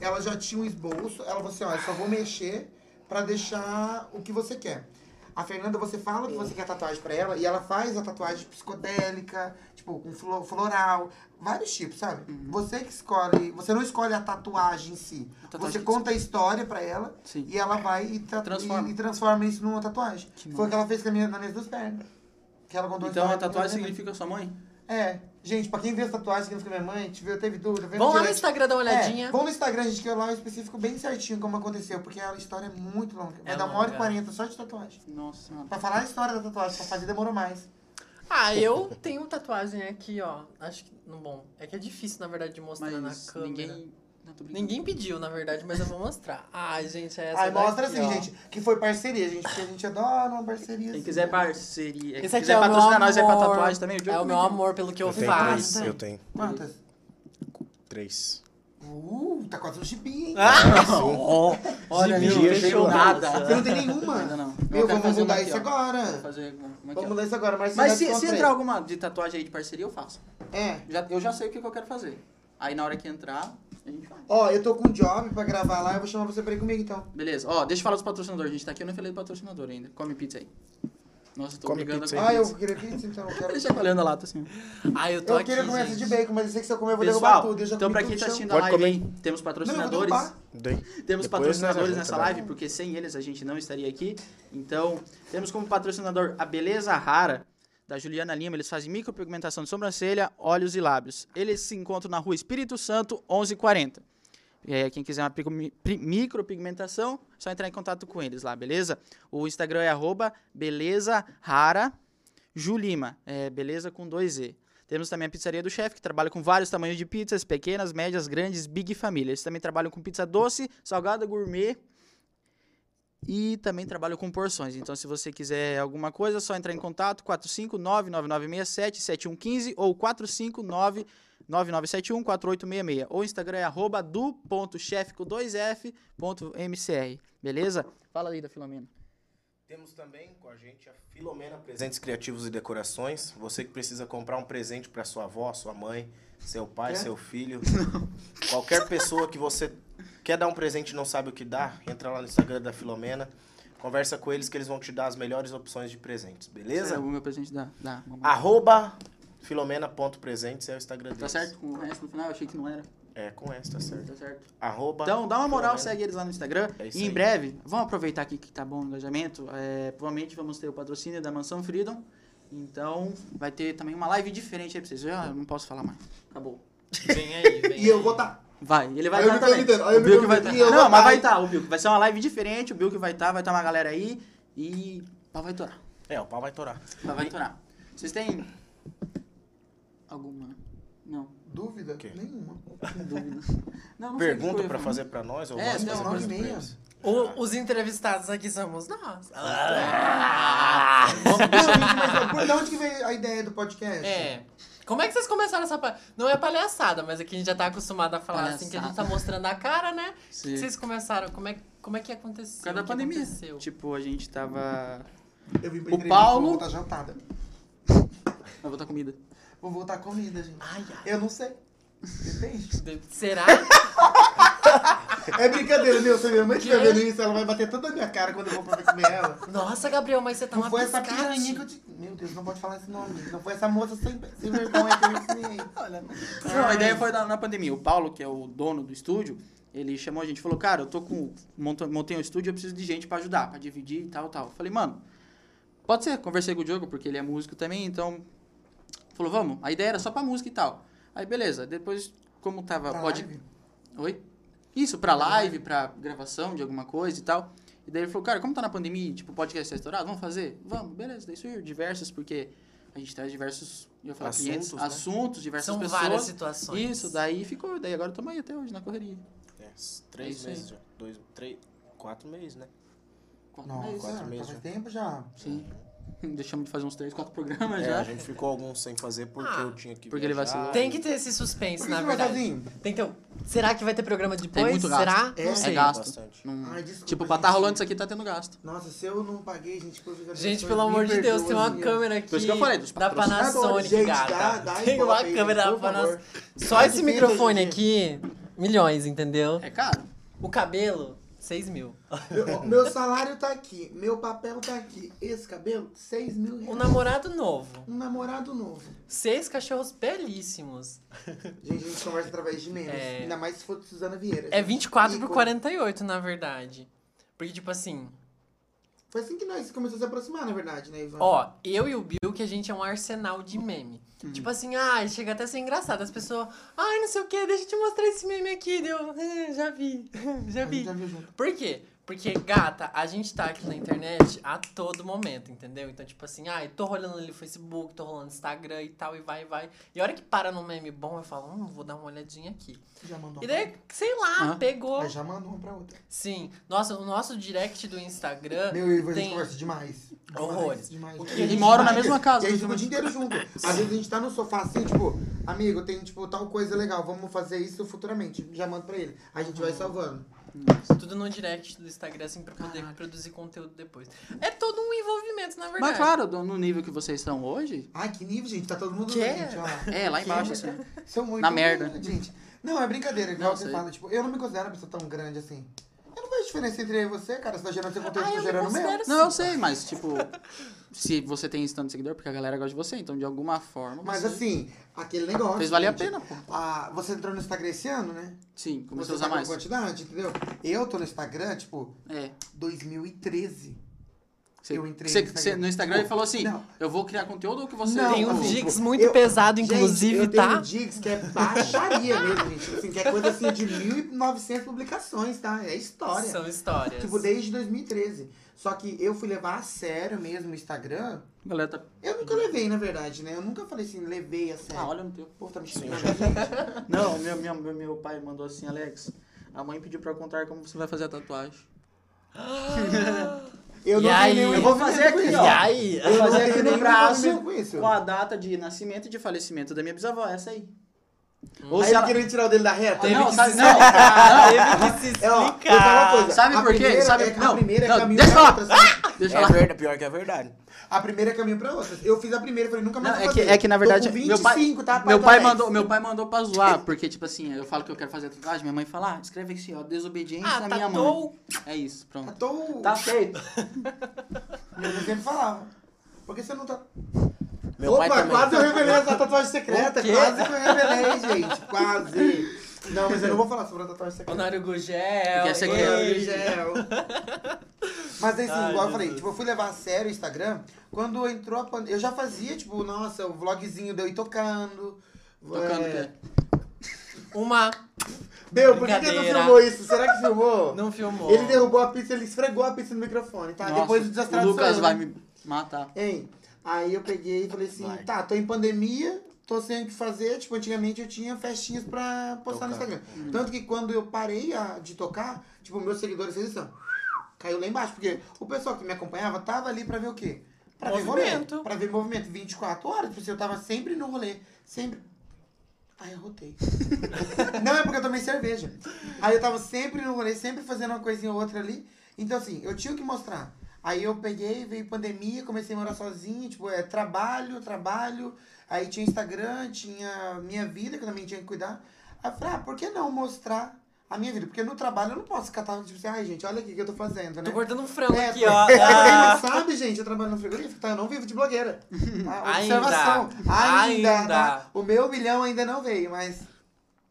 Speaker 2: Ela já tinha um esboço. Ela falou assim: ó, eu só vou mexer pra deixar o que você quer. A Fernanda, você fala que você quer tatuagem pra ela e ela faz a tatuagem psicodélica, tipo, com flo- floral, vários tipos, sabe? Você que escolhe, você não escolhe a tatuagem em si.
Speaker 1: Uhum. A tatuagem
Speaker 2: você
Speaker 1: que
Speaker 2: conta a história pra ela
Speaker 1: Sim.
Speaker 2: e ela vai e, tra-
Speaker 1: Transforma.
Speaker 2: e- e transforma isso numa tatuagem.
Speaker 1: Que
Speaker 2: Foi o que ela fez com a minha, nas minhas duas pernas. Que ela contou
Speaker 1: Então a
Speaker 2: história pra
Speaker 1: tatuagem
Speaker 2: minha mãe.
Speaker 1: significa sua mãe?
Speaker 2: É, gente, pra quem viu as tatuagens significa minha mãe, teve, teve dúvida, vendo
Speaker 3: Vamos lá no
Speaker 2: direto.
Speaker 3: Instagram dar uma
Speaker 2: É,
Speaker 3: olhadinha.
Speaker 2: vamos no Instagram, gente, que eu lá especifico bem certinho como aconteceu, porque a história é muito longa. Vai
Speaker 3: É
Speaker 2: dar uma hora e
Speaker 3: longa.
Speaker 2: quarenta só de tatuagem.
Speaker 1: Nossa senhora.
Speaker 2: Pra falar a história da tatuagem, pra fazer demorou mais.
Speaker 3: Ah, eu tenho tatuagem aqui, ó. Acho que. Não, bom. É que é difícil, na verdade, de mostrar
Speaker 1: Mas
Speaker 3: na câmera.
Speaker 1: ninguém. Não, tô brincando.
Speaker 3: Ninguém pediu, na verdade, mas eu vou mostrar. Ai, gente, é essa.
Speaker 2: Aí mostra
Speaker 3: daqui,
Speaker 2: assim,
Speaker 3: ó.
Speaker 2: gente, que foi parceria, gente, porque a gente adora uma parceria.
Speaker 1: Quem
Speaker 2: assim.
Speaker 1: quiser parceria. Quem
Speaker 3: Esse aqui
Speaker 1: quiser
Speaker 3: é o meu
Speaker 1: patrocinar
Speaker 3: amor.
Speaker 1: nós, vai pra tatuagem também. Diogo
Speaker 3: é o meu
Speaker 1: também.
Speaker 3: amor pelo que eu,
Speaker 4: Eu tenho
Speaker 3: faço.
Speaker 4: três,
Speaker 2: né?
Speaker 4: eu tenho
Speaker 2: Quantas?
Speaker 4: três.
Speaker 2: Uh, tá quase um gibi, hein?
Speaker 3: Ah.
Speaker 1: Ó, Olha,
Speaker 4: Esse
Speaker 1: eu
Speaker 4: dia
Speaker 1: não tenho
Speaker 4: chegou.
Speaker 1: nada.
Speaker 2: Você não tem nenhuma?
Speaker 1: Ainda não.
Speaker 2: Meu,
Speaker 1: Eu quero
Speaker 2: vamos
Speaker 1: fazer
Speaker 2: mudar
Speaker 1: uma aqui,
Speaker 2: isso
Speaker 1: ó. Vou
Speaker 2: agora.
Speaker 1: fazer uma aqui, ó.
Speaker 2: Vamos mudar isso agora, Marcelo.
Speaker 1: Mas se, se entrar alguma de tatuagem aí de parceria, eu faço.
Speaker 2: É.
Speaker 1: Já, eu já sei o que, que eu quero fazer. Aí na hora que entrar, a gente vai.
Speaker 2: Ó, eu tô com um job pra gravar lá, eu vou chamar você pra ir comigo então.
Speaker 1: Beleza, ó, deixa eu falar dos patrocinadores. A gente tá aqui, eu não falei do patrocinador ainda. Come pizza aí. Nossa, eu tô
Speaker 4: Come
Speaker 1: brigando
Speaker 4: pizza
Speaker 1: com
Speaker 4: aí.
Speaker 2: Ah, eu queria pizza, então. Eu, quero...
Speaker 1: Deixa eu olhando a lata assim.
Speaker 3: Ai, eu tô
Speaker 2: Ah, eu
Speaker 3: aqui.
Speaker 2: queria comer essa de
Speaker 3: gente.
Speaker 2: bacon, mas eu sei que se eu comer eu vou derrubar
Speaker 1: Pessoal,
Speaker 2: tudo. Eu já
Speaker 1: então pra
Speaker 2: comi tudo
Speaker 1: quem tá
Speaker 2: no chão.
Speaker 1: assistindo a
Speaker 4: Pode
Speaker 1: live
Speaker 4: comer.
Speaker 1: aí, temos
Speaker 2: Não, eu
Speaker 1: patrocinadores.
Speaker 2: vou derrubar.
Speaker 4: Daí.
Speaker 1: Temos
Speaker 4: Depois nós
Speaker 1: patrocinadores
Speaker 4: junta,
Speaker 1: nessa
Speaker 4: né?
Speaker 1: live, porque sem eles a gente não estaria aqui. Então, temos como patrocinador a Beleza Rara, da Juliana Lima. Eles fazem micropigmentação de sobrancelha, olhos e lábios. Eles se encontram na rua Espírito Santo, 1140. É, quem quiser uma pigmi- pri- micropigmentação, é só entrar em contato com eles lá, beleza? O Instagram é arroba beleza rara julima, é, beleza com dois E. Temos também a Pizzaria do Chefe, que trabalha com vários tamanhos de pizzas, pequenas, médias, grandes, big e família. Eles também trabalham com pizza doce, salgada, gourmet e também trabalham com porções. Então, se você quiser alguma coisa, é só entrar em contato 459-9967-7115 ou 459-9971-4866. Ou Instagram é arroba do.chef com dois F ponto MCR. Beleza? Fala aí da Filomena.
Speaker 4: Temos também com a gente a Filomena Presentes Criativos e Decorações. Você que precisa comprar um presente para sua avó, sua mãe, seu pai,
Speaker 2: Quê?
Speaker 4: seu filho, qualquer pessoa que você Quer dar um presente e não sabe o que dá? Entra lá no Instagram da Filomena. Conversa com eles que eles vão te dar as melhores opções de presentes,
Speaker 1: Esse é
Speaker 4: beleza? Ah,
Speaker 1: o meu presente da, da mamãe.
Speaker 4: Arroba filomena.presentes é o Instagram deles.
Speaker 1: Tá certo com o resto no final? Eu achei que não era.
Speaker 4: É, com essa, tá certo.
Speaker 1: Tá certo.
Speaker 4: Arroba
Speaker 1: Então, dá uma moral,
Speaker 4: Filomena.
Speaker 1: segue eles lá no Instagram.
Speaker 4: É isso
Speaker 1: e em
Speaker 4: aí.
Speaker 1: breve, vamos aproveitar aqui que tá bom o engajamento. é, provavelmente vamos ter o patrocínio da Mansão Freedom. Então, vai ter também uma live diferente aí pra vocês. Eu já não posso falar mais. Acabou.
Speaker 3: Vem aí, vem aí.
Speaker 2: E eu vou tá.
Speaker 1: Vai, ele vai
Speaker 2: Aí eu
Speaker 1: estar
Speaker 2: me
Speaker 1: também.
Speaker 2: convidando, aí eu
Speaker 1: o
Speaker 2: me
Speaker 1: Bill que vai
Speaker 2: convidando, e
Speaker 1: tá-
Speaker 2: eu
Speaker 1: Não,
Speaker 2: vou
Speaker 1: mas
Speaker 2: tá
Speaker 1: vai
Speaker 2: aí.
Speaker 1: estar, o Bill. que Vai ser uma live diferente, o Bill que vai estar, vai estar uma galera aí e o pau vai torar.
Speaker 4: É, o pau vai torar.
Speaker 1: O pau vai torar. Vocês têm alguma? Não,
Speaker 2: Dúvida?
Speaker 4: Quê?
Speaker 2: Nenhuma.
Speaker 1: sem dúvida. Não, não sei o que
Speaker 4: Pergunta
Speaker 1: eu ia
Speaker 4: pra
Speaker 1: falar.
Speaker 4: fazer pra nós ou
Speaker 1: É,
Speaker 4: nós
Speaker 1: não,
Speaker 4: fazer
Speaker 1: nove
Speaker 4: pergunta
Speaker 2: e
Speaker 4: pra
Speaker 2: meia.
Speaker 4: eles?
Speaker 3: O- os entrevistados aqui somos nós.
Speaker 4: Ah.
Speaker 2: Não, gente, mas por de onde que veio a ideia do podcast?
Speaker 3: É. Como é que vocês começaram essa palha... Não é palhaçada, mas aqui a gente já tá acostumado a falar assim, que a gente tá
Speaker 1: Palhaçada.
Speaker 3: mostrando a cara, né?
Speaker 1: Sim.
Speaker 3: Vocês começaram, como é, como é que aconteceu?
Speaker 1: Por causa da
Speaker 3: O que
Speaker 1: pandemia.
Speaker 3: aconteceu?
Speaker 1: Tipo, a gente tava.
Speaker 2: Eu vim pra
Speaker 1: O
Speaker 2: entrevista,
Speaker 1: Paulo-
Speaker 2: Vou voltar jantada.
Speaker 1: Vai botar comida.
Speaker 2: Vou voltar comida, gente.
Speaker 3: Ai, ai.
Speaker 2: Eu não sei. Depende.
Speaker 3: de- Será?
Speaker 2: É brincadeira, meu. Se minha mãe estiver
Speaker 3: Quê?
Speaker 2: vendo isso, ela vai bater toda a minha cara quando eu vou pra comer ela.
Speaker 3: Nossa, Gabriel, mas você tá
Speaker 2: Não
Speaker 3: uma
Speaker 2: foi essa
Speaker 3: piscate.
Speaker 2: piranha que eu te... Meu Deus, não pode falar esse nome. Não foi essa moça sem, sem vergonha que eu ensinei. é Olha.
Speaker 1: Não, a ideia foi na, na pandemia. O Paulo, que é o dono do estúdio, ele chamou a gente e falou, cara, eu tô com. monta- Montei um estúdio, eu preciso de gente pra ajudar, pra dividir e tal, tal. Eu falei, mano, pode ser, conversei com o Diogo, porque ele é músico também, então. Falou, vamos, a ideia era só pra música e tal. Aí beleza, depois, como tava.
Speaker 2: Pra
Speaker 1: pode.
Speaker 2: live?
Speaker 1: Oi? Isso, pra live, pra gravação de alguma coisa e tal. E daí ele falou, cara, como tá na pandemia, e, tipo, o podcast tá estourado, vamos fazer? Vamos, beleza. Daí surgiu diversas, porque a gente traz diversos, eu ia falar
Speaker 4: Assuntos,
Speaker 1: clientes,
Speaker 4: né?
Speaker 1: assuntos, diversas
Speaker 3: São
Speaker 1: pessoas.
Speaker 3: várias situações.
Speaker 1: Isso, daí ficou, daí agora estamos aí até hoje na correria.
Speaker 4: É,
Speaker 1: É
Speaker 4: três
Speaker 1: isso aí.
Speaker 4: meses já. Dois, três, quatro meses, né?
Speaker 1: Quatro
Speaker 2: Nossa,
Speaker 1: meses.
Speaker 4: quatro
Speaker 2: tá
Speaker 4: meses
Speaker 2: faz
Speaker 4: já.
Speaker 2: tempo já.
Speaker 1: Sim. Deixamos de fazer uns três, quatro programas
Speaker 4: É,
Speaker 1: já.
Speaker 4: a gente ficou alguns sem fazer porque
Speaker 3: Ah,
Speaker 4: eu tinha que
Speaker 1: porque ele
Speaker 4: viajar. né,
Speaker 1: vacilou.
Speaker 3: Tem que ter esse
Speaker 2: Por
Speaker 3: suspense,
Speaker 2: que
Speaker 3: na
Speaker 2: você vai
Speaker 3: verdade.
Speaker 2: sozinho?
Speaker 3: Então, será que vai ter programa depois?
Speaker 1: assim? Tem muito gasto.
Speaker 3: Será?
Speaker 2: É,
Speaker 3: Não
Speaker 1: É
Speaker 3: sei.
Speaker 1: gasto.
Speaker 4: Bastante.
Speaker 1: Não-
Speaker 2: Ai, desculpa,
Speaker 1: tipo, pra tá
Speaker 2: gente.
Speaker 1: rolando isso aqui, tá tendo gasto.
Speaker 2: Nossa, se eu não paguei, gente, por ficar
Speaker 3: Gente, pelo amor de Deus, tem uma câmera aqui
Speaker 1: Por isso que eu falei, dos
Speaker 3: da
Speaker 1: patrocinadores.
Speaker 3: Panasonic,
Speaker 2: Tá Gente,
Speaker 3: gata.
Speaker 2: dá- dá
Speaker 3: tem
Speaker 2: ibope
Speaker 3: uma
Speaker 2: aí,
Speaker 3: câmera da
Speaker 2: por favor.
Speaker 3: Panasonic. Só esse
Speaker 2: Depende
Speaker 3: microfone
Speaker 2: hoje
Speaker 3: aqui, milhões, entendeu?
Speaker 1: É caro.
Speaker 3: O cabelo, 6 mil.
Speaker 2: Meu, meu salário tá aqui, meu papel tá aqui. Esse cabelo, 6 mil
Speaker 3: Um
Speaker 2: reais.
Speaker 3: namorado novo.
Speaker 2: Um namorado novo.
Speaker 3: Seis cachorros belíssimos.
Speaker 2: Gente, a gente conversa através de memes.
Speaker 3: É.
Speaker 2: Ainda mais se for de Suzana Vieira.
Speaker 3: É 24 por
Speaker 2: Ícone.
Speaker 3: 48, na verdade. Porque, tipo assim,
Speaker 2: Foi assim que nós começamos a se aproximar, na verdade, né, Ivan?
Speaker 3: Ó, eu e o Bill, que a gente é um arsenal de meme.
Speaker 2: Hum.
Speaker 3: Tipo assim, ah, chega até a ser engraçado. As pessoas, ai, não sei o que, deixa eu te mostrar esse meme aqui. Deu, "Ah, já vi, já
Speaker 2: a gente
Speaker 3: vi.
Speaker 2: já viu junto.
Speaker 3: Por quê? Porque, gata, a gente tá aqui na internet a todo momento, entendeu? Então, tipo assim, ai, tô rolando ali o Facebook, tô rolando Instagram e tal, e vai, e vai. E a hora que para num meme bom, eu falo, hum, vou dar uma olhadinha aqui.
Speaker 2: Já mandou
Speaker 3: E
Speaker 2: uma pra
Speaker 3: daí, sei lá,
Speaker 1: Ah.
Speaker 3: pegou.
Speaker 2: outra. Mas já mandou uma pra outra.
Speaker 3: Sim. Nossa, o nosso direct do Instagram.
Speaker 2: Meu Ivan, a
Speaker 3: Ah, tem...
Speaker 2: gente conversa demais. Demais,
Speaker 3: Horrores.
Speaker 2: Demais.
Speaker 3: O que
Speaker 2: A
Speaker 3: a
Speaker 2: gente
Speaker 3: gente
Speaker 1: mora na
Speaker 2: faz-
Speaker 1: mesma casa,
Speaker 2: E a gente
Speaker 1: né?
Speaker 2: fica o dia inteiro junto. Às vezes a gente tá no sofá assim, tipo, amigo, tem, tipo, tal coisa legal, vamos fazer isso futuramente. Já mando pra ele. A gente vai salvando.
Speaker 3: Tá Tudo no direct do Instagram, assim, pra poder produzir conteúdo depois. É todo um envolvimento, na verdade.
Speaker 1: Mas claro, do- no nível que vocês estão hoje,
Speaker 2: Ai, que nível, gente. Tá todo mundo
Speaker 3: Que?
Speaker 2: doente, ó.
Speaker 1: é lá
Speaker 2: Que
Speaker 1: embaixo, assim.
Speaker 2: muito- São muito
Speaker 1: Na merda.
Speaker 2: doido, gente. Não, é brincadeira, igual
Speaker 1: Não,
Speaker 2: você
Speaker 1: sei.
Speaker 2: fala. Tipo, eu não me considero uma pessoa tão grande assim. Eu não vejo diferença entre eu e você, cara. Você tá gerando seu conteúdo,
Speaker 3: Ah,
Speaker 2: eu
Speaker 3: eu
Speaker 2: tô
Speaker 3: me
Speaker 2: gerando o meu.
Speaker 3: considero-
Speaker 1: Não, eu sei, mas tipo, se você tem isso tanto seguidor, porque a galera gosta de você, então de alguma forma.
Speaker 2: Mas
Speaker 1: você
Speaker 2: assim, aquele negócio.
Speaker 1: Fez valer a
Speaker 2: gente.
Speaker 1: pena, pô.
Speaker 2: Ah, você entrou no Instagram esse ano, né?
Speaker 1: Sim, começou a
Speaker 2: você
Speaker 1: usar
Speaker 2: tá com
Speaker 1: mais.
Speaker 2: quantidade, entendeu? Eu tô no Instagram, tipo,
Speaker 1: É.
Speaker 2: 2013.
Speaker 1: Você,
Speaker 2: Eu entrei
Speaker 1: você-
Speaker 2: no Instagram.
Speaker 1: você- no Instagram ele falou assim:
Speaker 2: Não.
Speaker 1: eu vou criar conteúdo ou que você.
Speaker 2: Não,
Speaker 3: Tem
Speaker 2: não,
Speaker 3: um
Speaker 2: assim,
Speaker 3: Dix
Speaker 2: tipo,
Speaker 3: muito
Speaker 2: eu-
Speaker 3: pesado,
Speaker 2: Gente,
Speaker 3: inclusive,
Speaker 2: eu
Speaker 3: tá?
Speaker 2: Tenho Diggs que é baixaria mesmo, gente. Assim, que é coisa assim de 1.900 publicações, tá? É história.
Speaker 3: São histórias.
Speaker 2: Tipo, desde 2013. Só que eu fui levar a sério mesmo o Instagram.
Speaker 1: A galera tá.
Speaker 2: Eu nunca levei, na verdade, né? Eu nunca falei assim, levei a sério.
Speaker 1: Ah, olha no teu.
Speaker 2: O povo tá me xingando, gente.
Speaker 1: Não, meu, meu, meu, meu pai mandou assim, Alex. A mãe pediu pra eu contar como você vai fazer a tatuagem.
Speaker 2: Eu
Speaker 3: E
Speaker 2: não
Speaker 3: aí?
Speaker 2: tenho nenhum
Speaker 3: Eu
Speaker 1: vou fazer
Speaker 2: envolvimento
Speaker 1: aqui,
Speaker 2: com
Speaker 1: ó.
Speaker 2: isso.
Speaker 3: E aí?
Speaker 1: Eu vou
Speaker 2: não
Speaker 1: fazer
Speaker 2: tenho
Speaker 1: aqui no
Speaker 2: nenhum
Speaker 1: braço
Speaker 2: envolvimento com isso.
Speaker 1: com a data de nascimento e de falecimento da minha bisavó, essa aí. Ou
Speaker 2: Aí
Speaker 1: se
Speaker 2: ele
Speaker 1: ela.
Speaker 2: queria tirar o dele da reta.
Speaker 1: Ah,
Speaker 3: Teve
Speaker 1: não,
Speaker 3: que
Speaker 1: sabe,
Speaker 3: se-
Speaker 1: não,
Speaker 3: Ah,
Speaker 1: tá.
Speaker 3: Teve que se
Speaker 2: É, ó, eu
Speaker 3: explicar.
Speaker 2: falo uma coisa.
Speaker 1: Sabe
Speaker 2: A
Speaker 1: por quê?
Speaker 2: primeira
Speaker 1: Sabe-
Speaker 2: é- a
Speaker 1: não,
Speaker 2: primeira é
Speaker 1: não,
Speaker 2: caminho
Speaker 1: deixa eu
Speaker 2: da
Speaker 1: falar.
Speaker 2: outra, assim.
Speaker 1: Deixa eu
Speaker 4: É
Speaker 1: falar.
Speaker 4: verdade, pior que é verdade.
Speaker 2: A primeira é caminho pra outra. Eu fiz a primeira, falei, nunca mais
Speaker 1: Não,
Speaker 2: vou
Speaker 1: é que,
Speaker 2: fazer.
Speaker 1: é que na verdade.
Speaker 2: Tô com 25,
Speaker 1: meu pai,
Speaker 2: tá?
Speaker 1: meu,
Speaker 2: tá
Speaker 1: pai
Speaker 2: 10.
Speaker 1: mandou, meu pai mandou pra zoar, porque, tipo assim, eu falo que eu quero fazer a tatuagem, minha mãe fala, ah, escreve aqui, ó, desobediência
Speaker 3: Ah,
Speaker 1: à minha mãe.
Speaker 3: tatuou.
Speaker 1: É isso, pronto.
Speaker 2: Tatou.
Speaker 1: Tá feito.
Speaker 2: Meu Deus sempre falava. Por que você não tá.
Speaker 4: Meu
Speaker 2: Opa,
Speaker 4: pai também.
Speaker 2: quase eu revelei essa tatuagem secreta.
Speaker 3: O quê?
Speaker 2: Quase que eu revelei, gente. Quase. Não, mas eu não vou falar sobre a tatuagem secreta.
Speaker 3: Honório Gugel.
Speaker 1: Porque essa aqui é-
Speaker 3: ei.
Speaker 2: Ei, Gel. Mas assim,
Speaker 3: Ai,
Speaker 2: igual eu
Speaker 3: Jesus.
Speaker 2: falei, tipo, eu fui levar a sério o Instagram quando entrou a pandemia. Eu já fazia, tipo, nossa, o vlogzinho de eu ir tocando.
Speaker 1: Tocando o
Speaker 2: é...
Speaker 1: pé.
Speaker 3: Uma.
Speaker 2: Bel, por que que ele não
Speaker 3: Brincadeira.
Speaker 2: filmou isso? Será que filmou?
Speaker 3: Não filmou.
Speaker 2: Ele derrubou a pizza, ele esfregou a pizza no microfone, tá?
Speaker 1: Nossa,
Speaker 2: Depois o
Speaker 1: o
Speaker 2: desastrado sou
Speaker 1: Lucas
Speaker 2: eu,
Speaker 1: vai
Speaker 2: né?
Speaker 1: me matar.
Speaker 2: Hein? Aí eu peguei e falei assim,
Speaker 4: Vai.
Speaker 2: tá, tô em pandemia, tô sem o que fazer. Tipo, antigamente eu tinha festinhas pra postar no
Speaker 4: Tocar. Uhum.
Speaker 2: Instagram. Tanto que quando eu parei a- de tocar, tipo, meus seguidores fez isso, ó, caiu lá embaixo. Porque o pessoal que me acompanhava tava ali pra ver o quê? Pra ver
Speaker 3: Movimento.
Speaker 2: movimento. Pra ver movimento 24 horas. Porque eu tava sempre no rolê. Sempre. Ai, eu rotei. Não, é porque eu tomei cerveja. Aí eu tava sempre no rolê, sempre fazendo uma coisinha ou outra ali. Então, assim, eu tinha o que mostrar. Aí eu peguei, veio pandemia, comecei a morar sozinho, tipo, é trabalho, trabalho. Aí tinha Instagram, tinha minha vida, que eu também tinha que cuidar. Aí eu falei, ah, por que não mostrar a minha vida? Porque no trabalho eu não posso catar, tipo assim, ai, gente, olha aqui o que eu tô fazendo, né?
Speaker 3: Tô cortando um frango
Speaker 2: É,
Speaker 3: aqui, ó.
Speaker 2: Pra quem
Speaker 3: Ah.
Speaker 2: não sabe, gente, eu trabalho no frigorífico, tá? Eu não vivo de blogueira. Tá?
Speaker 3: Ainda.
Speaker 2: Observação. Ainda.
Speaker 3: Ainda.
Speaker 2: tá? O meu milhão ainda não veio, mas...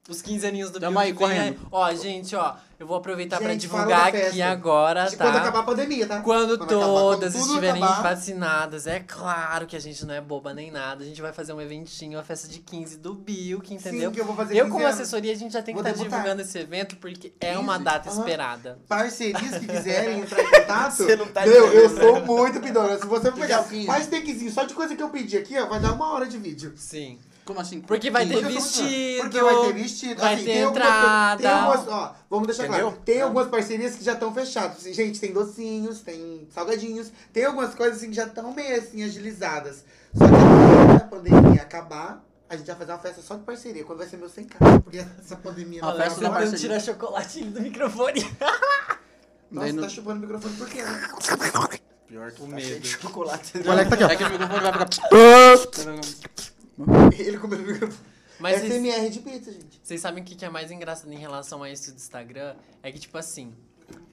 Speaker 3: Os 15 aninhos do
Speaker 1: Tamo
Speaker 3: Bill
Speaker 1: aí,
Speaker 3: que vem
Speaker 1: correndo.
Speaker 3: aí. Ó, gente, ó, eu vou aproveitar pra
Speaker 2: Gente, fala
Speaker 3: divulgar
Speaker 2: da festa.
Speaker 3: aqui agora,
Speaker 2: De
Speaker 3: tá?
Speaker 2: Quando acabar a pandemia, tá?
Speaker 3: Quando
Speaker 2: acabar,
Speaker 3: todas
Speaker 2: tudo
Speaker 3: estiverem
Speaker 2: acabar.
Speaker 3: vacinadas, é claro que a gente não é boba nem nada. A gente vai fazer um eventinho, a festa de 15 do Bill, que entendeu?
Speaker 2: Sim, que eu vou fazer
Speaker 3: eu,
Speaker 2: 15
Speaker 3: como
Speaker 2: anos.
Speaker 3: assessoria, a gente já tem que
Speaker 2: Vou
Speaker 3: estar
Speaker 2: debutar.
Speaker 3: divulgando esse evento, porque é uma
Speaker 2: 15?
Speaker 3: data
Speaker 2: Aham.
Speaker 3: esperada.
Speaker 2: Parcerias que quiserem entrar em contato.
Speaker 4: Você não tá
Speaker 2: Meu, eu
Speaker 4: entendendo,
Speaker 2: sou muito pidona. Se você for pegar
Speaker 1: Fica assim,
Speaker 2: mais takezinho só de coisa que eu pedi aqui, ó, vai dar uma hora de vídeo.
Speaker 3: Sim.
Speaker 1: Como assim?
Speaker 3: Porque vai ter
Speaker 2: Porque eu tô funcionando.
Speaker 3: vestido.
Speaker 2: Porque vai ter vestido.
Speaker 3: vai
Speaker 2: assim,
Speaker 3: ter
Speaker 2: tem algumas-
Speaker 3: entrada.
Speaker 2: tem algumas, ó, vamos deixar claro.
Speaker 4: Entendeu?
Speaker 2: Tem algumas parcerias que já estão fechadas. Assim, Gente, tem docinhos, tem salgadinhos. Tem algumas coisas assim, que já estão meio assim, agilizadas. Só que quando a pandemia acabar, a gente vai fazer uma festa só de parceria. Quando vai ser meu sem casa. Porque essa pandemia...
Speaker 1: Uma
Speaker 2: não
Speaker 3: Olha,
Speaker 1: festa
Speaker 2: vai
Speaker 1: da
Speaker 3: não
Speaker 2: acabar.
Speaker 1: parceria.
Speaker 3: pode tirar chocolatinho do microfone.
Speaker 2: É Nossa,
Speaker 1: Daí não-
Speaker 2: tá chupando o microfone por quê? né?
Speaker 4: Pior que
Speaker 3: O
Speaker 4: tá
Speaker 3: medo.
Speaker 4: cheio de chocolate.
Speaker 2: O Alex tá aqui, ó.
Speaker 1: É que o microfone vai ficar.
Speaker 2: Ele comeu o microfone. É
Speaker 3: Mas vocês-
Speaker 2: SMR de pizza, gente.
Speaker 3: Vocês sabem o que que é mais engraçado em relação a isso do Instagram? É que, tipo assim,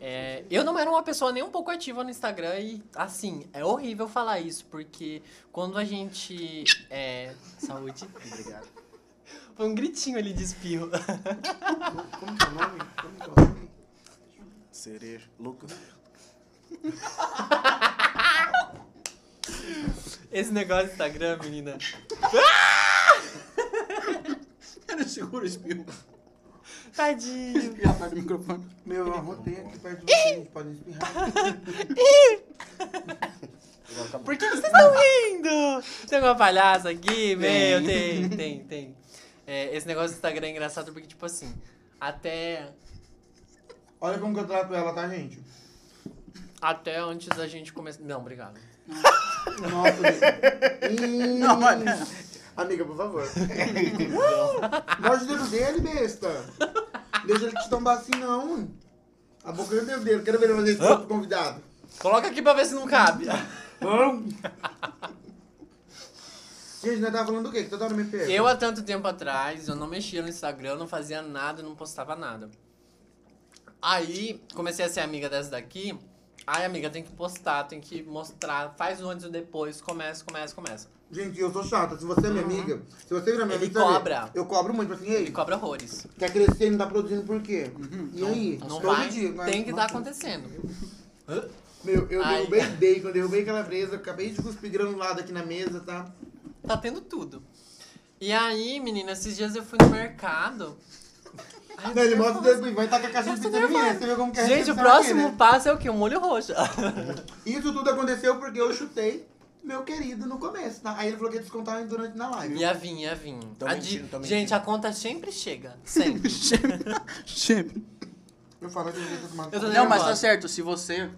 Speaker 3: é, eu não era uma pessoa nem um pouco ativa no Instagram e, assim, é horrível falar isso, porque quando a gente. É, saúde.
Speaker 4: Obrigado.
Speaker 3: Foi um gritinho ali de espirro.
Speaker 2: Como- Como que é o nome? Como que é o nome?
Speaker 4: Cereja. Lucas.
Speaker 3: Esse negócio do Instagram, menina.
Speaker 1: Eu não seguro o espirro.
Speaker 3: Tadinho.
Speaker 1: Já vai do microfone.
Speaker 2: Meu, eu arrotei aqui perto de você, gente. Podem espirrar.
Speaker 4: Agora acabou.
Speaker 3: Por que vocês estão rindo? Tem uma palhaça aqui, meu, tem, tem, tem. É, esse negócio do Instagram é engraçado porque, tipo assim, até
Speaker 2: Olha como que eu trato ela, tá, gente?
Speaker 3: Até antes da gente começar. Não, obrigado.
Speaker 2: Nossa, gente.
Speaker 1: Não, olha.
Speaker 2: Amiga, por favor. Morde o dedo dele, besta. Deixa ele te tombar assim, não. A boca do dedo dele. Quero ver ele fazer isso pro convidado.
Speaker 3: Coloca aqui pra ver se não cabe.
Speaker 2: Gente, nós tava falando do quê? Que tá toda hora me pega.
Speaker 3: Eu há tanto tempo atrás, eu não mexia no Instagram, eu não fazia nada, eu não postava nada. Aí comecei a ser amiga dessa daqui. Ai, amiga, tem que postar, tem que mostrar, faz o antes e o depois, começa, começa, começa.
Speaker 2: Gente, eu sou chata. Se você é minha amiga, se você virar minha
Speaker 3: Uhum. Ele
Speaker 2: amiga, sabe?
Speaker 3: cobra.
Speaker 2: Eu cobro muito. Assim,
Speaker 3: E
Speaker 2: ei,
Speaker 3: cobra horrores.
Speaker 2: quer crescer e não tá produzindo por quê? E aí?
Speaker 3: Uhum. Não
Speaker 2: Todo
Speaker 3: vai,
Speaker 2: dia, mas-
Speaker 3: tem que estar
Speaker 2: Nossa.
Speaker 3: acontecendo.
Speaker 2: Meu, eu
Speaker 3: Ai.
Speaker 2: derrubei bacon, derrubei calabresa, acabei de cuspir granulado aqui na mesa, tá?
Speaker 3: Tá tendo tudo. E aí, menina, esses dias eu fui no mercado. Ai, eu tô
Speaker 2: Não, ele mostra o
Speaker 3: nervosa.
Speaker 2: dedo e vai tá com a caixa de
Speaker 3: Eu tô
Speaker 2: pizza minha,
Speaker 3: nervosa.
Speaker 2: você vê como que é a
Speaker 3: Gente, o
Speaker 2: recepção aqui,
Speaker 3: próximo
Speaker 2: né?
Speaker 3: passo é o quê? Um olho roxo.
Speaker 2: Isso tudo aconteceu porque eu chutei meu querido no começo, tá? Aí ele falou que ia descontar durante na live.
Speaker 3: Ia vir, ia vir.
Speaker 4: Tô
Speaker 3: A
Speaker 4: mentindo,
Speaker 3: di-
Speaker 4: tô mentindo.
Speaker 3: Gente, a conta sempre chega. Sempre.
Speaker 1: Sempre.
Speaker 2: Eu falo que eu devia ter tomado. um
Speaker 3: Eu tô
Speaker 1: Não, mas tá
Speaker 3: nervosa.
Speaker 1: certo. Se você.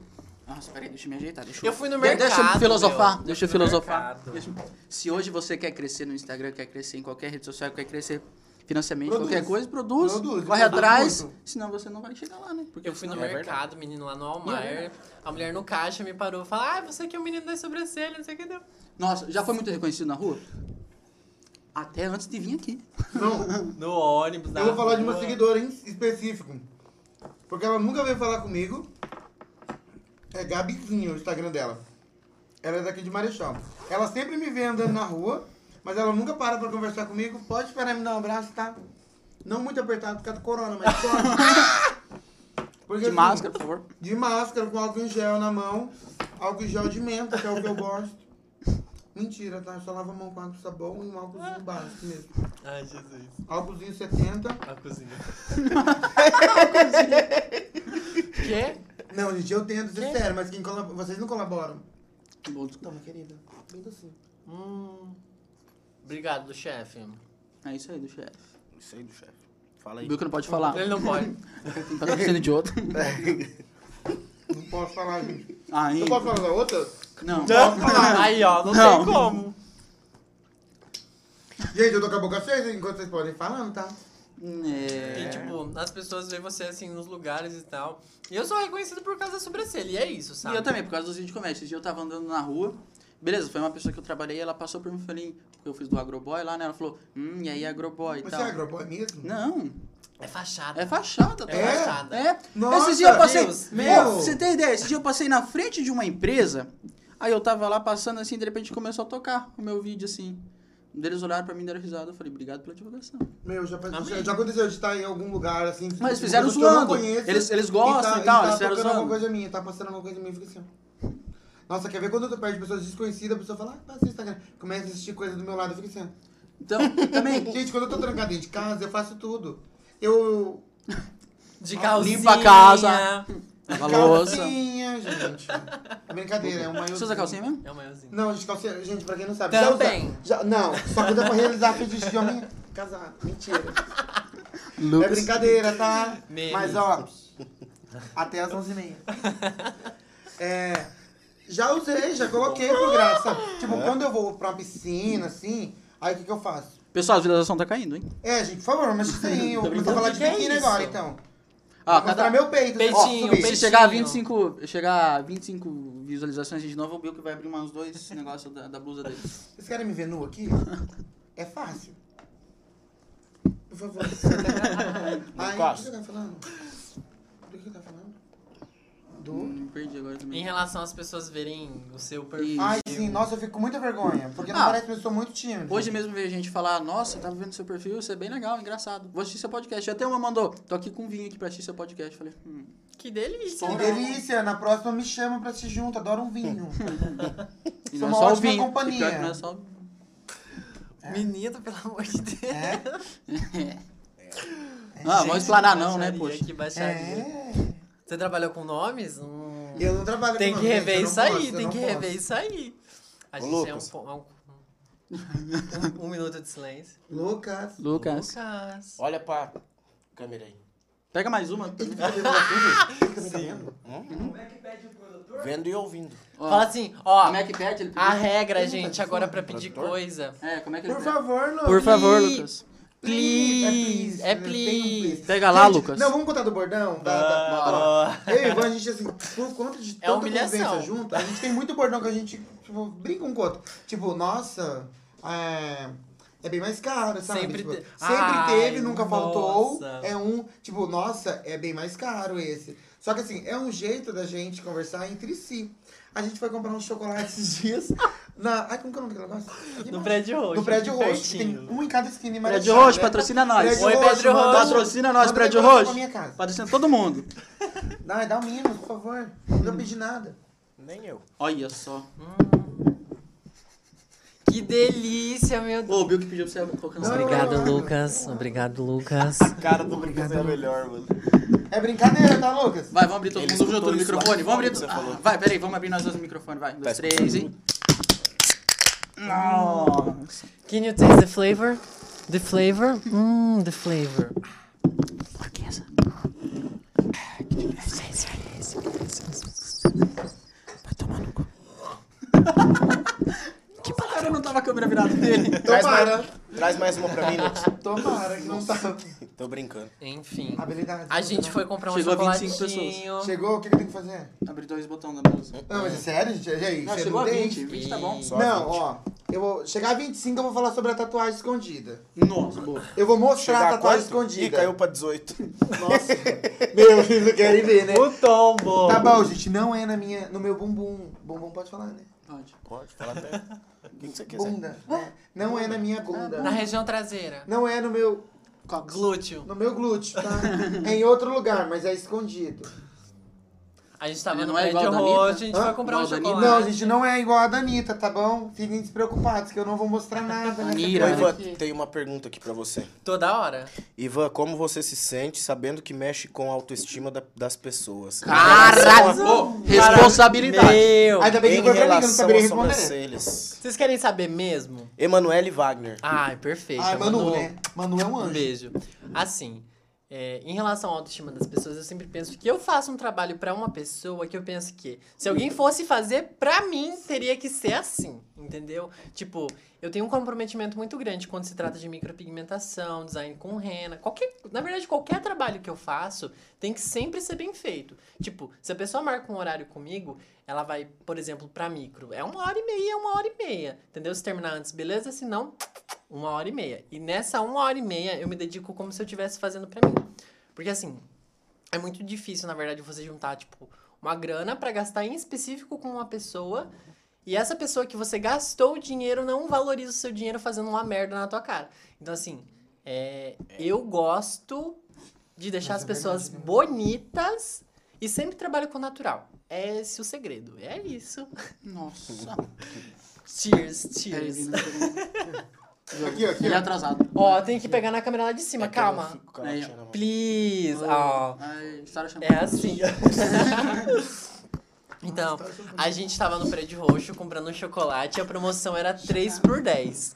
Speaker 1: Nossa, peraí, deixa eu me ajeitar. Deixa eu...
Speaker 3: Eu fui no
Speaker 1: De-
Speaker 3: mercado.
Speaker 1: Deixa eu filosofar.
Speaker 3: meu.
Speaker 1: Deixa eu
Speaker 3: Fui no
Speaker 1: filosofar.
Speaker 3: mercado.
Speaker 1: Deixa eu- Se hoje você quer crescer no Instagram, quer crescer em qualquer rede social, quer crescer financiamento,
Speaker 2: Produz.
Speaker 1: qualquer coisa, produz,
Speaker 2: Produz,
Speaker 1: corre
Speaker 2: produz
Speaker 1: atrás,
Speaker 2: muito.
Speaker 1: senão você não vai chegar lá, né? Porque
Speaker 3: Eu fui no
Speaker 4: É
Speaker 3: mercado,
Speaker 4: verdade.
Speaker 3: menino, lá
Speaker 1: E
Speaker 3: no
Speaker 1: é
Speaker 3: Almar.
Speaker 1: verdade.
Speaker 3: A mulher no caixa me parou e falou: Ah, você que é o menino das sobrancelhas, não sei o que deu.
Speaker 1: Nossa, já foi muito reconhecido na rua? Até antes de vir aqui.
Speaker 2: Não,
Speaker 3: No ônibus, na
Speaker 2: eu vou falar de
Speaker 3: rua.
Speaker 2: uma seguidora em específico. Porque ela nunca veio falar comigo. É Gabizinha o Instagram dela. Ela é daqui de Marechal. Ela sempre me vê andando na rua, mas ela nunca para pra conversar comigo. Pode esperar me dar um abraço, tá? Não muito apertado por causa do corona, mas pode. Porque,
Speaker 1: De
Speaker 2: assim,
Speaker 1: máscara, por favor.
Speaker 2: De máscara, com álcool em gel na mão. Álcool em gel de menta, que é o que eu gosto. Mentira, tá? Eu só lavo a mão com água e sabão e um álcoolzinho básico mesmo.
Speaker 3: Ai, Jesus.
Speaker 2: Álcoolzinho 70.
Speaker 3: A cozinha. Quê?
Speaker 2: Não, gente, eu tento ser sério, mas quem colab- vocês não colaboram.
Speaker 1: Bom,
Speaker 2: Toma, querida. Bem docinho.
Speaker 3: Hum. Obrigado, chefe.
Speaker 1: É isso aí do chefe.
Speaker 4: Isso aí do chefe. Fala aí.
Speaker 1: Viu que não pode falar.
Speaker 3: Ele não pode.
Speaker 1: Tem patrocínio de outro.
Speaker 2: Não posso falar, gente.
Speaker 1: Aí.
Speaker 2: Eu posso falar da outra?
Speaker 1: Não.
Speaker 3: Aí, ó, não,
Speaker 1: Não.
Speaker 3: tem como.
Speaker 2: Gente, eu tô com a boca cheia, enquanto vocês podem ir falando, tá?
Speaker 1: É.
Speaker 3: E, tipo, as pessoas veem você assim nos lugares e tal. E eu sou reconhecido por causa da sobrancelha, e é isso, sabe?
Speaker 1: E eu também, por causa dos vídeos de comércio. Esse dia eu tava andando na rua. Beleza, foi uma pessoa que eu trabalhei, ela passou por mim e falei, porque eu fiz do Agroboy lá, né? Ela falou, hum, e aí Agroboy e
Speaker 2: Você
Speaker 1: tal.
Speaker 2: é agroboy mesmo?
Speaker 1: Não,
Speaker 3: É fachada.
Speaker 1: é fachada, tá?
Speaker 3: É fachada.
Speaker 1: É.
Speaker 2: Nossa,
Speaker 1: esse dia eu passei.
Speaker 2: Deus,
Speaker 1: Pô,
Speaker 2: meu.
Speaker 1: Você tem ideia? Esse dia eu passei na frente de uma empresa. Aí eu tava lá passando assim, de repente começou a tocar o meu vídeo assim. Eles olharam pra mim, deram risada. Eu falei, obrigado pela divulgação.
Speaker 2: Meu, já, faz-
Speaker 3: Amém.
Speaker 2: já- já aconteceu de estar em algum lugar assim.
Speaker 1: Mas
Speaker 2: tipo,
Speaker 1: fizeram
Speaker 2: pessoa que eu não
Speaker 1: zoando.
Speaker 2: conheço,
Speaker 1: Eles- eles gostam e tal,
Speaker 2: tá
Speaker 1: eles fizeram
Speaker 2: tocando
Speaker 1: zoando.
Speaker 2: alguma coisa minha, tá passando alguma coisa minha, fica assim. ó. Nossa, quer ver quando eu tô perto de pessoas desconhecidas, a pessoa fala, ah, passa o Instagram. Começa a assistir coisa do meu lado, fica assim. ó.
Speaker 1: Então, também.
Speaker 2: Gente, quando eu tô trancado dentro de casa, eu faço tudo. Eu.
Speaker 3: De calcinha.
Speaker 1: Limpa a casa. Lava a louça.
Speaker 2: Calcinha, gente. É brincadeira, é um maior.
Speaker 1: Você usa calcinha mesmo?
Speaker 3: É o maiorzinho.
Speaker 2: Não, gente, calcinha. Gente, pra quem não sabe.
Speaker 3: Também.
Speaker 2: Já usa, já, não, só que dá pra realizar pedido de homem casado. Mentira. É brincadeira, tá?
Speaker 3: Memes.
Speaker 2: Mas ó, até as 11h30. É, já usei, já coloquei por graça. Tipo,
Speaker 1: É.
Speaker 2: quando eu vou pra uma piscina, assim, aí o que, que eu faço?
Speaker 1: Pessoal, a visualização tá caindo, hein?
Speaker 2: É, gente, por favor, mas isso aí, eu
Speaker 1: Tô
Speaker 2: vou começar a falar de
Speaker 3: brincando. Que que é
Speaker 2: biquíni
Speaker 3: isso?
Speaker 2: agora, então.
Speaker 1: Ah,
Speaker 2: Vou
Speaker 1: cada...
Speaker 2: mostrar meu peito. assim,
Speaker 3: Peitinho,
Speaker 2: ó, subir.
Speaker 1: Se
Speaker 3: peitinho.
Speaker 1: chegar a 25, chegar a 25 visualizações de novo, o Bill que vai abrir umas dois negócios da, da blusa dele.
Speaker 2: Vocês querem me ver nu aqui? É fácil. Por favor. Ai, o que
Speaker 4: Encosta.
Speaker 2: você tá falando? Do que você tá falando? Do...
Speaker 1: Hum, perdi agora
Speaker 3: Em
Speaker 1: também.
Speaker 3: relação às pessoas verem o seu perfil.
Speaker 1: Isso.
Speaker 2: Ai, sim, nossa, eu fico com muita vergonha. Porque não
Speaker 1: Ah.
Speaker 2: parece que eu sou muito tímido.
Speaker 1: Hoje mesmo veio gente falar, nossa, tava vendo seu perfil, você é bem legal, engraçado. Vou assistir seu podcast. Até uma mandou, tô aqui com vinho aqui pra assistir seu podcast. Falei, hum.
Speaker 3: Que delícia,
Speaker 2: Que
Speaker 3: né?
Speaker 2: delícia, na próxima me chama pra se junto, adoro um vinho.
Speaker 1: E
Speaker 2: Sou
Speaker 1: não é
Speaker 2: uma
Speaker 1: só o
Speaker 2: ótima
Speaker 1: vinho. E
Speaker 2: companhia.
Speaker 1: pior que não é só o vinho.
Speaker 3: É. Menino, pelo amor de Deus.
Speaker 2: É?
Speaker 1: Ah, vamos explanar não, né,
Speaker 3: Baixaria,
Speaker 1: poxa.
Speaker 3: Que baixaria.
Speaker 2: É.
Speaker 3: Você trabalhou com nomes? Hum.
Speaker 2: Eu não trabalho
Speaker 3: Tem
Speaker 2: com
Speaker 3: que
Speaker 2: nome,
Speaker 3: rever
Speaker 2: gente, eu
Speaker 3: isso
Speaker 2: não
Speaker 3: aí,
Speaker 2: posso, eu
Speaker 3: tem
Speaker 2: não
Speaker 3: que
Speaker 2: posso.
Speaker 3: rever isso aí. A
Speaker 4: Ô,
Speaker 3: gente é um,
Speaker 4: Lucas.
Speaker 3: po- um, um- um minuto de silêncio.
Speaker 2: Lucas.
Speaker 1: Lucas.
Speaker 3: Lucas.
Speaker 4: Olha pra câmera aí.
Speaker 1: Pega mais uma.
Speaker 2: Fica tá me vendo?
Speaker 4: Vendo e ouvindo.
Speaker 1: Ó,
Speaker 3: Fala assim, ó,
Speaker 1: Como é que pede? Ele
Speaker 3: a
Speaker 1: pediu?
Speaker 3: regra, gente, agora pra pedir coisa.
Speaker 1: É, como é que ele
Speaker 2: Por
Speaker 1: pede?
Speaker 2: favor, Lucas.
Speaker 1: Por favor,
Speaker 3: Please.
Speaker 1: Lucas.
Speaker 2: Please. né?
Speaker 3: É
Speaker 2: Tem um
Speaker 3: please.
Speaker 1: Pega lá,
Speaker 2: Gente,
Speaker 1: Lucas.
Speaker 2: Não, vamos contar do bordão? Da, da-
Speaker 1: Ah.
Speaker 2: ó.
Speaker 3: Ó,
Speaker 2: Eu e o Ivan, a gente, assim, por conta de tanta
Speaker 3: É humilhação.
Speaker 2: convivência junto, a gente tem muito bordão que a gente, tipo, brinca um com o outro. Tipo, nossa, é, é bem mais caro, sabe?
Speaker 3: Sempre
Speaker 2: Tipo,
Speaker 3: te-
Speaker 2: sempre
Speaker 3: Ai,
Speaker 2: teve, nunca faltou.
Speaker 3: nossa.
Speaker 2: É um, tipo, nossa, é bem mais caro esse. Só que assim, é um jeito da gente conversar entre si. A gente foi comprar um chocolate esses dias. Na, ai, como que é o nome daquele negócio? Aqui
Speaker 3: no
Speaker 2: embaixo.
Speaker 3: prédio roxo.
Speaker 2: No prédio
Speaker 3: aqui
Speaker 2: roxo. que Tem
Speaker 3: pertinho.
Speaker 2: um em cada esquina em
Speaker 1: Prédio
Speaker 2: Marechal,
Speaker 1: Roxo,
Speaker 2: né?
Speaker 1: patrocina nós.
Speaker 2: Prédio
Speaker 3: Oi,
Speaker 2: Roxo,
Speaker 3: Prédio
Speaker 2: manda-
Speaker 3: Roxo.
Speaker 1: Patrocina nós,
Speaker 2: manda
Speaker 1: Prédio
Speaker 2: decoração
Speaker 1: Roxo.
Speaker 2: pra minha casa.
Speaker 1: Patrocina todo mundo.
Speaker 2: Não, dá um mínimo, por favor. Não vou pedir nada.
Speaker 4: Nem eu.
Speaker 1: Olha só.
Speaker 3: Que delícia, meu
Speaker 1: Ô, o
Speaker 3: Deus.
Speaker 1: Bill que pediu pra você colocar
Speaker 2: Não,
Speaker 1: Obrigado.
Speaker 2: não, não.
Speaker 3: Lucas. Obrigado, Lucas.
Speaker 4: Cara do Lucas é melhor, mano.
Speaker 2: É brincadeira, tá, Lucas?
Speaker 1: Vai, vamos abrir todo
Speaker 4: Ele
Speaker 1: mundo junto
Speaker 4: escutou
Speaker 1: no
Speaker 4: isso lá
Speaker 1: microfone.
Speaker 4: fora
Speaker 1: Vamos abrir.
Speaker 4: que
Speaker 1: tu-
Speaker 4: você
Speaker 1: Ah,
Speaker 4: falou.
Speaker 1: vai, peraí, vamos abrir nós dois no microfone. Vai, um, dois,
Speaker 4: escutando
Speaker 1: três e. Nossa.
Speaker 3: Can you taste the flavor? The flavor? Hum, the flavor.
Speaker 1: Porquesa. Vai tomar no cu. Que palavra não tava a câmera virada dele?
Speaker 2: Então para.
Speaker 4: Traz mais uma pra mim, Nux.
Speaker 2: Tomara que não tá.
Speaker 4: Tô brincando.
Speaker 3: Enfim.
Speaker 2: Habilidade.
Speaker 3: A gente foi comprar um
Speaker 1: Chegou a 25
Speaker 3: chocolatinho.
Speaker 2: Chegou, o que, que tem que fazer?
Speaker 1: Abri dois botões da blusa.
Speaker 2: Não, mas é sério, gente? E aí,
Speaker 1: Não,
Speaker 2: você
Speaker 1: chegou a
Speaker 2: não tem?
Speaker 1: 20. 20 tá bom.
Speaker 4: Só
Speaker 2: não,
Speaker 4: 20.
Speaker 2: ó. Eu vou chegar a 25, eu vou falar sobre a tatuagem escondida.
Speaker 1: Nossa, boa.
Speaker 2: Eu vou mostrar
Speaker 4: Chegar
Speaker 2: a tatuagem
Speaker 4: quanto? Ih,
Speaker 2: escondida.
Speaker 4: caiu pra 18.
Speaker 2: Nossa. Meu, vocês não querem ver, né?
Speaker 3: O tombo!
Speaker 2: Tá bom, gente, não é na minha, no meu bumbum. Bumbum pode falar, né?
Speaker 1: Pode.
Speaker 4: Pode falar até. O que que você quiser.
Speaker 2: Bunda. né? Não é na minha bunda.
Speaker 3: Na região traseira.
Speaker 2: Não é no meu,
Speaker 3: Glúteo.
Speaker 2: no meu glúteo, tá? É em outro lugar, mas é escondido.
Speaker 3: A gente tava
Speaker 1: Ele
Speaker 3: no
Speaker 1: não é
Speaker 3: prédio
Speaker 1: igual a
Speaker 3: roxo, a
Speaker 1: Danita?
Speaker 3: gente
Speaker 2: Hã?
Speaker 3: foi comprar um
Speaker 1: Igual a Danita?
Speaker 3: chocolate.
Speaker 2: Não, gente, não é igual a da Anitta, tá bom? Fiquem despreocupados que eu não vou mostrar nada. nessa
Speaker 1: Anira,
Speaker 4: Ô,
Speaker 2: coisa.
Speaker 1: né?
Speaker 4: Ivan,
Speaker 3: aqui.
Speaker 4: tem uma pergunta aqui pra você.
Speaker 3: Toda hora.
Speaker 4: Ivan, como você se sente sabendo que mexe com a autoestima da- das pessoas?
Speaker 1: Caralho! Ô, Responsabilidade.
Speaker 3: Meu!
Speaker 2: Ainda bem que
Speaker 4: Em
Speaker 2: foi pra mim que eu não
Speaker 4: relação
Speaker 2: saberia
Speaker 4: aos
Speaker 2: responder.
Speaker 4: sobrancelhas.
Speaker 3: Vocês querem saber mesmo?
Speaker 4: Emanuele Wagner.
Speaker 3: Ai, perfeito.
Speaker 2: Ah, Manu,
Speaker 3: Manu.
Speaker 2: né? Manu é um
Speaker 3: Um
Speaker 2: anjo.
Speaker 3: beijo. Assim, é, em relação à autoestima das pessoas, eu sempre penso que eu faço um trabalho pra uma pessoa que eu penso que se alguém fosse fazer pra mim, teria que ser assim, entendeu? Tipo, eu tenho um comprometimento muito grande quando se trata de micropigmentação, design com rena, qualquer, na verdade, qualquer trabalho que eu faço tem que sempre ser bem feito. Tipo, se a pessoa marca um horário comigo, ela vai, por exemplo, pra micro. É uma hora e meia, é uma hora e meia. Entendeu? Se terminar antes, beleza? Se não, uma hora e meia. E nessa uma hora e meia eu me dedico como se eu estivesse fazendo pra mim. Porque assim, é muito difícil, na verdade, você juntar, tipo, uma grana pra gastar em específico com uma pessoa. E essa pessoa que você gastou o dinheiro não valoriza o seu dinheiro fazendo uma merda na tua cara. Então, assim, é, eu gosto de deixar
Speaker 2: Mas
Speaker 3: as
Speaker 2: é verdade,
Speaker 3: pessoas
Speaker 2: né?
Speaker 3: bonitas e sempre trabalho com o natural. É esse o segredo. É isso.
Speaker 1: Nossa.
Speaker 3: Cheers,
Speaker 1: Peraí,
Speaker 2: É,
Speaker 3: cheers.
Speaker 1: Vini, peraí.
Speaker 2: Aqui, ó, aqui,
Speaker 1: Ele é
Speaker 2: ó.
Speaker 1: atrasado.
Speaker 3: Ó, tem que pegar na câmera lá de cima,
Speaker 4: É que eu não
Speaker 3: calma.
Speaker 4: fico com a latinha na mão.
Speaker 3: Please. ó.
Speaker 1: Ai, história chamada.
Speaker 3: É assim. então, a gente tava no prédio roxo comprando um chocolate e a promoção era 3 por 10.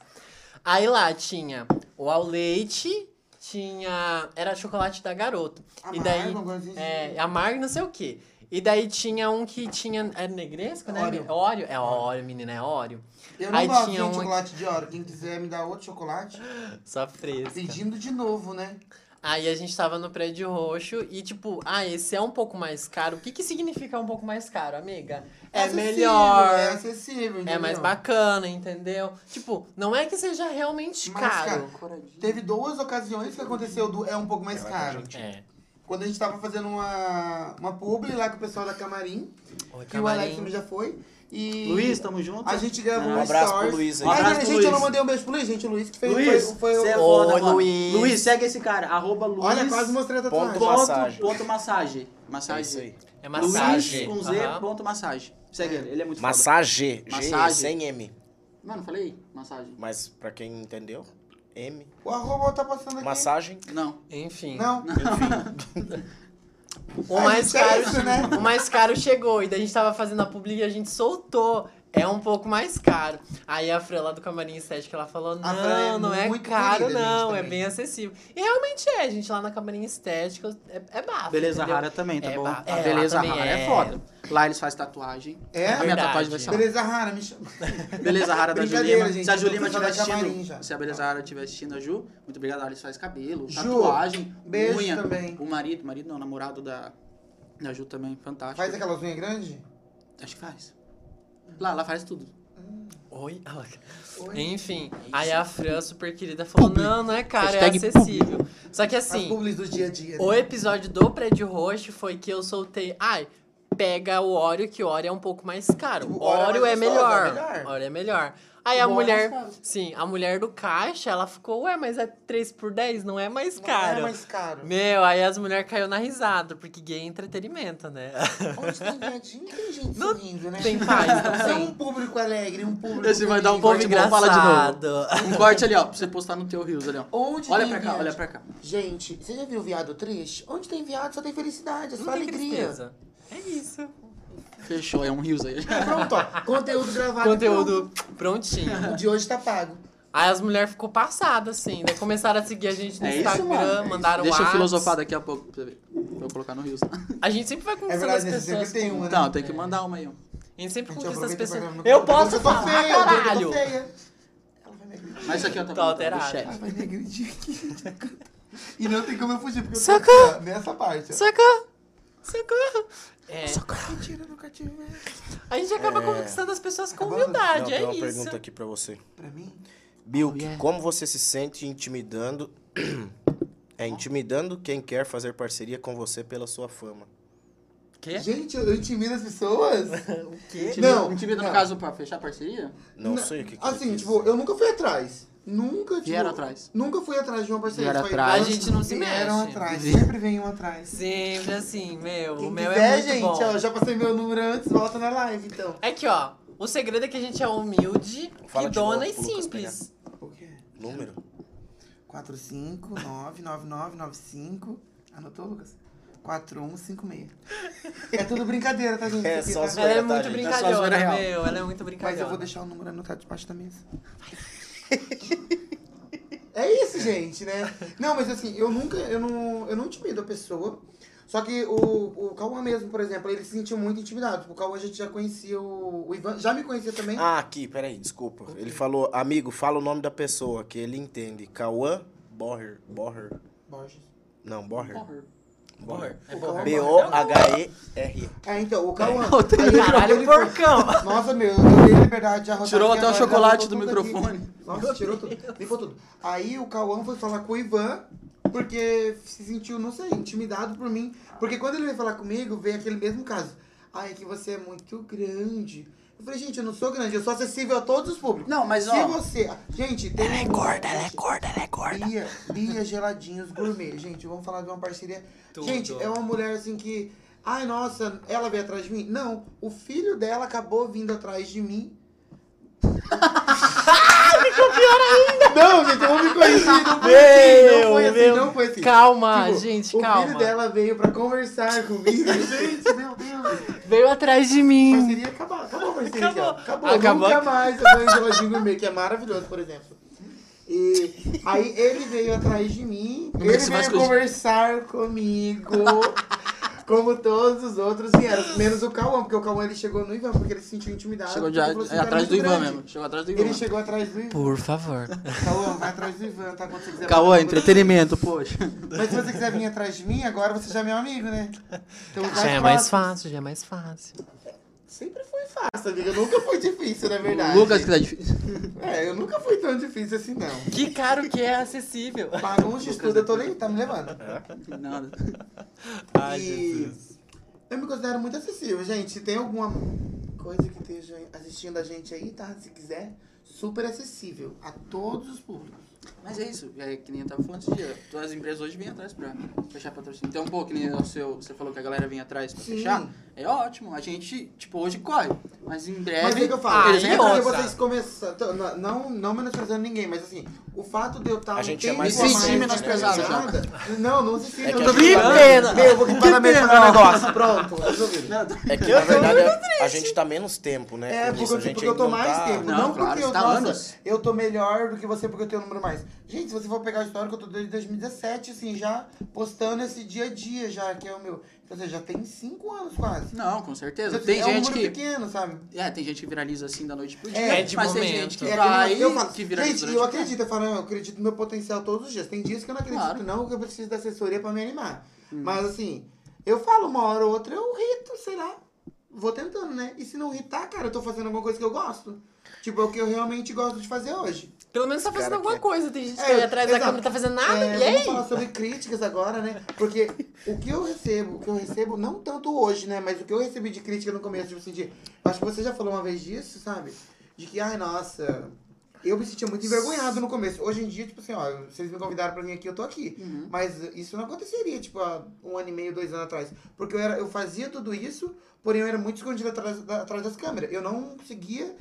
Speaker 3: Aí lá tinha o ao leite, tinha. Era chocolate da garoto. E daí.
Speaker 2: Amargo, um gozinho de-
Speaker 3: É, amargo não sei o quê. E daí tinha um que tinha. É negresco, né?
Speaker 2: Oreo.
Speaker 3: Óleo? É óleo, menina, é óleo.
Speaker 2: Eu não
Speaker 3: aí
Speaker 2: gosto
Speaker 3: tinha
Speaker 2: de
Speaker 3: um-
Speaker 2: chocolate de hora. Quem quiser me dar outro chocolate,
Speaker 3: Só fresca.
Speaker 2: pedindo de novo, né?
Speaker 3: Aí a gente tava no prédio roxo e tipo, ah, esse é um pouco mais caro. O que que significa um pouco mais caro, amiga? É
Speaker 2: acessível,
Speaker 3: melhor.
Speaker 2: É acessível,
Speaker 3: É
Speaker 2: entendeu?
Speaker 3: mais bacana, entendeu? Tipo, não é que seja realmente
Speaker 2: Mais
Speaker 3: caro.
Speaker 4: É.
Speaker 2: Teve duas ocasiões que aconteceu do é um pouco mais caro.
Speaker 3: É.
Speaker 2: Quando a gente tava fazendo uma, uma publi lá com o pessoal da Camarim,
Speaker 3: Oi,
Speaker 2: que o Alex
Speaker 3: camarim.
Speaker 2: já foi. E
Speaker 1: Luiz, tamo junto.
Speaker 2: a gente gravou
Speaker 1: Um
Speaker 2: um
Speaker 4: abraço
Speaker 2: stories.
Speaker 4: pro Luiz aí.
Speaker 1: Um
Speaker 2: Ah,
Speaker 1: abraço
Speaker 2: gente,
Speaker 1: pro
Speaker 2: eu não
Speaker 1: Luiz.
Speaker 2: mandei um beijo pro Luiz, gente. O Luiz que fez
Speaker 1: Luiz,
Speaker 2: foi, foi
Speaker 1: você é
Speaker 2: o...
Speaker 1: foda,
Speaker 3: Ô,
Speaker 1: mano.
Speaker 3: Luiz.
Speaker 1: Luiz, segue esse cara. Arroba Luiz.
Speaker 2: Olha, quase mostrei a tatuagem.
Speaker 4: Ponto-
Speaker 1: Ponto,
Speaker 4: Massagem.
Speaker 1: ponto massagem.
Speaker 4: É
Speaker 1: Massagem.
Speaker 4: isso aí.
Speaker 3: É massagem.
Speaker 1: Luiz com Z,
Speaker 3: Aham.
Speaker 1: ponto massagem. Segue ele, ele é muito foda.
Speaker 4: Massagem. G,
Speaker 1: Massagem.
Speaker 4: sem M.
Speaker 1: Mano, falei massagem.
Speaker 4: Mas pra quem não entendeu, M.
Speaker 2: O arroba tá passando aqui.
Speaker 4: Massagem.
Speaker 1: Não.
Speaker 3: Enfim.
Speaker 2: Não,
Speaker 3: O
Speaker 2: A
Speaker 3: mais
Speaker 2: gente é
Speaker 3: caro,
Speaker 2: isso, né?
Speaker 3: o mais caro chegou e daí a gente tava fazendo a publi e a gente soltou. É um pouco mais caro. Aí a Fran lá do Camarim Estética, ela falou,
Speaker 2: A Fran é
Speaker 3: não, não é
Speaker 2: muito
Speaker 3: caro
Speaker 2: querida, gente,
Speaker 3: não, é
Speaker 2: também.
Speaker 3: bem acessível. E realmente é, gente, lá na Camarim Estética é, é bafo,
Speaker 1: Beleza
Speaker 3: entendeu?
Speaker 1: rara também, tá
Speaker 3: É,
Speaker 1: bom?
Speaker 3: ba-
Speaker 1: a
Speaker 3: é,
Speaker 1: beleza
Speaker 3: lá também
Speaker 1: rara é.
Speaker 3: é.
Speaker 1: foda. Lá eles fazem tatuagem.
Speaker 2: É?
Speaker 1: A minha
Speaker 3: Verdade.
Speaker 1: tatuagem vai ser lá.
Speaker 2: beleza rara, me chama.
Speaker 1: Beleza rara da
Speaker 2: Brincadeira,
Speaker 1: Julima.
Speaker 2: gente,
Speaker 1: se a
Speaker 2: eu tô
Speaker 1: Julima
Speaker 2: fazendo
Speaker 1: estiver
Speaker 2: camarim já.
Speaker 1: assistindo, se a Beleza rara estiver assistindo a Ju, muito obrigado. A Alice faz cabelo,
Speaker 2: Ju,
Speaker 1: tatuagem,
Speaker 2: beijo
Speaker 1: unha.
Speaker 2: também.
Speaker 1: O marido, marido não, namorado da, da Ju também, fantástico.
Speaker 2: Faz aquelas unhas grandes?
Speaker 1: Acho que faz. Lá, lá faz tudo.
Speaker 3: Oi, ela-
Speaker 2: Oi.
Speaker 3: Enfim, aí a Fran, super querida, falou, não, não é caro,
Speaker 1: Hashtag
Speaker 3: é acessível. Só que
Speaker 2: As
Speaker 3: assim,
Speaker 2: publis do dia a dia. né?
Speaker 3: O episódio do Prédio Roxo foi que eu soltei. Ai, pega o óleo, que o óleo é um pouco mais caro.
Speaker 2: Tipo,
Speaker 3: O
Speaker 2: Oreo
Speaker 3: óleo
Speaker 2: é
Speaker 3: é,
Speaker 2: mais
Speaker 3: melhor.
Speaker 2: gostoso, é melhor. é
Speaker 3: Óleo é melhor. Aí a
Speaker 1: Bom,
Speaker 3: mulher.
Speaker 1: mais caro.
Speaker 3: Sim, a mulher do caixa, ela ficou, ué, mas é 3 por 10? Não é mais
Speaker 2: Não
Speaker 3: caro.
Speaker 2: É mais caro.
Speaker 3: Meu, aí as mulheres caiu na risada, porque gay é entretenimento, né?
Speaker 2: Onde tem viadinho, tem gente
Speaker 3: Não
Speaker 2: sorrindo, né?
Speaker 3: tem paz, não
Speaker 2: Você é um
Speaker 3: tem.
Speaker 2: público alegre, um público...
Speaker 1: Esse vai dar um
Speaker 2: feliz.
Speaker 1: Corte bom, fala de novo.
Speaker 3: engraçado.
Speaker 1: Um corte ali, ó, pra você postar no teu Rios ali, ó.
Speaker 2: Onde
Speaker 1: Olha
Speaker 2: tem
Speaker 1: pra cá,
Speaker 2: viado?
Speaker 1: olha pra cá.
Speaker 2: Gente, você já viu viado triste? Onde tem viado só tem felicidade, é só
Speaker 3: Não tem
Speaker 2: alegria.
Speaker 3: tristeza. É isso.
Speaker 1: Fechou, é um Rios aí.
Speaker 2: Pronto, ó. Conteúdo gravado.
Speaker 3: Conteúdo prontinho.
Speaker 2: pronto. O de hoje tá pago.
Speaker 3: Aí as mulheres ficou passadas, assim, né? Começaram a seguir a gente no
Speaker 1: É isso, mano, é
Speaker 3: Instagram,
Speaker 1: isso.
Speaker 3: mandaram
Speaker 1: Deixa eu
Speaker 3: whats.
Speaker 1: filosofar daqui a pouco pra você ver. Vou colocar no Rios.
Speaker 3: A gente sempre vai
Speaker 2: É
Speaker 3: conquistando as
Speaker 2: verdade, né? Você
Speaker 3: pessoas.
Speaker 2: sempre tem
Speaker 3: com-
Speaker 2: uma, né?
Speaker 1: Então, tem que mandar uma aí, ó.
Speaker 3: A gente sempre
Speaker 2: Gente,
Speaker 3: conquista
Speaker 2: aproveita
Speaker 3: as
Speaker 2: e
Speaker 3: pessoas.
Speaker 2: vai gravar no
Speaker 3: Eu
Speaker 2: computador,
Speaker 3: posso
Speaker 2: que eu tô
Speaker 3: falar,
Speaker 2: feia, eu tô
Speaker 3: caralho!
Speaker 2: feia. Ela vai me agredir.
Speaker 1: Mas isso aqui, ó, tá,
Speaker 3: Tá
Speaker 1: bom,
Speaker 3: alterado.
Speaker 1: do
Speaker 2: Ai,
Speaker 1: chat.
Speaker 2: vai me agredir aqui. E não tem como eu fugir, porque eu
Speaker 3: Socorro!
Speaker 2: tô nessa parte. ó.
Speaker 3: Socorro! Socorro! É,
Speaker 2: Mentira, no cativeiro.
Speaker 3: a gente acaba
Speaker 4: É.
Speaker 3: conquistando as pessoas com
Speaker 2: Acabamos-
Speaker 4: Não,
Speaker 3: humildade,
Speaker 4: tem
Speaker 3: é
Speaker 4: uma
Speaker 3: isso.
Speaker 4: pergunta aqui pra você.
Speaker 2: Pra mim,
Speaker 4: Bill,
Speaker 1: yeah.
Speaker 4: como você se sente intimidando... é intimidando quem quer fazer parceria com você pela sua fama.
Speaker 3: É?
Speaker 1: Quê?
Speaker 2: gente, eu intimido as pessoas.
Speaker 1: Intimida,
Speaker 2: Não,
Speaker 1: intimida
Speaker 2: não. Tipo,
Speaker 1: no caso pra fechar a parceria?
Speaker 4: Não,
Speaker 2: Na-
Speaker 4: sei o que, é que
Speaker 2: Assim,
Speaker 4: ele
Speaker 2: tipo,
Speaker 4: quis.
Speaker 2: eu nunca fui atrás. Nunca, tipo...
Speaker 1: Vieram atrás.
Speaker 2: Nunca fui atrás de uma parceria.
Speaker 1: Vieram
Speaker 2: foi
Speaker 1: atrás.
Speaker 2: elas
Speaker 3: A gente
Speaker 2: que
Speaker 3: não se
Speaker 2: Vieram
Speaker 3: mexe.
Speaker 2: atrás, sempre vem um atrás.
Speaker 3: Sempre assim, meu.
Speaker 2: Quem
Speaker 3: o meu
Speaker 2: quiser,
Speaker 3: é muito
Speaker 2: gente,
Speaker 3: bom.
Speaker 2: ó, já passei meu número antes, volta na live, então.
Speaker 3: É que, ó, o segredo é que a gente é humilde,
Speaker 4: Fala de
Speaker 3: idona
Speaker 4: novo
Speaker 3: e
Speaker 4: pro Lucas
Speaker 3: simples.
Speaker 2: O quê?
Speaker 4: Número?
Speaker 2: 4599995. Anotou, Lucas? 4156. É tudo brincadeira, tá, gente?
Speaker 4: É,
Speaker 2: Isso aqui
Speaker 4: só
Speaker 2: tá-
Speaker 4: zoeira.
Speaker 3: Ela é
Speaker 4: tá,
Speaker 3: muito
Speaker 1: É
Speaker 4: gente?
Speaker 1: só
Speaker 3: brincalhona,
Speaker 1: zoeira real.
Speaker 3: meu. Ela é muito brincalhona.
Speaker 2: Mas eu vou deixar o número anotado debaixo da mesa. É isso, gente, né? Não, mas assim, eu nunca, eu não, eu não intimido a pessoa. Só que o, o Cauã mesmo, por exemplo, ele se sentiu muito intimidado. Tipo, O Cauã a gente já conhecia o, o Ivan, já me conhecia também.
Speaker 4: Ah, aqui, peraí, desculpa. Ele falou, amigo, fala o nome da pessoa que ele entende. Cauã Borrer. Borrer.
Speaker 2: Borges.
Speaker 4: Não, Borrer.
Speaker 1: Porra.
Speaker 4: Borrer.
Speaker 3: É
Speaker 2: O Cauã-
Speaker 4: B-O-H-E-R.
Speaker 2: É, então, o Cauã. aí ele
Speaker 3: Caralho,
Speaker 2: trocou ele-
Speaker 3: porcão!
Speaker 2: Nossa, meu, eu dei liberdade de arrotar.
Speaker 1: Tirou
Speaker 2: aqui
Speaker 1: até o
Speaker 2: agora,
Speaker 1: chocolate
Speaker 2: já
Speaker 1: do
Speaker 2: botou tudo
Speaker 1: microfone.
Speaker 2: aqui. Nossa, tirou tudo. Limpou tudo. Aí o Cauã foi falar com o Ivan, porque se sentiu, não sei, intimidado por mim. Porque quando ele veio falar comigo, veio aquele mesmo caso. Ai, é que você é muito grande. Eu falei, gente, eu não sou grande, eu sou acessível a todos os públicos.
Speaker 1: Não, mas
Speaker 2: Se
Speaker 1: ó.
Speaker 2: você. Gente, tem. um
Speaker 3: Ela é gorda, ela é gorda, ela é gorda.
Speaker 2: Bia, Bia Geladinhos Gourmet. Gente, vamos falar de uma parceria.
Speaker 3: Tudo.
Speaker 2: Gente, é uma mulher assim que. Ai, nossa, ela veio atrás de mim? Não, o filho dela acabou vindo atrás de mim. Ficou pior ainda! Não, gente, eu não me conheci. Não foi assim, não foi assim, não foi assim.
Speaker 3: Calma,
Speaker 2: Tipo,
Speaker 3: gente,
Speaker 2: o
Speaker 3: calma.
Speaker 2: filho dela veio pra conversar comigo. Gente, meu Deus.
Speaker 3: Veio atrás de mim.
Speaker 2: Parceria acabou, acabou a parceria.
Speaker 3: Acabou.
Speaker 2: aqui, ó. Acabou.
Speaker 3: Acabou.
Speaker 2: Nunca mais eu vou em geladinho gourmet, que é maravilhoso, por exemplo. E aí ele veio atrás de mim, ele
Speaker 1: merece mais
Speaker 2: veio
Speaker 1: coisa.
Speaker 2: conversar comigo, como todos os outros vieram, menos o Cauã, porque o Cauã ele chegou no Ivan, porque ele se sentiu intimidado.
Speaker 1: Chegou
Speaker 2: porque
Speaker 1: já,
Speaker 2: ele falou assim,
Speaker 1: é
Speaker 2: "Cara,
Speaker 1: atrás
Speaker 2: muito
Speaker 1: do Ivan
Speaker 2: grande".
Speaker 1: mesmo. Chegou atrás do Ivan.
Speaker 2: Ele chegou atrás do Ivan.
Speaker 3: Por favor.
Speaker 2: Cauã, vai atrás do Ivan, tá? Quando você quiser.
Speaker 1: Caô, é
Speaker 2: bater-
Speaker 1: entretenimento, poxa.
Speaker 2: Mas se você quiser vir atrás de mim, agora você já é meu amigo, né? Então,
Speaker 3: Já é mais fácil, já é mais fácil.
Speaker 2: Sempre foi fácil, amiga. Nunca foi difícil, na É verdade.
Speaker 1: O Lucas que tá difícil.
Speaker 2: É, eu nunca fui tão difícil assim, não.
Speaker 3: Que caro que é acessível.
Speaker 2: Bagunça, estudo, eu tô nem, tá me levando.
Speaker 1: Nada.
Speaker 2: e eu me considero muito acessível, gente. Se tem alguma coisa que esteja assistindo a gente aí, tá? Se quiser, super acessível a todos os públicos.
Speaker 1: Mas é isso, é que nem eu tava falando esse dia. Todas as empresas hoje vêm atrás pra fechar patrocínio. Então, pô, que nem o seu, você falou que a galera vem atrás pra
Speaker 2: Sim.
Speaker 1: fechar. É ótimo. A gente, tipo, hoje corre. Mas em breve.
Speaker 2: Mas o que que eu falo?
Speaker 1: Eles vêm
Speaker 2: é
Speaker 3: aí
Speaker 1: atrás.
Speaker 2: porque
Speaker 3: outra.
Speaker 2: vocês começam. t- Não, não, não menosprezando ninguém, mas assim, o fato de eu tá um estar.
Speaker 4: A gente é mais
Speaker 1: Me senti menosprezado já.
Speaker 2: Não, não se sinta.
Speaker 4: É que
Speaker 2: eu tô
Speaker 4: a gente-
Speaker 2: brincando.
Speaker 3: Pena.
Speaker 2: Meu, eu vou quitar na mesa do negócio. Pronto, resolvido.
Speaker 4: É que, na verdade, a, a gente tá menos tempo, né?
Speaker 2: É,
Speaker 4: com
Speaker 2: porque,
Speaker 4: isso. A
Speaker 2: eu-
Speaker 4: gente
Speaker 2: porque eu tô
Speaker 4: ainda não
Speaker 2: mais
Speaker 4: tá-
Speaker 2: tempo. Não,
Speaker 1: Não, claro,
Speaker 2: porque eu,
Speaker 1: você tá
Speaker 2: nossa,
Speaker 1: anos.
Speaker 2: eu tô melhor do que você porque eu tenho um número mais. Gente, se você for pegar a história que eu tô desde 2017, assim, já postando esse dia a dia, já, que é o meu. Então, você já tem cinco anos quase.
Speaker 1: Não, com certeza.
Speaker 2: Então,
Speaker 1: Tem
Speaker 2: é um
Speaker 1: gente
Speaker 2: número
Speaker 1: que.
Speaker 2: pequeno, sabe?
Speaker 1: É, tem gente que viraliza assim da noite pro dia.
Speaker 2: É,
Speaker 3: de
Speaker 1: mas tem
Speaker 3: momento.
Speaker 1: gente que
Speaker 2: É
Speaker 1: vai
Speaker 2: aquele eu falo,
Speaker 1: que viraliza
Speaker 2: gente,
Speaker 1: durante
Speaker 2: eu
Speaker 1: o dia.
Speaker 2: acredito, eu falo, eu acredito no meu potencial todos os dias. Tem dias que eu não acredito,
Speaker 1: Claro. Hum.
Speaker 2: não, que eu preciso da assessoria pra me animar. Mas assim, eu falo uma hora ou outra, eu rito, sei lá. Vou tentando, né? E se não ritar, cara, eu tô fazendo alguma coisa que eu gosto. Tipo, é o que eu realmente gosto de fazer hoje.
Speaker 3: Pelo menos tá fazendo
Speaker 4: Cara,
Speaker 3: alguma
Speaker 4: que-
Speaker 3: coisa. Tem gente que
Speaker 2: É,
Speaker 3: ali atrás da
Speaker 2: exato.
Speaker 3: câmera não tá fazendo nada.
Speaker 2: É,
Speaker 3: e
Speaker 2: vamos
Speaker 3: aí?
Speaker 2: falar sobre críticas agora, né? Porque o que eu recebo, o que eu recebo, não tanto hoje, né? Mas o que eu recebi de crítica no começo, tipo assim, de, acho que você já falou uma vez disso, sabe? De que, ai, nossa, eu me sentia muito envergonhado no começo. Hoje em dia, tipo assim, ó, vocês me convidaram pra vir aqui, eu tô aqui. Mas isso não aconteceria, tipo, há um ano e meio, dois anos atrás. Porque eu, era, eu fazia tudo isso, porém eu era muito escondido atrás, da- atrás das câmeras. Eu não conseguia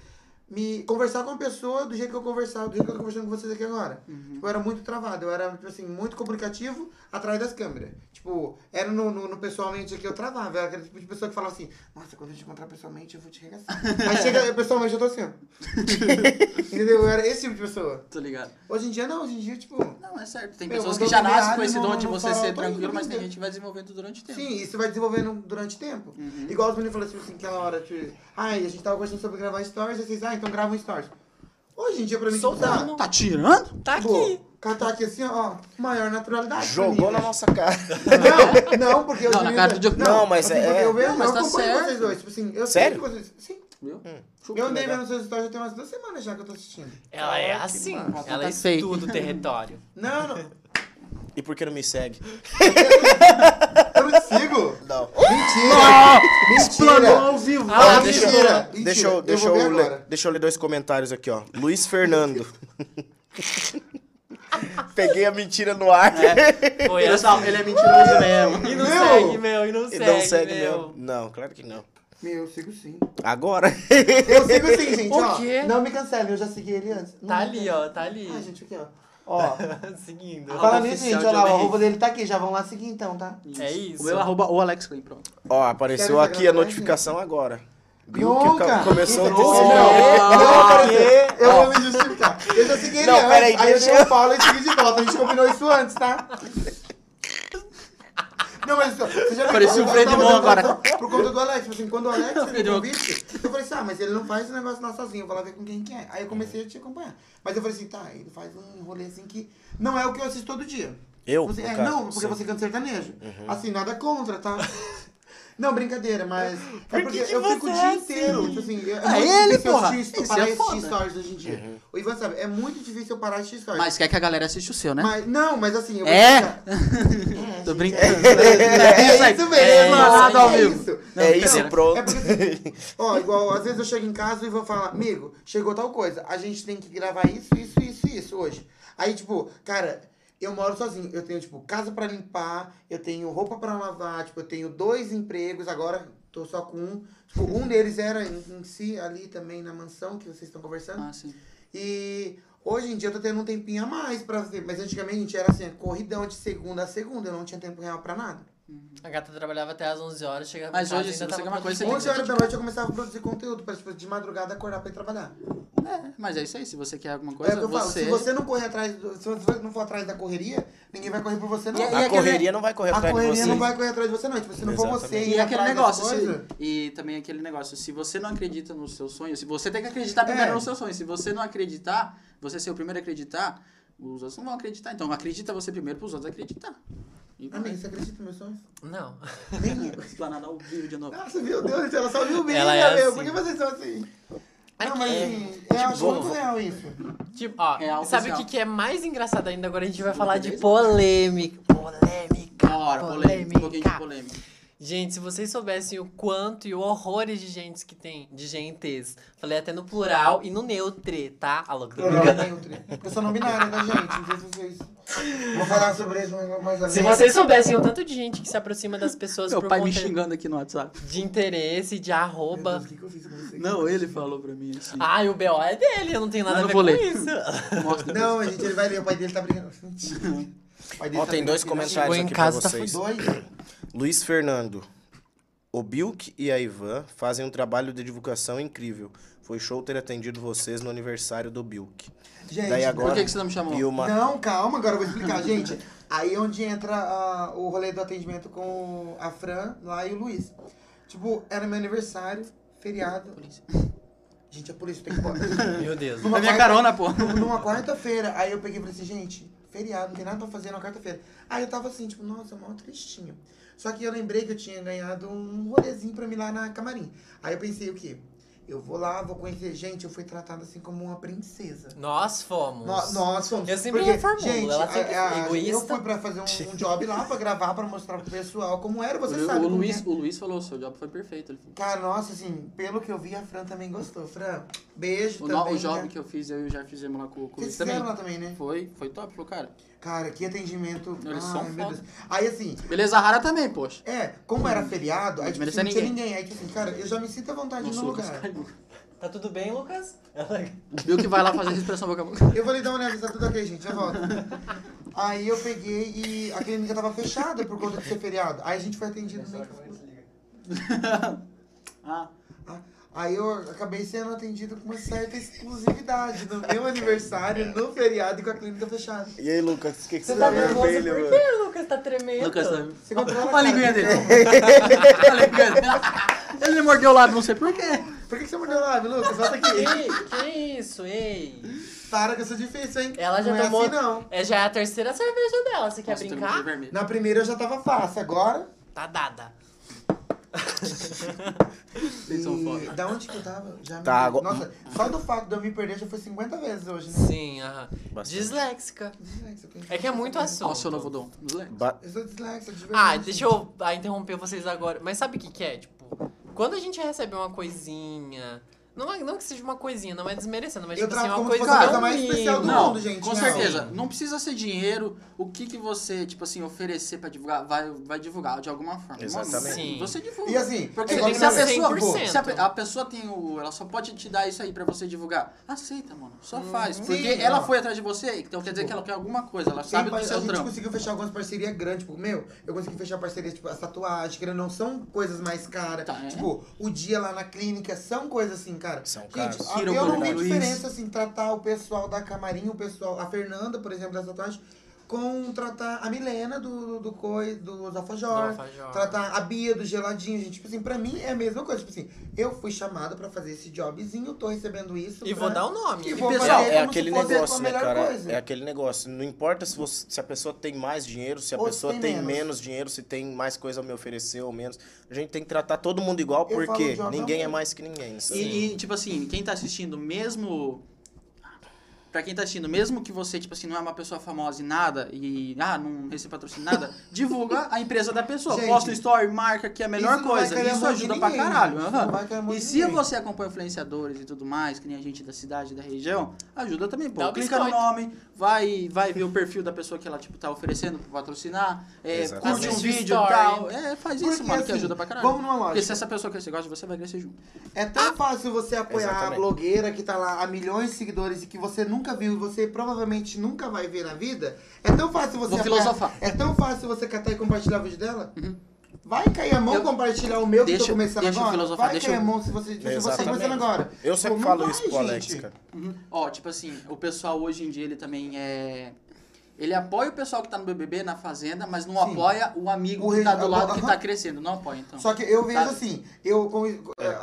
Speaker 2: me conversar com a pessoa do jeito que eu conversava, do jeito que eu tô conversando com vocês aqui agora. Tipo, eu era muito travado, eu era, tipo assim, muito comunicativo atrás das câmeras. Tipo, era no, no, no pessoalmente aqui eu travava. Era aquele tipo de pessoa que falava assim, nossa, quando eu te encontrar pessoalmente, eu vou te regaçar. Aí chega, pessoalmente eu tô assim, ó. Entendeu? Eu era esse tipo de pessoa.
Speaker 1: Tô tá ligado.
Speaker 2: Hoje em dia não, hoje em dia, tipo.
Speaker 1: Não, é certo. Tem
Speaker 2: Meu,
Speaker 1: pessoas
Speaker 2: mandou
Speaker 1: que já
Speaker 2: no
Speaker 1: nascem
Speaker 2: diário,
Speaker 1: com esse
Speaker 2: não-
Speaker 1: dom de
Speaker 2: não
Speaker 1: você
Speaker 2: fala,
Speaker 1: ser
Speaker 2: tô
Speaker 1: tranquilo,
Speaker 2: indo,
Speaker 1: mas tem
Speaker 2: entendeu?
Speaker 1: gente que vai desenvolvendo durante o tempo.
Speaker 2: Sim, isso vai desenvolvendo durante tempo. Igual os meninos falaram assim, assim, aquela hora, tipo, ai, a gente tava gostando sobre gravar stories, e vocês, ah, então grava um stories. Pô, Hoje em dia, pra mim,
Speaker 3: Soldado.
Speaker 1: Tá tirando?
Speaker 3: Tá
Speaker 2: tá,
Speaker 3: aqui.
Speaker 2: pô, catar aqui assim, ó, maior naturalidade. pra
Speaker 4: Jogou
Speaker 2: mim,
Speaker 4: na
Speaker 2: né?
Speaker 4: nossa cara.
Speaker 2: Não, não, porque eu
Speaker 1: Não, na cara do Diogo-
Speaker 4: Não, mas
Speaker 2: assim,
Speaker 4: é-
Speaker 2: porque Eu vejo,
Speaker 3: Não, mas
Speaker 2: eu
Speaker 3: tá
Speaker 2: acompanho
Speaker 3: certo.
Speaker 2: vocês dois. Tipo assim, eu
Speaker 4: Sério?
Speaker 2: sei que vocês. Sim.
Speaker 1: Viu?
Speaker 2: Hum. Eu andei vendo seus stories já tem umas duas semanas já que eu tô assistindo.
Speaker 3: Ela é assim.
Speaker 1: massa.
Speaker 3: Ela
Speaker 1: Tá
Speaker 3: estuda o território.
Speaker 2: Não, não. Eu
Speaker 4: E por que não me segue?
Speaker 2: não te sigo.
Speaker 4: Não.
Speaker 2: Mentira!
Speaker 1: Planou
Speaker 2: Mentira!
Speaker 1: ao vivo.
Speaker 3: Ah,
Speaker 2: é. Ah,
Speaker 3: deixa eu-
Speaker 2: mentira! mentira.
Speaker 4: Deixa eu, deixa,
Speaker 2: eu, vou ver
Speaker 4: eu ler,
Speaker 2: agora.
Speaker 4: deixa eu ler dois comentários aqui, ó. Luiz Fernando. Peguei a mentira no ar.
Speaker 3: Foi
Speaker 1: Ele,
Speaker 3: assim.
Speaker 1: é- ele é mentiroso mesmo.
Speaker 3: E não
Speaker 2: Meu!
Speaker 3: segue, meu. E não
Speaker 4: E
Speaker 3: segue,
Speaker 4: não segue, meu.
Speaker 3: meu.
Speaker 4: Não, claro que não.
Speaker 2: Meu, eu sigo sim.
Speaker 4: Agora.
Speaker 2: Eu sigo sim, gente.
Speaker 3: O
Speaker 2: ó.
Speaker 3: quê?
Speaker 2: Não me cancelem, eu já segui ele antes. Não
Speaker 3: Tá
Speaker 2: me
Speaker 3: ali,
Speaker 2: cancelem.
Speaker 3: ó. Tá ali.
Speaker 2: Ah, gente, aqui, ó. Ó,
Speaker 3: Seguindo.
Speaker 2: fala nisso, gente, olha lá, o arroba
Speaker 3: arroba
Speaker 2: dele tá aqui, já vão lá seguir então, tá?
Speaker 3: oficial de É isso.
Speaker 1: O meu arroba o Alex Klein, pronto.
Speaker 4: Ó, apareceu
Speaker 2: Quero
Speaker 4: aqui a
Speaker 2: jogar
Speaker 4: notificação agora. Viu que
Speaker 2: Nunca!
Speaker 4: ca- começou
Speaker 2: Isso, é
Speaker 4: a
Speaker 2: não,
Speaker 4: ter
Speaker 2: não, não, apareceu. Eu
Speaker 4: Ó. É
Speaker 2: vou me justificar. Eu já segui ele
Speaker 4: Não,
Speaker 2: antes,
Speaker 4: peraí,
Speaker 2: aí eu
Speaker 4: deixa
Speaker 2: dei um
Speaker 4: eu-
Speaker 2: follow e segui de volta. A gente combinou isso antes, tá? Não, mas isso, você já
Speaker 1: Parecia
Speaker 2: eu
Speaker 1: o
Speaker 2: tava
Speaker 1: Fred
Speaker 2: dando
Speaker 1: Mon agora.
Speaker 2: atenção Por conta do Alex, tipo assim, quando o Alex
Speaker 1: Fred
Speaker 2: me
Speaker 1: Mon.
Speaker 2: convite, eu falei assim, ah, mas ele não faz esse negócio lá sozinho, eu vou lá ver com quem que é. Aí eu comecei a te acompanhar. Mas eu falei assim, tá, ele faz um rolê assim que não é o que eu assisto todo dia.
Speaker 4: Eu,
Speaker 2: Você-
Speaker 4: no
Speaker 2: é,
Speaker 4: caso,
Speaker 2: não, porque
Speaker 4: sim.
Speaker 2: você canta sertanejo. Assim, nada contra, tá? Não, brincadeira, mas. É
Speaker 3: que
Speaker 2: porque
Speaker 3: que
Speaker 2: eu fico o
Speaker 3: você
Speaker 2: dia
Speaker 3: é
Speaker 2: inteiro.
Speaker 3: assim?
Speaker 2: Tipo assim, é
Speaker 1: Ah,
Speaker 2: muito
Speaker 1: ele,
Speaker 2: difícil eu
Speaker 1: porra.
Speaker 2: assistir-
Speaker 1: Esse
Speaker 2: parar
Speaker 1: é
Speaker 2: de assistir
Speaker 1: foda.
Speaker 2: stories hoje em dia. O Ivan sabe, é muito difícil eu parar de assistir stories.
Speaker 1: Mas quer que a galera assista o seu, né?
Speaker 2: Mas- não, mas assim, eu vou
Speaker 1: É?
Speaker 2: ficar-
Speaker 1: Tô brincando.
Speaker 2: É isso,
Speaker 1: aí.
Speaker 2: mesmo,
Speaker 1: É
Speaker 2: mano,
Speaker 1: isso aí.
Speaker 2: é isso.
Speaker 1: Não,
Speaker 4: é
Speaker 1: pera.
Speaker 4: isso, pronto.
Speaker 2: É porque, assim, ó, igual, às vezes eu chego em casa e vou falar, amigo, chegou tal coisa, a gente tem que gravar isso, isso, isso, isso hoje. Aí, tipo, cara, eu moro sozinho, eu tenho, tipo, casa pra limpar, eu tenho roupa pra lavar, tipo, eu tenho dois empregos, agora tô só com um. Tipo, um deles era em, em si, ali também na mansão que vocês estão conversando.
Speaker 1: Ah, sim.
Speaker 2: E hoje em dia eu tô tendo um tempinho a mais pra fazer, mas antigamente era assim, corridão de segunda a segunda, eu não tinha tempo real pra nada.
Speaker 3: A gata trabalhava até às 11 horas, chegava
Speaker 1: Mas
Speaker 3: em casa,
Speaker 1: hoje, se
Speaker 3: ainda
Speaker 1: você
Speaker 3: tava
Speaker 1: quer uma coisa, você tem que
Speaker 2: 11 horas da noite eu começava a produzir conteúdo pra, tipo, de madrugada acordar pra ir trabalhar.
Speaker 1: É, mas é isso aí. Se você quer alguma
Speaker 2: É o
Speaker 1: coisa,
Speaker 2: que eu falo,
Speaker 1: você...
Speaker 2: se você não correr atrás, do- se você não for atrás da correria, ninguém vai correr por você não.
Speaker 1: E- e
Speaker 4: A
Speaker 1: aquele-
Speaker 4: correria não vai correr
Speaker 2: a
Speaker 4: atrás de
Speaker 2: correria
Speaker 4: você.
Speaker 2: não vai correr atrás de você não, tipo, se não for você
Speaker 4: Exatamente.
Speaker 2: ir
Speaker 1: E aquele
Speaker 2: atrás das
Speaker 1: negócio, assim? se-
Speaker 2: coisas-
Speaker 1: e também aquele negócio, se você não acredita no seu sonho, se você tem que acreditar primeiro
Speaker 2: É.
Speaker 1: no seu sonho, se você não acreditar, você ser o primeiro a acreditar, os outros não vão acreditar. Então acredita você primeiro pros outros acreditar. Então,
Speaker 2: Amigo, você acredita nos meus sonhos?
Speaker 3: Não.
Speaker 2: Nem eu.
Speaker 1: explanada ao vivo de novo.
Speaker 2: Nossa, meu Deus, ela só viu o
Speaker 3: Ela é
Speaker 2: meu.
Speaker 3: assim.
Speaker 2: Por que vocês são assim? Não,
Speaker 3: Aqui.
Speaker 2: mas
Speaker 1: é
Speaker 2: assim, eu acho
Speaker 4: bom.
Speaker 2: muito real isso.
Speaker 3: Tipo, ó,
Speaker 1: Real
Speaker 3: sabe o
Speaker 1: oficial.
Speaker 3: que, que é mais engraçado ainda? Agora a gente vai falar de
Speaker 1: beleza?
Speaker 3: polêmica. Polêmica.
Speaker 1: Da hora, polêmica. Um pouquinho de polêmica.
Speaker 3: Gente, se vocês soubessem o quanto e o horrores de gentes que tem, de gentes. Falei até no plural e no neutre, tá? A louca
Speaker 2: Eu
Speaker 3: do
Speaker 2: não era neutro. Eu sou não binária, tá, gente? Não sei se vocês... Vou falar sobre isso mais- mais à
Speaker 3: Se
Speaker 2: frente.
Speaker 3: vocês soubessem o tanto de gente que se aproxima das pessoas
Speaker 1: Meu
Speaker 3: por
Speaker 1: pai
Speaker 3: conta
Speaker 1: me xingando aqui no WhatsApp.
Speaker 3: de interesse, de
Speaker 2: Meu Deus,
Speaker 3: arroba.
Speaker 2: o que que eu fiz com vocês?
Speaker 1: Não, ele falou pra mim assim.
Speaker 3: Ai, o BO é dele, eu não tenho nada
Speaker 1: Mas
Speaker 3: a
Speaker 1: não
Speaker 3: ver
Speaker 1: vou
Speaker 3: com
Speaker 1: ler.
Speaker 3: isso.
Speaker 1: Mostra.
Speaker 2: Não, a gente, ele vai ler. O pai dele tá brigando. O pai dele
Speaker 4: Ó,
Speaker 2: tá
Speaker 4: tem
Speaker 2: brigando
Speaker 4: dois
Speaker 2: aqui, né?
Speaker 4: comentários
Speaker 3: Chegou em
Speaker 4: aqui pra
Speaker 3: casa, tá
Speaker 4: vocês.
Speaker 2: Dois?
Speaker 4: Luiz Fernando. O Bilk e a Ivan fazem um trabalho de divulgação incrível. Foi show ter atendido vocês no aniversário do Bilk.
Speaker 2: Gente,
Speaker 4: Daí agora.
Speaker 1: Por que que você não me chamou?
Speaker 4: E uma...
Speaker 2: Não, calma, agora eu vou explicar, gente. Aí é onde entra ah, o rolê do atendimento com a Fran lá e o Luiz. Tipo, era meu aniversário, feriado. Gente, é por isso, tem que ir embora.
Speaker 3: Meu Deus.
Speaker 1: É minha carona, pô.
Speaker 2: Num- Numa quarta-feira, aí eu peguei e falei assim, gente, feriado, não tem nada pra fazer na quarta-feira. Aí eu tava assim, tipo, nossa, mó tristinho. Só que eu lembrei que eu tinha ganhado um rolezinho pra mim lá na camarim. Aí eu pensei o quê? Eu vou lá, vou conhecer gente, eu fui tratada assim como uma princesa.
Speaker 3: Nós fomos.
Speaker 2: Nós, nós fomos.
Speaker 3: Eu sempre
Speaker 2: porque,
Speaker 3: reformulo,
Speaker 2: gente,
Speaker 3: ela sempre
Speaker 2: a- a-
Speaker 3: foi egoísta.
Speaker 2: Eu fui pra fazer um, um job lá, pra gravar, pra mostrar pro pessoal como era, você
Speaker 1: O-
Speaker 2: sabe.
Speaker 1: o,
Speaker 2: como
Speaker 1: Luiz,
Speaker 2: é.
Speaker 1: o Luiz falou, seu job foi perfeito. Ele falou.
Speaker 2: Cara, nossa, assim, pelo que eu vi, a Fran também gostou. Fran, beijo
Speaker 1: O, no-
Speaker 2: também.
Speaker 1: o job
Speaker 2: né?
Speaker 1: que eu fiz, eu e o Jair fizemos lá com, com o Luiz
Speaker 2: Vocês fizeram
Speaker 1: também.
Speaker 2: lá também, né?
Speaker 1: Foi, foi top, falou, cara.
Speaker 2: Cara, que atendimento.
Speaker 1: Eles
Speaker 2: Ai,
Speaker 1: são
Speaker 2: meu
Speaker 1: foda.
Speaker 2: Deus. Aí assim,
Speaker 1: Beleza rara também, poxa.
Speaker 2: é, como era feriado, aí tipo, assim,
Speaker 1: Desmerecer
Speaker 2: não tinha
Speaker 1: ninguém.
Speaker 2: ninguém. Aí tipo assim, cara, eu já me sinto à vontade
Speaker 1: Nossa,
Speaker 2: no
Speaker 1: o Lucas
Speaker 2: lugar.
Speaker 1: caiu.
Speaker 3: Tá tudo bem, Lucas?
Speaker 1: Viu que vai lá fazer respiração boca a boca.
Speaker 2: Eu falei, dá uma olhada, tá tudo ok, gente, já volto. aí eu peguei e a clínica tava fechada por conta de ser feriado. Aí a gente foi atendido meio que-
Speaker 1: Ah,
Speaker 2: Aí eu acabei sendo atendido com uma certa exclusividade no meu aniversário, no feriado e com a clínica fechada.
Speaker 4: E aí, Lucas, o que, que
Speaker 3: Você
Speaker 4: você
Speaker 3: tá
Speaker 4: tá
Speaker 3: nervoso
Speaker 4: vendo
Speaker 3: por
Speaker 4: ele,
Speaker 3: quê,
Speaker 4: mano?
Speaker 3: Lucas? Tá tremendo.
Speaker 1: Lucas, né?
Speaker 2: Você
Speaker 1: Olha a
Speaker 2: controla, cara.
Speaker 1: linguinha dele. Olha a linguinha dele. Ele me mordeu o lábio, não sei porquê.
Speaker 2: Por que que você mordeu o lábio, Lucas? Volta aqui.
Speaker 3: Ei, que isso, ei.
Speaker 2: Para que eu sou difícil, hein?
Speaker 3: Ela já
Speaker 2: não
Speaker 3: tomou.
Speaker 2: É assim, não.
Speaker 3: É, já é a terceira cerveja dela. Você quer
Speaker 1: Nossa, tem um
Speaker 3: brincar?
Speaker 1: vermelho.
Speaker 2: Na primeira eu já tava fácil, agora.
Speaker 3: Tá dada.
Speaker 1: Vocês são foda.
Speaker 2: Da onde que eu tava? Já me
Speaker 4: Tá,
Speaker 2: perdi.
Speaker 4: agora-
Speaker 2: Nossa, só do fato de eu me perder já foi 50 vezes hoje, né?
Speaker 3: Sim, aham.
Speaker 4: Bastante.
Speaker 3: Disléxica.
Speaker 2: Dislexa,
Speaker 3: É que é muito assunto.
Speaker 1: Nossa, eu não vou dar um.
Speaker 4: Ba-
Speaker 2: Eu sou dislexa, de verdade.
Speaker 3: Ah, deixa eu ah, interromper vocês agora. Mas sabe o que, que é? Tipo, quando a gente recebe uma coisinha. Não, é- não que seja uma coisinha, não é desmerecendo, mas
Speaker 2: Eu
Speaker 3: tipo assim,
Speaker 2: trato
Speaker 3: uma
Speaker 2: como se
Speaker 3: coisa.
Speaker 2: fosse a coisa
Speaker 3: tão
Speaker 2: mais especial do
Speaker 3: mínima.
Speaker 1: Não,
Speaker 2: mundo, Tá gente,
Speaker 1: com
Speaker 2: não.
Speaker 1: certeza. Não precisa ser dinheiro. O que que você, tipo assim, oferecer pra divulgar, vai, vai divulgar de alguma forma.
Speaker 4: Exatamente.
Speaker 3: Sim.
Speaker 1: Você divulga.
Speaker 2: E assim,
Speaker 1: Porque
Speaker 2: é
Speaker 3: tem
Speaker 2: igual
Speaker 3: que
Speaker 1: se a
Speaker 2: minha mãe.
Speaker 3: ser
Speaker 1: pessoa,
Speaker 3: 100%.
Speaker 1: se a, pe- a pessoa tem o... Ela só pode te dar isso aí pra você divulgar. Aceita, mano. Só faz.
Speaker 2: Hum, Sim,
Speaker 1: Porque ela
Speaker 2: não.
Speaker 1: foi atrás de você, então quer dizer que ela quer alguma coisa. Ela sabe
Speaker 2: Tem
Speaker 1: do
Speaker 2: par- a
Speaker 1: seu
Speaker 2: gente
Speaker 1: trampo.
Speaker 2: conseguiu fechar algumas parcerias grandes, tipo, meu, eu consegui fechar parcerias, tipo, as tatuagens, que não são coisas mais caras.
Speaker 1: Tá, é.
Speaker 2: Tipo, o dia lá na clínica são coisas assim, cara.
Speaker 4: São caras.
Speaker 2: gente, a-
Speaker 1: Tira o
Speaker 2: eu não
Speaker 1: Bruno
Speaker 2: vi
Speaker 1: Luiz.
Speaker 2: diferença, assim, tratar o pessoal da camarinha, o pessoal, a Fernanda, por exemplo, da tatuagem, com tratar a Milena do, do coi, do Zafajor.
Speaker 3: Do alfajor.
Speaker 2: Tratar a Bia do geladinho, gente. Tipo assim, pra mim é a mesma coisa. Tipo assim, eu fui chamada pra fazer esse jobzinho, eu tô recebendo isso.
Speaker 3: E
Speaker 1: um
Speaker 2: pra-
Speaker 3: vou dar o nome.
Speaker 2: É. E
Speaker 3: E
Speaker 2: vou
Speaker 1: pessoal,
Speaker 2: fazer
Speaker 4: Pessoal,
Speaker 2: como
Speaker 4: é
Speaker 2: se
Speaker 4: aquele
Speaker 2: fosse a
Speaker 4: negócio, né,
Speaker 2: melhor
Speaker 4: cara?
Speaker 2: coisa.
Speaker 4: É aquele negócio. Não importa se, você- se a pessoa tem mais dinheiro, se a
Speaker 2: Ou se
Speaker 4: pessoa
Speaker 2: tem
Speaker 4: tem menos.
Speaker 2: menos.
Speaker 4: dinheiro, se tem mais coisa a me oferecer ou menos. A gente tem que tratar todo mundo igual,
Speaker 2: Eu falo
Speaker 4: porque
Speaker 2: de homem a
Speaker 4: ninguém
Speaker 2: mulher.
Speaker 4: é mais que ninguém. sabe?
Speaker 1: E, e, tipo assim, quem tá assistindo, mesmo. Pra quem tá assistindo, mesmo que você, tipo assim, não é uma pessoa famosa em nada e, ah, não recebe patrocínio em nada, divulga a empresa da pessoa.
Speaker 2: Gente,
Speaker 1: Posta um story, marca que é a melhor
Speaker 2: isso não vai
Speaker 1: coisa.
Speaker 2: cair a
Speaker 1: Isso
Speaker 2: mão de
Speaker 1: ajuda
Speaker 2: ninguém,
Speaker 1: pra caralho.
Speaker 2: gente.
Speaker 1: aham.
Speaker 2: Não vai cair a mão
Speaker 1: E
Speaker 2: de
Speaker 1: se
Speaker 2: ninguém.
Speaker 1: você acompanha influenciadores e tudo mais, que nem a gente da cidade, da região, ajuda também, pô.
Speaker 3: Dá o
Speaker 1: Clica no
Speaker 3: biscoito.
Speaker 1: nome, vai, vai ver o perfil da pessoa que ela, tipo, tá oferecendo pra patrocinar, é,
Speaker 4: Exatamente.
Speaker 1: curte um
Speaker 3: Assiste
Speaker 1: vídeo e
Speaker 3: story.
Speaker 1: tal. É, faz isso,
Speaker 2: Porque,
Speaker 1: mano, que
Speaker 2: assim,
Speaker 1: ajuda pra caralho.
Speaker 2: vamos numa
Speaker 1: Porque se Ah!
Speaker 2: lógica.
Speaker 1: essa pessoa que você gosta, você vai crescer junto.
Speaker 2: É tão fácil você apoiar
Speaker 4: Exatamente.
Speaker 2: a blogueira que tá lá há milhões de seguidores e que você nunca viu e você provavelmente nunca vai ver na vida. É tão fácil você.
Speaker 1: Vou
Speaker 2: apoiar-
Speaker 1: filosofar. Uhum.
Speaker 2: É tão fácil você catar e compartilhar o vídeo dela? Vai cair a mão
Speaker 1: Eu-
Speaker 2: compartilhar o meu que
Speaker 1: Deixa-
Speaker 2: eu tô começando
Speaker 1: deixa eu
Speaker 2: agora?
Speaker 1: filosofar,
Speaker 2: vai
Speaker 1: deixa
Speaker 2: cair
Speaker 1: eu-
Speaker 2: a mão se você, se você tá
Speaker 4: Exatamente.
Speaker 2: começando agora.
Speaker 4: Eu
Speaker 2: Pô,
Speaker 4: sempre
Speaker 2: não
Speaker 4: falo
Speaker 2: vai,
Speaker 4: isso pro Alex,
Speaker 2: gente.
Speaker 4: cara.
Speaker 1: Uhum. Ó, tipo assim, o pessoal hoje em dia, ele também é... Ele apoia o pessoal que tá no BBB, na Fazenda, mas não
Speaker 2: Sim.
Speaker 1: apoia o amigo
Speaker 2: O
Speaker 1: que tá
Speaker 2: regi-
Speaker 1: do lado, que
Speaker 2: aham.
Speaker 1: tá crescendo. Não apoia, então. É.
Speaker 2: Só que eu vejo
Speaker 1: Sabe?
Speaker 2: assim, eu, com-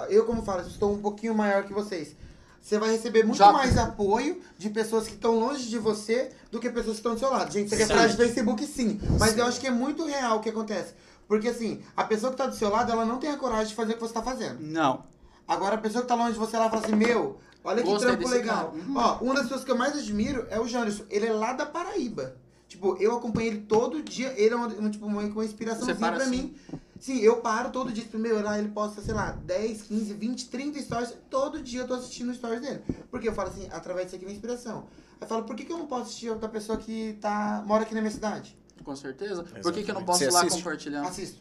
Speaker 2: eu como falo, eu estou um pouquinho maior que vocês. Você vai receber muito
Speaker 1: Já-
Speaker 2: mais apoio de pessoas que estão longe de você do que pessoas que estão do seu lado. Gente, você quer
Speaker 1: Exatamente.
Speaker 2: falar de Facebook sim, mas eu acho que é muito real o que acontece. Porque assim, a pessoa que tá do seu lado, ela não tem a coragem de fazer o que você tá fazendo.
Speaker 1: Não.
Speaker 2: Agora a pessoa que tá longe de você, ela fala assim, meu, olha que
Speaker 1: Gostei
Speaker 2: trampo
Speaker 1: desse
Speaker 2: legal.
Speaker 1: cara. Uhum.
Speaker 2: Ó, uma das pessoas que eu mais admiro é o Janderson. Ele é lá da Paraíba. Tipo, eu acompanho ele todo dia. Ele é uma, um, tipo, uma, uma inspiraçãozinha
Speaker 1: Você para
Speaker 2: pra
Speaker 1: assim?
Speaker 2: mim. Sim, eu paro todo dia. Tipo, meu, lá ele posta, sei lá, 10, 15, 20, 30 stories. Todo dia eu tô assistindo stories dele. Porque eu falo assim, através disso aqui vem inspiração. Aí eu falo, por que, que eu não posso assistir outra pessoa que tá, mora aqui na minha cidade?
Speaker 1: Com certeza. Por que,
Speaker 4: Exatamente.
Speaker 1: que eu não posso
Speaker 4: Você
Speaker 1: ir lá
Speaker 4: assiste?
Speaker 1: compartilhar?
Speaker 2: Assisto.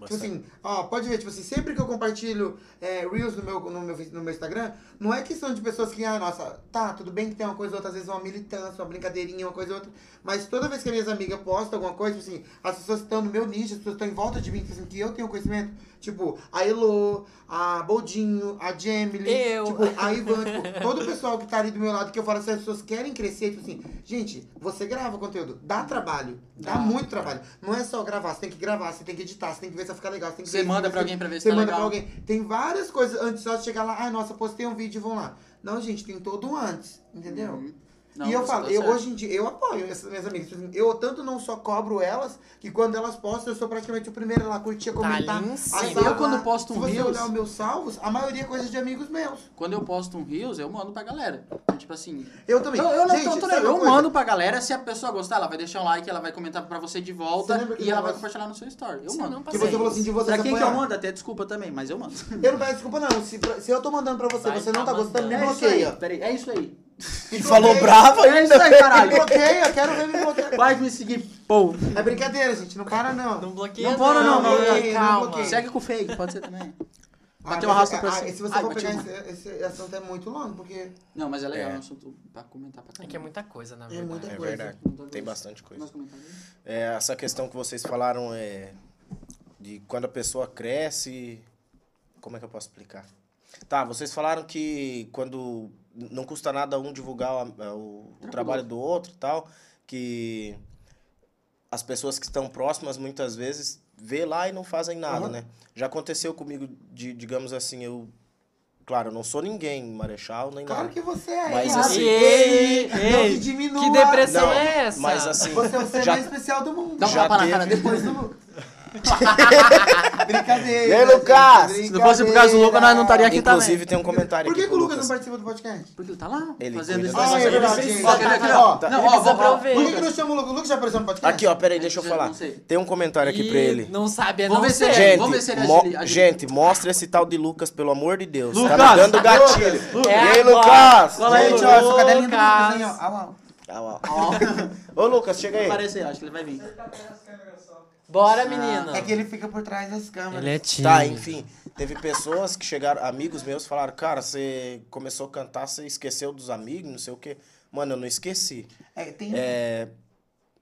Speaker 2: Tipo
Speaker 4: Bastante.
Speaker 2: assim, ó, pode ver, tipo assim, sempre que eu compartilho é, Reels no meu, no, meu, no meu Instagram, não é questão de pessoas que, ah, nossa, tá, tudo bem que tem uma coisa ou outra, às vezes uma militância, uma brincadeirinha, uma coisa ou outra, mas toda vez que as minhas amigas postam alguma coisa, tipo assim, as pessoas que estão no meu nicho, as pessoas que estão em volta de mim, tipo assim, que eu tenho conhecimento, tipo, a Elo, a Boldinho, a Gemily,
Speaker 3: Eu.
Speaker 2: tipo, a Ivan, tipo, todo o pessoal que tá ali do meu lado, que eu falo assim, as pessoas querem crescer, tipo assim, gente, você grava conteúdo, dá trabalho, dá
Speaker 1: Dá.
Speaker 2: muito trabalho, não é só gravar, você tem que gravar, você tem que editar, você tem que ver se vai ficar legal, você tem que
Speaker 1: Você
Speaker 2: ver se
Speaker 1: manda
Speaker 2: vai
Speaker 1: pra
Speaker 2: ser-
Speaker 1: alguém pra ver se
Speaker 2: você
Speaker 1: tá
Speaker 2: manda
Speaker 1: legal.
Speaker 2: pra alguém. Tem várias coisas antes só de chegar lá. Ai, nossa, postei um vídeo, vão lá. Não, gente, tem todo um antes, entendeu?
Speaker 1: Uhum. Não,
Speaker 2: e eu
Speaker 1: você
Speaker 2: falo,
Speaker 1: tá
Speaker 2: eu,
Speaker 1: certo.
Speaker 2: hoje em dia, eu apoio essas minhas amigas. Tipo assim, Eu tanto não só cobro elas, que quando elas postam, eu sou praticamente o primeiro lá, curtir,
Speaker 1: Tá
Speaker 2: comentar.
Speaker 3: ali em cima.
Speaker 2: salvar.
Speaker 1: Eu, quando posto um
Speaker 2: Se você
Speaker 1: Reels-
Speaker 2: olhar os meus salvos, a maioria é coisa de amigos meus.
Speaker 1: Quando eu posto um Reels, eu mando pra galera. Então, tipo assim...
Speaker 2: Eu também.
Speaker 1: Eu, eu não
Speaker 2: gente,
Speaker 1: tô- tô-
Speaker 2: sabe uma
Speaker 1: eu
Speaker 2: coisa?
Speaker 1: mando pra galera, se a pessoa gostar, ela vai deixar um like, ela vai comentar pra você de volta
Speaker 2: Você lembra
Speaker 1: e
Speaker 2: que
Speaker 1: ela vai
Speaker 2: negócio-
Speaker 1: compartilhar no seu story. Eu
Speaker 3: Você
Speaker 1: mando.
Speaker 3: não
Speaker 2: Que você
Speaker 3: Sim.
Speaker 2: falou assim de você
Speaker 1: Pra quem que eu
Speaker 2: apoiar.
Speaker 1: mando, até desculpa também, mas eu mando.
Speaker 2: Eu não peço desculpa, não. Se, se eu tô mandando pra você,
Speaker 3: Vai
Speaker 2: você não
Speaker 3: tá
Speaker 2: tá gostando, me
Speaker 3: mandando.
Speaker 2: bloqueia.
Speaker 1: Peraí, é isso aí.
Speaker 2: Me
Speaker 4: Falou
Speaker 2: bloqueia.
Speaker 4: bravo
Speaker 1: É isso
Speaker 4: ainda.
Speaker 1: aí,
Speaker 2: Me
Speaker 1: caralho.
Speaker 2: bloqueia, quero ver me bloquear.
Speaker 1: Vai me seguir, pô.
Speaker 2: É brincadeira, gente. Não para, não.
Speaker 3: Não bloqueia.
Speaker 1: Não bora, não, não,
Speaker 3: ei,
Speaker 2: ei, não
Speaker 3: calma.
Speaker 2: bloqueia.
Speaker 1: Segue com o fake, pode ser também.
Speaker 2: Ah,
Speaker 1: Bateu
Speaker 2: mas
Speaker 1: uma raça
Speaker 2: é-
Speaker 1: pra
Speaker 2: ah,
Speaker 1: cima.
Speaker 2: Se você
Speaker 1: Ai,
Speaker 2: for
Speaker 1: bati
Speaker 2: pegar
Speaker 1: uma.
Speaker 2: esse, esse, esse assunto é muito longo, porque
Speaker 1: Não, mas é legal,
Speaker 4: É.
Speaker 1: é um assunto pra comentar pra
Speaker 3: É
Speaker 1: caramba.
Speaker 3: que é muita coisa, na
Speaker 2: é
Speaker 3: verdade.
Speaker 2: muita
Speaker 4: É
Speaker 2: coisa.
Speaker 4: verdade. Tem bastante coisa.
Speaker 1: Nós comentamos.
Speaker 4: É, essa questão que vocês falaram é de quando a pessoa cresce. Como é que eu posso explicar? Tá, vocês falaram que quando não custa nada um divulgar o, o- o trabalho do outro e tal, que as pessoas que estão próximas muitas vezes vê lá e não fazem nada,
Speaker 2: Aham.
Speaker 4: né? Já aconteceu comigo, de, digamos assim, eu. Claro, eu não sou ninguém, marechal, nem
Speaker 2: Claro
Speaker 4: nada.
Speaker 2: que você é.
Speaker 4: Mas
Speaker 2: cara.
Speaker 4: assim-
Speaker 3: Ei,
Speaker 2: não
Speaker 3: ei,
Speaker 2: se diminua.
Speaker 3: que depressão
Speaker 4: Não,
Speaker 3: é essa?
Speaker 4: Mas assim.
Speaker 2: Você é o ser
Speaker 4: Já-
Speaker 2: mais especial do mundo.
Speaker 1: Dá um
Speaker 4: Já
Speaker 1: tapa na
Speaker 4: teve-
Speaker 1: cara dele.
Speaker 2: Depois do Lucas. Brincadeira.
Speaker 4: E aí, Lucas?
Speaker 2: gente,
Speaker 1: Se não fosse por causa do Lucas, nós não estaria aqui
Speaker 4: Inclusive,
Speaker 1: também.
Speaker 4: tem um comentário
Speaker 2: Por que,
Speaker 4: aqui.
Speaker 2: que o
Speaker 4: pro
Speaker 2: Lucas não participa do podcast?
Speaker 1: Porque ele tá lá
Speaker 4: Ele
Speaker 1: fazendo
Speaker 4: cuida
Speaker 1: isso.
Speaker 4: da
Speaker 1: Nossa,
Speaker 2: Ah, é
Speaker 4: ele
Speaker 2: verdade.
Speaker 4: precisa-
Speaker 2: gente.
Speaker 1: Ó, tá aqui,
Speaker 2: Ó,
Speaker 1: ó.
Speaker 4: tá-
Speaker 3: Não,
Speaker 1: Ele
Speaker 3: ó,
Speaker 1: precisa
Speaker 3: vou aproveitar.
Speaker 2: Por que, que não chama o Lucas? O Lucas já apareceu no podcast?
Speaker 4: Aqui, ó, peraí, deixa eu
Speaker 1: É. Não
Speaker 4: falar.
Speaker 1: sei.
Speaker 4: Tem um comentário aqui
Speaker 3: E
Speaker 4: pra ele.
Speaker 3: Não sabe, é
Speaker 1: Vamos
Speaker 3: não
Speaker 1: ver se é-
Speaker 3: ser.
Speaker 4: Gente,
Speaker 1: vamos ver se ele
Speaker 4: mo-
Speaker 1: agili- agili-
Speaker 4: gente, mostra esse tal de Lucas, pelo amor de Deus. tá
Speaker 1: Lucas!
Speaker 4: me dando gatilho.
Speaker 1: Lucas!
Speaker 4: E aí,
Speaker 3: É
Speaker 4: Lucas?
Speaker 1: agora! Fala aí,
Speaker 2: Gente, ó, eu sou
Speaker 3: Lucas.
Speaker 2: cadelinha do Lucas, hein, ó. Au, au.
Speaker 4: Ó,
Speaker 1: Ó,
Speaker 4: ó. Ô, Lucas, chega aí.
Speaker 1: aparece aí, acho que ele vai vir.
Speaker 3: Bora,
Speaker 2: É
Speaker 3: menina.
Speaker 2: que ele fica por trás das câmeras.
Speaker 3: Ele é tímido.
Speaker 4: Tá, enfim. Teve pessoas que chegaram, amigos meus, falaram, cara, você começou a cantar, você esqueceu dos amigos, não sei o quê. Mano, eu não esqueci.
Speaker 2: É, tem...
Speaker 4: É...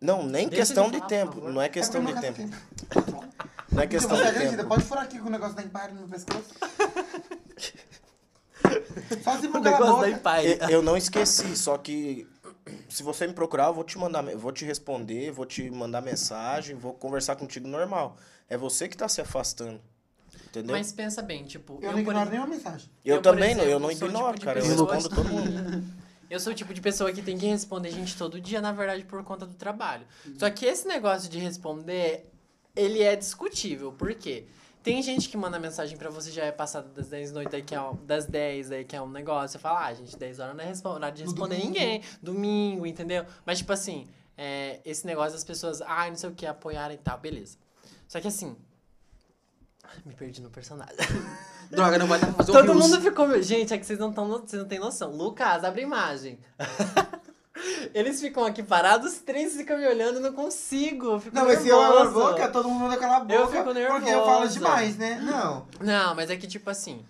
Speaker 4: Não, nem
Speaker 3: Deixa
Speaker 4: questão
Speaker 3: ele
Speaker 4: de
Speaker 3: falar, por
Speaker 4: tempo.
Speaker 3: favor.
Speaker 4: Não é
Speaker 2: É porque
Speaker 4: questão
Speaker 2: eu
Speaker 4: de
Speaker 2: não gasto
Speaker 4: tempo. Não é
Speaker 2: Então,
Speaker 4: questão
Speaker 2: você
Speaker 4: de
Speaker 2: acredita?
Speaker 4: tempo.
Speaker 2: Pode furar aqui com o negócio da Empire no meu pescoço. Só se
Speaker 3: O
Speaker 2: bugar a
Speaker 3: negócio da
Speaker 2: boca.
Speaker 3: Empire.
Speaker 4: Eu- Eu não esqueci, só que se você me procurar, eu vou te mandar, eu vou te responder, vou te mandar mensagem, vou conversar contigo normal. É você que tá se afastando. Entendeu?
Speaker 3: Mas pensa bem, tipo,
Speaker 2: Eu não
Speaker 3: por
Speaker 2: ignoro
Speaker 3: exemplo-
Speaker 2: nenhuma mensagem.
Speaker 4: eu,
Speaker 3: eu, por
Speaker 4: também não, eu
Speaker 3: exemplo,
Speaker 4: não
Speaker 3: sou o
Speaker 4: ignoro,
Speaker 3: tipo de
Speaker 4: cara. Eu
Speaker 3: pessoa
Speaker 4: respondo todo mundo.
Speaker 3: Eu sou o tipo de pessoa que tem que responder gente todo dia, na verdade, por conta do trabalho.
Speaker 2: Uhum.
Speaker 3: Só que esse negócio de responder, ele é discutível. Por quê? Tem gente que manda mensagem pra você já é passada das 10 da noite, aí que é um, das 10, aí que é um negócio. Você fala, ah, gente, 10 horas não é respo- horário de
Speaker 2: No
Speaker 3: responder
Speaker 2: domingo.
Speaker 3: ninguém. Domingo, entendeu? Mas, tipo assim, é, esse negócio das pessoas, ah, não sei o que, apoiarem e tal, beleza. Só que assim. Me perdi no personagem.
Speaker 1: Droga, não vai dar pra fazer um
Speaker 3: Todo
Speaker 1: reels.
Speaker 3: mundo ficou. Gente, é que vocês não, tão, no- vocês não têm noção. Lucas, abre a imagem. Eles ficam aqui parados, os três ficam me olhando, eu não consigo. eu fico
Speaker 2: Não, mas se eu abro a
Speaker 3: nervosa.
Speaker 2: boca, todo mundo vai calar a boca.
Speaker 3: Eu fico
Speaker 2: Porque eu falo
Speaker 3: nervosa.
Speaker 2: demais, né? Não.
Speaker 3: Não, mas é que tipo assim.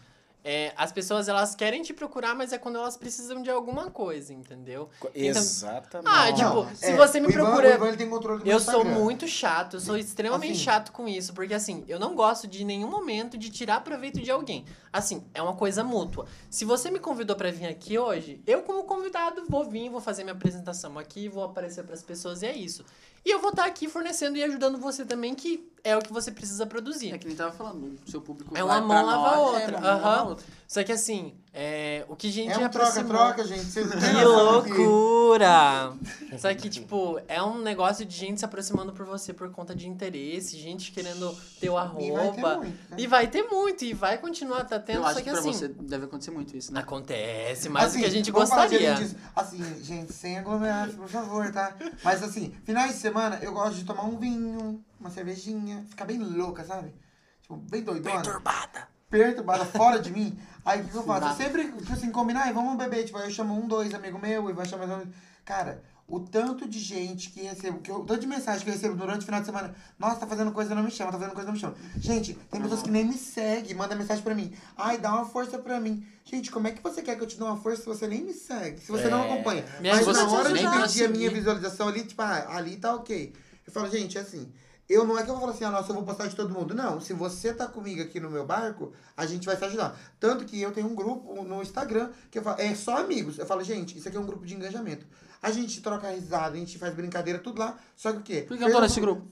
Speaker 3: é, as pessoas elas querem te procurar, mas é quando elas precisam de alguma coisa, entendeu? Então-
Speaker 4: Exatamente.
Speaker 3: Ah,
Speaker 2: Não,
Speaker 3: tipo,
Speaker 2: é,
Speaker 3: se você me
Speaker 2: o Ivan-
Speaker 3: procura.
Speaker 2: o Ivan, ele tem controle do meu
Speaker 3: Eu sou
Speaker 2: Instagram.
Speaker 3: muito chato, eu sou extremamente
Speaker 2: Assim.
Speaker 3: chato com isso, porque assim, eu não gosto de em nenhum momento de tirar proveito de alguém. Assim, é uma coisa mútua. Se você me convidou pra vir aqui hoje, eu como convidado vou vir, vou fazer minha apresentação aqui, vou aparecer pras pessoas e é isso. E eu vou estar aqui fornecendo e ajudando você também, que é o que você precisa produzir.
Speaker 1: É que nem tava falando, o seu público
Speaker 3: É
Speaker 1: vai
Speaker 3: uma
Speaker 1: pra
Speaker 3: mão lava
Speaker 1: nós,
Speaker 3: a
Speaker 1: É,
Speaker 3: outra,
Speaker 1: uma mão lava a
Speaker 3: aham.
Speaker 1: outra.
Speaker 3: Só que assim, é, o que a gente
Speaker 2: É um
Speaker 3: aproximou-
Speaker 2: troca-troca, gente. Vocês não têm
Speaker 3: que
Speaker 2: noção aqui.
Speaker 3: loucura! Só que, tipo, é um negócio de gente se aproximando por você por conta de interesse, gente querendo ter o
Speaker 2: E vai ter
Speaker 3: arroba.
Speaker 2: muito, né?
Speaker 3: E vai ter muito, e vai continuar tá tendo,
Speaker 1: Eu
Speaker 3: só
Speaker 1: acho
Speaker 3: que
Speaker 1: que pra
Speaker 3: assim.
Speaker 1: você deve acontecer muito isso, né?
Speaker 3: Acontece, mais
Speaker 2: Assim,
Speaker 3: do que a gente
Speaker 2: vamos falar
Speaker 3: gostaria.
Speaker 2: direito disso. Assim, gente, sem aglomerar, por favor, tá? Mas assim, finais de semana eu gosto de tomar um vinho, uma cervejinha, ficar bem louca, sabe? Tipo, bem doidona.
Speaker 3: Perturbada.
Speaker 2: perturbada fora de mim, aí o que, que eu faço?
Speaker 1: Dá.
Speaker 2: Eu sempre, tipo assim, combinar, e vamos beber, tipo, aí eu chamo um, dois, amigo meu, e vai chamar mais um. Cara, o tanto de gente que recebo, que eu, o tanto de mensagem que eu recebo durante o final de semana, nossa, tá fazendo coisa, não me chama, tá fazendo coisa, não me chama. Gente, tem pessoas que nem me seguem, mandam mensagem pra mim, ai, dá uma força pra mim. Gente, como é que você quer que eu te dê uma força se você nem me segue, se É. você não acompanha?
Speaker 3: Me
Speaker 2: Mas
Speaker 3: ajuda
Speaker 2: na
Speaker 3: a te
Speaker 2: hora de
Speaker 3: ajudar a
Speaker 2: pedir a minha
Speaker 3: seguir.
Speaker 2: visualização ali, tipo, ah, ali tá ok. Eu falo, gente, assim, eu não é que eu vou falar assim, ah, nossa, eu vou postar de todo mundo. Não, se você tá comigo aqui no meu barco, a gente vai se ajudar. Tanto que eu tenho um grupo no Instagram que eu falo, é só amigos. Eu falo, gente, isso aqui é um grupo de engajamento. A gente troca risada, a gente faz brincadeira, tudo lá. Só que o quê?
Speaker 1: Por que eu tô
Speaker 2: Fez
Speaker 1: nesse
Speaker 2: um-
Speaker 1: grupo?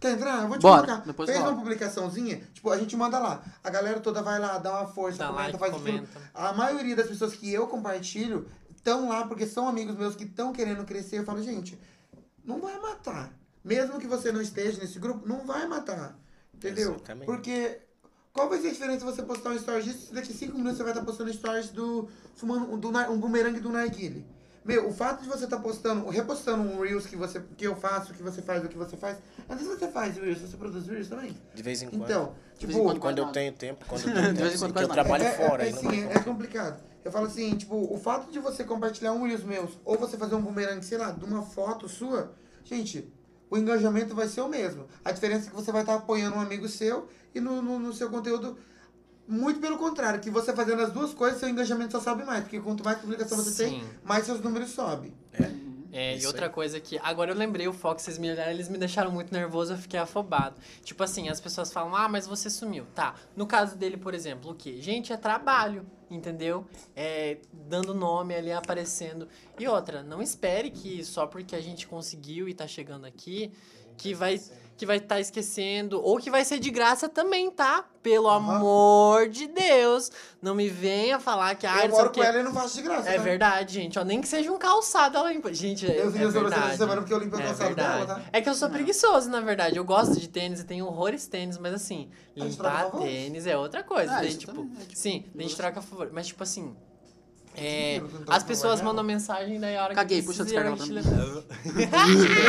Speaker 2: Quer entrar? Eu vou te
Speaker 1: Bora,
Speaker 2: colocar.
Speaker 1: depois
Speaker 2: Fez
Speaker 1: eu
Speaker 2: uma
Speaker 1: falo.
Speaker 2: publicaçãozinha, tipo, a gente manda lá. A galera toda vai lá, dá uma força,
Speaker 3: Dá
Speaker 2: comenta,
Speaker 3: like,
Speaker 2: faz
Speaker 3: comenta.
Speaker 2: tudo. A maioria das pessoas que eu compartilho estão lá porque são amigos meus que estão querendo crescer. Eu falo, gente, não vai matar. Mesmo que você não esteja nesse grupo, não vai matar. Entendeu?
Speaker 4: Exatamente.
Speaker 2: Porque qual vai ser a diferença se você postar um stories disso? Daqui cinco minutos você vai estar postando stories do. fumando um, do, nar- um bumerangue do narguile. Meu, o fato de você estar postando, repostando um Reels que, você, que eu faço, que você faz, o que você faz. Às vezes você faz Reels, você produz Reels também.
Speaker 4: De vez em quando.
Speaker 2: Então,
Speaker 1: De
Speaker 2: tipo,
Speaker 1: vez em quando
Speaker 4: quando eu tenho tempo, quando eu tenho
Speaker 1: De vez em quando
Speaker 4: tempo, assim, que
Speaker 1: faz
Speaker 4: eu
Speaker 1: nada.
Speaker 4: trabalho fora.
Speaker 2: é,
Speaker 4: aí não
Speaker 2: sim,
Speaker 4: tem
Speaker 2: é, é complicado. Eu falo assim, tipo, o fato de você compartilhar um Reels meus, ou você fazer um bumerangue, sei lá, de uma foto sua, gente, o engajamento vai ser o mesmo. A diferença é que você vai estar apoiando um amigo seu e no, no, no seu conteúdo. Muito pelo contrário, que você fazendo as duas coisas, seu engajamento só sobe mais. Porque quanto mais publicação você
Speaker 3: Sim.
Speaker 2: tem, mais seus números sobem.
Speaker 3: É, e
Speaker 4: Isso
Speaker 3: outra
Speaker 4: aí.
Speaker 3: coisa que. Agora eu lembrei o Fox, vocês me olharam, eles me deixaram muito nervoso, eu fiquei afobado. Tipo assim, as pessoas falam, ah, mas você sumiu. Tá. No caso dele, por exemplo, o quê? Gente, é trabalho, entendeu? É dando nome ali, aparecendo. E outra, não espere que só porque a gente conseguiu e tá chegando aqui. que vai que vai estar esquecendo ou que vai ser de graça também, tá? Pelo amor de Deus, não me venha falar que ah,
Speaker 2: eu
Speaker 3: não sei o
Speaker 2: moro com
Speaker 3: quê.
Speaker 2: ela e não faço de graça.
Speaker 3: É
Speaker 2: tá?
Speaker 3: verdade, gente. Ó, nem que seja um calçado ela limpa. Gente, é,
Speaker 2: Eu vi
Speaker 3: é
Speaker 2: os números
Speaker 3: verdade.
Speaker 2: dessa semana porque eu limpei o
Speaker 3: É
Speaker 2: calçado dela,
Speaker 3: verdade.
Speaker 2: tá?
Speaker 3: É que eu sou preguiçoso, na verdade. Eu gosto de tênis e tenho horrores tênis, mas assim,
Speaker 2: A gente troca
Speaker 3: limpar
Speaker 2: favores.
Speaker 3: tênis é outra coisa.
Speaker 1: Ah,
Speaker 3: Daí,
Speaker 1: isso
Speaker 3: tipo,
Speaker 1: também, é, tipo,
Speaker 3: sim, a gente troca favor. Mas tipo assim. é,
Speaker 2: Eu tô tentando
Speaker 3: as pessoas
Speaker 2: trabalhar.
Speaker 3: mandam mensagem daí a hora
Speaker 1: Caguei,
Speaker 3: que
Speaker 1: puxa
Speaker 3: precisa, e a hora
Speaker 1: descarga
Speaker 3: que te leva.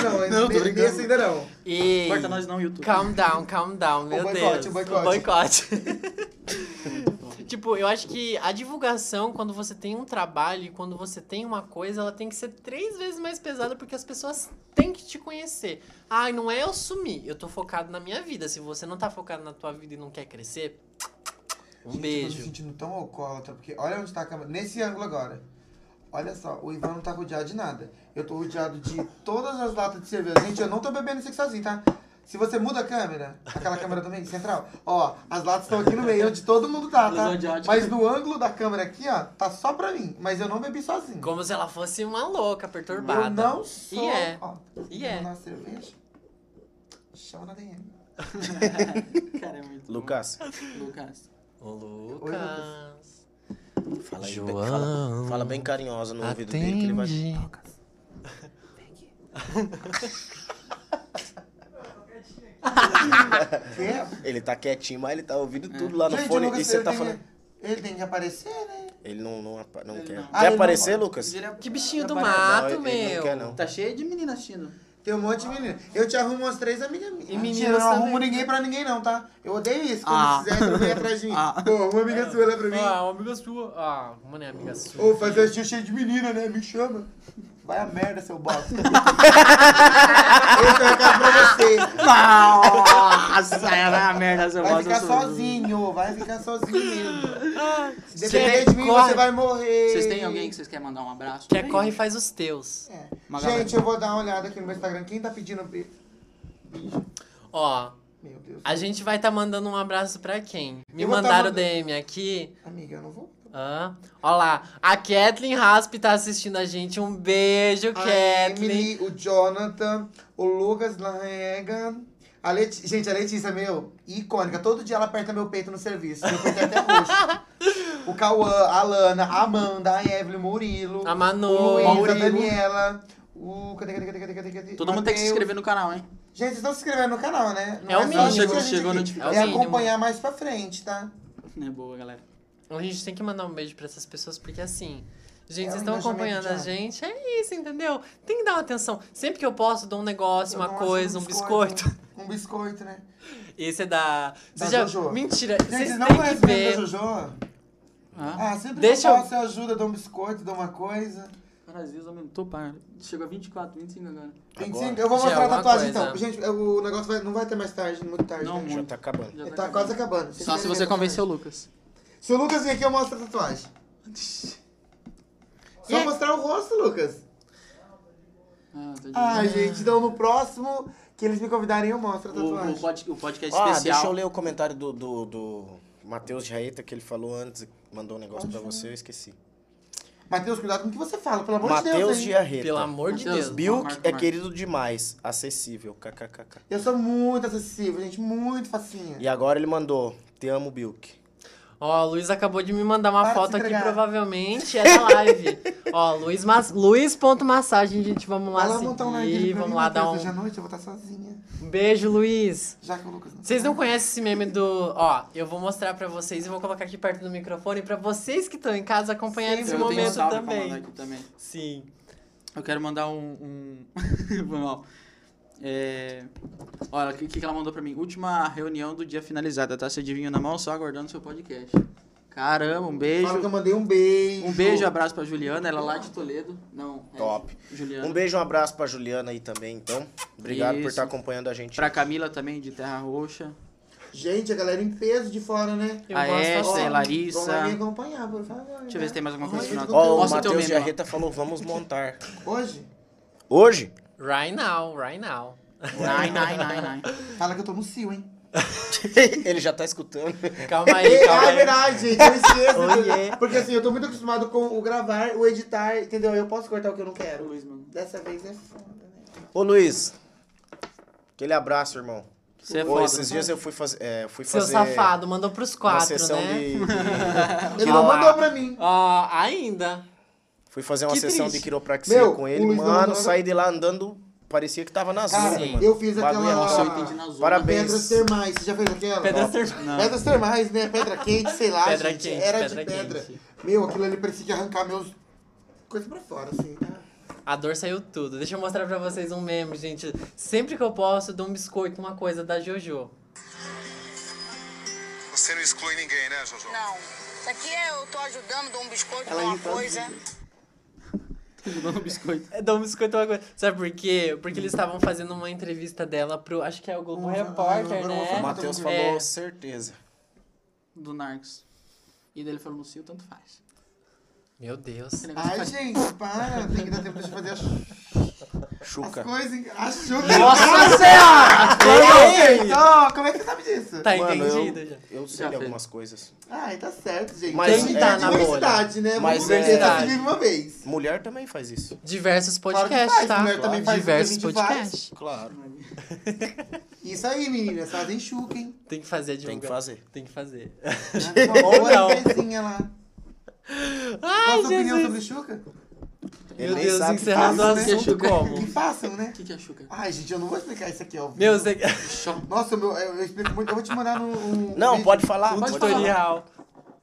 Speaker 2: Não, ainda
Speaker 1: Não, tô
Speaker 2: nem-
Speaker 1: brincando.
Speaker 2: nesse ainda não.
Speaker 3: Ei,
Speaker 1: Corta nós não, YouTube.
Speaker 3: Calm down, calm down, meu
Speaker 2: boicote,
Speaker 3: Deus.
Speaker 2: o boicote.
Speaker 3: boicote. tipo, eu acho que a divulgação, quando você tem um trabalho e quando você tem uma coisa, ela tem que ser três vezes mais pesada porque as pessoas têm que te conhecer. Ai, não é eu sumir, eu tô focado na minha vida. Se você não tá focado na tua vida e não quer crescer,
Speaker 2: Gente, Eu
Speaker 3: um
Speaker 2: tô me
Speaker 3: beijo.
Speaker 2: sentindo tão alcoólatra, porque olha onde tá a câmera. Nesse ângulo agora. Olha só, o Ivan não tá rodeado de nada. Eu tô rodeado de todas as latas de cerveja. Gente, eu não tô bebendo isso aqui sozinho, tá? Se você muda a câmera, aquela câmera também, central, ó, as latas estão aqui no meio, onde todo mundo tá, tá?
Speaker 1: Ilusão de ótica.
Speaker 2: Mas no ângulo da câmera aqui, ó, tá só pra mim. Mas eu não bebi sozinho.
Speaker 3: Como se ela fosse uma louca, perturbada.
Speaker 2: Eu não sou.
Speaker 3: E é.
Speaker 2: Ó,
Speaker 3: E é.
Speaker 2: na cerveja, chama na DM.
Speaker 1: Cara, é muito bom.
Speaker 4: Lucas,
Speaker 1: Lucas.
Speaker 3: Ô, Lucas.
Speaker 2: Oi,
Speaker 4: fala aí.
Speaker 3: João.
Speaker 4: Bem, fala, fala bem carinhosa no ouvido dele que ele vai.
Speaker 3: Atende.
Speaker 2: Que é?
Speaker 4: Ele tá quietinho, mas ele tá ouvindo tudo lá no
Speaker 2: Gente, o
Speaker 4: fone.
Speaker 2: Lucas,
Speaker 4: E você
Speaker 2: ele
Speaker 4: tá
Speaker 2: tem
Speaker 4: falando.
Speaker 2: que- Ele tem que aparecer, né?
Speaker 4: Ele não, não, apa- não
Speaker 1: Ele
Speaker 4: quer.
Speaker 1: não.
Speaker 4: Quer
Speaker 2: Ah, ele não
Speaker 4: aparecer,
Speaker 2: pode.
Speaker 4: Lucas?
Speaker 3: Que bichinho do
Speaker 1: Trabalhar.
Speaker 3: mato,
Speaker 4: Não, ele- ele
Speaker 3: meu.
Speaker 4: não quer, não.
Speaker 1: Tá cheio de meninas assistindo.
Speaker 2: Tem um monte de menino. Eu te arrumo umas três amigas minhas.
Speaker 3: E meninas
Speaker 2: Mentira, eu não
Speaker 3: também.
Speaker 2: arrumo ninguém pra ninguém, não, tá? Eu odeio isso. Quando
Speaker 1: Ah.
Speaker 2: quiser, tu vem atrás de mim.
Speaker 1: Ah.
Speaker 2: Pô, uma amiga sua olha pra mim.
Speaker 3: Ah, uma amiga sua. Ah, mano, é amiga sua.
Speaker 2: Ô, faz festinha cheia de menina, né? Me chama. Vai a merda, seu bosta. Esse é o recado pra você.
Speaker 1: Nossa, ela é uma merda, seu
Speaker 2: Vai
Speaker 1: voz,
Speaker 2: ficar
Speaker 1: eu sou-
Speaker 2: sozinho, vai ficar sozinho mesmo. Se
Speaker 3: Gente,
Speaker 2: depender de mim,
Speaker 3: Ah, corre.
Speaker 2: você vai morrer.
Speaker 1: Vocês têm alguém que vocês querem mandar um abraço?
Speaker 3: Quer corre e faz os teus.
Speaker 2: É.
Speaker 1: Uma
Speaker 2: Gente, eu vou dar uma olhada aqui no meu Instagram. Quem tá pedindo... bi-
Speaker 3: Ó,
Speaker 2: Meu Deus.
Speaker 3: a gente vai tá mandando um abraço pra quem? Me
Speaker 2: Eu vou tá
Speaker 3: mandaram o
Speaker 2: mandando.
Speaker 3: DM aqui.
Speaker 2: Amiga, eu não vou.
Speaker 3: Hã? Ó lá, a Kathleen Rasp tá assistindo a gente. Um beijo,
Speaker 2: A
Speaker 3: Kathleen.
Speaker 2: Emily, o Jonathan, o Lucas Larrega. A Leti... Gente, a Letícia, meu, icônica. Todo dia ela aperta meu peito no serviço. Meu peito é até roxo. O Cauã, a Lana, a Amanda, a Evelyn, o Murilo.
Speaker 3: A Manu.
Speaker 2: o Luiz,
Speaker 1: Murilo.
Speaker 2: a Daniela. O... Cadê, cadê, cadê, cadê, cadê, cadê?
Speaker 1: Todo mundo tem que se
Speaker 2: Mateus.
Speaker 1: inscrever no canal, hein?
Speaker 2: Gente, vocês estão se inscrevendo no canal, né?
Speaker 3: É o
Speaker 2: só
Speaker 3: mínimo.
Speaker 2: assistir a
Speaker 1: Chegou-
Speaker 2: gente
Speaker 1: chegou
Speaker 2: aqui.
Speaker 1: a notificação.
Speaker 2: É
Speaker 3: É o mínimo.
Speaker 2: acompanhar mais pra frente, tá?
Speaker 1: É boa, galera.
Speaker 3: A gente tem que mandar um beijo pra essas pessoas, porque assim. Gente,
Speaker 2: É
Speaker 3: vocês
Speaker 2: um
Speaker 3: estão
Speaker 2: engajamento
Speaker 3: acompanhando a
Speaker 2: diário.
Speaker 3: gente, é isso, entendeu? Tem que dar uma atenção. Sempre que eu posso, dou um negócio,
Speaker 2: Eu
Speaker 3: uma
Speaker 2: não acho
Speaker 3: coisa, um biscoito.
Speaker 2: Um Então, biscoito, né?
Speaker 3: Esse é da. Vocês
Speaker 2: Da
Speaker 3: já...
Speaker 2: Jojo.
Speaker 3: Mentira,
Speaker 2: Gente, vocês
Speaker 3: vocês
Speaker 2: não
Speaker 3: têm que
Speaker 2: conhecem o
Speaker 3: ver.
Speaker 2: da Jojo?
Speaker 1: Ah,
Speaker 2: Ah, sempre
Speaker 3: Deixa
Speaker 2: que eu
Speaker 3: eu-
Speaker 2: posso, eu ajudo, dou um biscoito, dou uma coisa.
Speaker 1: cara, às vezes aumentou, pá. Chegou a 24, 25 agora.
Speaker 2: 25, eu vou
Speaker 3: Tinha
Speaker 2: mostrar a
Speaker 3: alguma
Speaker 2: tatuagem
Speaker 3: coisa.
Speaker 2: então. Gente, o negócio vai- não vai ter mais tarde, muito tarde.
Speaker 1: Não,
Speaker 2: né?
Speaker 1: muito.
Speaker 4: Já tá acabando.
Speaker 1: Já
Speaker 2: Ele tá quase acabando. Vocês
Speaker 1: Só se
Speaker 2: querem
Speaker 1: você
Speaker 2: ver a
Speaker 1: convencer o
Speaker 2: tatuagem?
Speaker 1: Lucas.
Speaker 2: Se o Lucas vir aqui, eu mostro a tatuagem. Só mostrar o rosto, Lucas.
Speaker 1: Ah, tô de
Speaker 2: Ai, gente, então no próximo que eles me convidarem, eu mostro a
Speaker 1: o,
Speaker 2: tatuagem.
Speaker 1: o, pod, o podcast
Speaker 4: Ah,
Speaker 1: especial.
Speaker 4: deixa eu ler o comentário do, do, do Matheus Jaeta que ele falou antes, mandou um negócio pra você, eu esqueci.
Speaker 2: Matheus, cuidado com o que você fala, pelo amor de Deus.
Speaker 4: Matheus
Speaker 2: hein?
Speaker 4: Jaeta.
Speaker 3: Pelo amor de
Speaker 1: Matheus,
Speaker 3: Deus.
Speaker 4: Bill
Speaker 1: Marca,
Speaker 4: é
Speaker 1: marca.
Speaker 4: querido demais, acessível, kkkk.
Speaker 2: Eu sou muito acessível, gente, muito facinha.
Speaker 4: E agora ele mandou, te amo, Bilk.
Speaker 3: Ó, a Luiz acabou de me mandar uma
Speaker 2: Para de
Speaker 3: foto
Speaker 2: se
Speaker 3: aqui,
Speaker 2: entregar.
Speaker 3: provavelmente é da live. Ó, Luiz, mas, Luiz.massagem, gente, vamos lá
Speaker 2: Vai lá
Speaker 3: seguir,
Speaker 2: montar um live aqui pra
Speaker 3: vamos
Speaker 2: mim,
Speaker 3: lá dar
Speaker 2: Matheus,
Speaker 3: um...
Speaker 2: Hoje à noite eu vou estar sozinha,
Speaker 3: um beijo, Luiz.
Speaker 2: já que o Lucas não
Speaker 3: Vocês
Speaker 2: tá.
Speaker 3: não conhecem esse meme do... Ó, eu vou mostrar pra vocês e vou colocar aqui perto do microfone pra vocês que estão em casa acompanharem
Speaker 1: Eu
Speaker 3: esse
Speaker 1: tenho um
Speaker 3: momento
Speaker 1: salve pra mandar
Speaker 3: também.
Speaker 1: aqui também.
Speaker 3: Sim.
Speaker 1: Eu quero mandar um. um... Foi mal. É... Olha, o que, que ela mandou pra mim? Última reunião do dia finalizada, tá? Seu divinho na mão, só aguardando seu podcast. Caramba, um
Speaker 2: Fala que eu
Speaker 1: beijo.
Speaker 2: mandei um beijo.
Speaker 1: Um beijo, abraço pra Juliana, ela é lá de Toledo. Não, é
Speaker 4: Top.
Speaker 1: Juliana.
Speaker 4: Um beijo, um abraço pra Juliana aí também, então. Obrigado por
Speaker 1: Isso.
Speaker 4: estar acompanhando a gente.
Speaker 1: Pra Camila também, de Terra Roxa.
Speaker 2: Gente, a galera em peso de fora, né?
Speaker 3: Eu
Speaker 1: a
Speaker 3: gosto
Speaker 1: Esther,
Speaker 3: assim.
Speaker 2: Vamos lá me
Speaker 1: Larissa.
Speaker 2: acompanhar, por favor. né?
Speaker 1: Deixa eu ver se tem mais alguma
Speaker 2: Olha,
Speaker 1: coisa no final.
Speaker 2: eu
Speaker 4: Ó, o
Speaker 2: Mostra
Speaker 1: teu
Speaker 4: Matheus
Speaker 1: meme lá.
Speaker 4: Jarreta falou, vamos montar.
Speaker 2: Hoje?
Speaker 4: Hoje?
Speaker 3: Right now, right now.
Speaker 1: Nai, nai, nai, nai.
Speaker 2: Fala que eu tô no cio, hein?
Speaker 4: ele já tá escutando.
Speaker 3: Calma aí,
Speaker 2: É,
Speaker 3: calma
Speaker 2: ah, é
Speaker 3: aí.
Speaker 2: verdade, gente. Eu esqueço.
Speaker 3: Oiê.
Speaker 2: entendeu? Porque assim, eu tô muito acostumado com o gravar, o editar, entendeu? Eu posso cortar o que eu não quero.
Speaker 1: Luiz, mano.
Speaker 2: Dessa vez é foda, né?
Speaker 4: Ô Luiz, Aquele abraço, irmão.
Speaker 1: Você é
Speaker 4: Pô,
Speaker 1: foda.
Speaker 4: esses dias eu fui, faz, é, fui
Speaker 3: Seu
Speaker 4: fazer
Speaker 3: safado, mandou pros
Speaker 4: uma
Speaker 3: quatro,
Speaker 4: sessão
Speaker 3: né?
Speaker 4: de,
Speaker 1: Ah,
Speaker 2: Ele não
Speaker 3: lá.
Speaker 2: mandou pra mim.
Speaker 3: Ó, ainda.
Speaker 4: Fui fazer uma
Speaker 3: Que
Speaker 4: sessão
Speaker 3: triste.
Speaker 4: de quiropraxia
Speaker 2: Meu, um
Speaker 4: com
Speaker 2: o
Speaker 4: ele,
Speaker 2: Luiz não
Speaker 4: mano.
Speaker 2: mandou-
Speaker 4: Saí de lá andando, parecia que tava na
Speaker 2: Cara,
Speaker 4: zona, mano.
Speaker 2: eu fiz
Speaker 4: Bagulho
Speaker 2: aquela-
Speaker 4: nossa.
Speaker 1: Nossa, eu entendi na zona.
Speaker 4: Parabéns.
Speaker 2: Pedras termais, você já fez aquela?
Speaker 3: Pedras ter-
Speaker 1: Não.
Speaker 2: Pedras termais, né? Pedra quente, sei lá,
Speaker 3: Pedra
Speaker 2: gente.
Speaker 3: quente,
Speaker 2: Era
Speaker 3: pedra
Speaker 2: de pedra.
Speaker 3: quente.
Speaker 2: Meu, aquilo ali parecia que ia arrancar meus... Coisa pra fora, assim.
Speaker 3: A dor saiu tudo. Deixa eu mostrar pra vocês um meme, gente. Sempre que eu posso, eu dou um biscoito, uma coisa da Jojo.
Speaker 5: Você não exclui ninguém, né, Jojo?
Speaker 6: Não. Isso aqui é eu tô ajudando, dou um biscoito,
Speaker 1: Ela
Speaker 6: dou uma
Speaker 1: irritando.
Speaker 6: coisa.
Speaker 1: Dando biscoito.
Speaker 3: É, dou um biscoito, uma coisa. Sabe por quê? Porque eles estavam fazendo uma entrevista dela pro. Acho que é o Globo
Speaker 2: Uma-
Speaker 3: Repórter,
Speaker 2: uma- uma-
Speaker 4: O
Speaker 3: né?
Speaker 4: Matheus
Speaker 3: É.
Speaker 4: falou, certeza.
Speaker 1: Do Narcos. E daí ele falou, Lucio, tanto faz.
Speaker 3: Meu Deus.
Speaker 1: Esse negócio
Speaker 2: Ai,
Speaker 1: faz-
Speaker 2: gente, para. Tem que dar tempo de fazer as, as
Speaker 4: Chuca.
Speaker 2: coisas. Achou
Speaker 3: Nossa
Speaker 2: Ah,
Speaker 3: Senhora! Ei!
Speaker 2: Ó, como é que você sabe disso?
Speaker 3: Tá
Speaker 4: Mano,
Speaker 3: entendido já.
Speaker 4: eu,
Speaker 2: então.
Speaker 4: eu sei
Speaker 1: Já
Speaker 4: de
Speaker 1: fez.
Speaker 4: algumas coisas.
Speaker 2: Ai, tá certo, gente.
Speaker 4: Mas
Speaker 2: Tem que
Speaker 4: é-
Speaker 2: dar
Speaker 3: na
Speaker 2: diversidade, né?
Speaker 4: Mas
Speaker 2: Vamos ver,
Speaker 3: é-
Speaker 2: tá se vive uma vez.
Speaker 4: Mulher também faz isso.
Speaker 3: Diversos
Speaker 2: Claro que
Speaker 3: podcasts,
Speaker 2: faz,
Speaker 3: tá?
Speaker 2: mulher também faz o que a
Speaker 3: Diversos
Speaker 2: gente
Speaker 3: podcasts.
Speaker 4: Claro.
Speaker 2: Isso aí, meninas. Fazem chuca, hein?
Speaker 3: Tem que fazer a
Speaker 4: Tem que
Speaker 3: divulgação.
Speaker 4: fazer.
Speaker 3: Tem que fazer.
Speaker 2: Ou
Speaker 3: Ou não.
Speaker 2: não. Coisinha lá.
Speaker 3: Ai,
Speaker 2: Qual a sua opinião
Speaker 3: Jesus.
Speaker 2: sobre chuca?
Speaker 4: Ele
Speaker 3: Meu
Speaker 4: nem
Speaker 3: Deus,
Speaker 4: sabe
Speaker 3: encerrando o
Speaker 2: fazer, né?
Speaker 3: assunto
Speaker 2: Que
Speaker 3: como?
Speaker 2: façam, né?
Speaker 1: O que, que é Xuca?
Speaker 2: Ai, gente, eu não vou explicar isso aqui, ó.
Speaker 3: Meu, você...
Speaker 2: Ah, Nossa, meu, eu, eu explico muito. Eu vou te mandar no- um.
Speaker 4: Não,
Speaker 2: vídeo
Speaker 4: pode falar.
Speaker 3: um
Speaker 4: Pode falar.
Speaker 3: tutorial.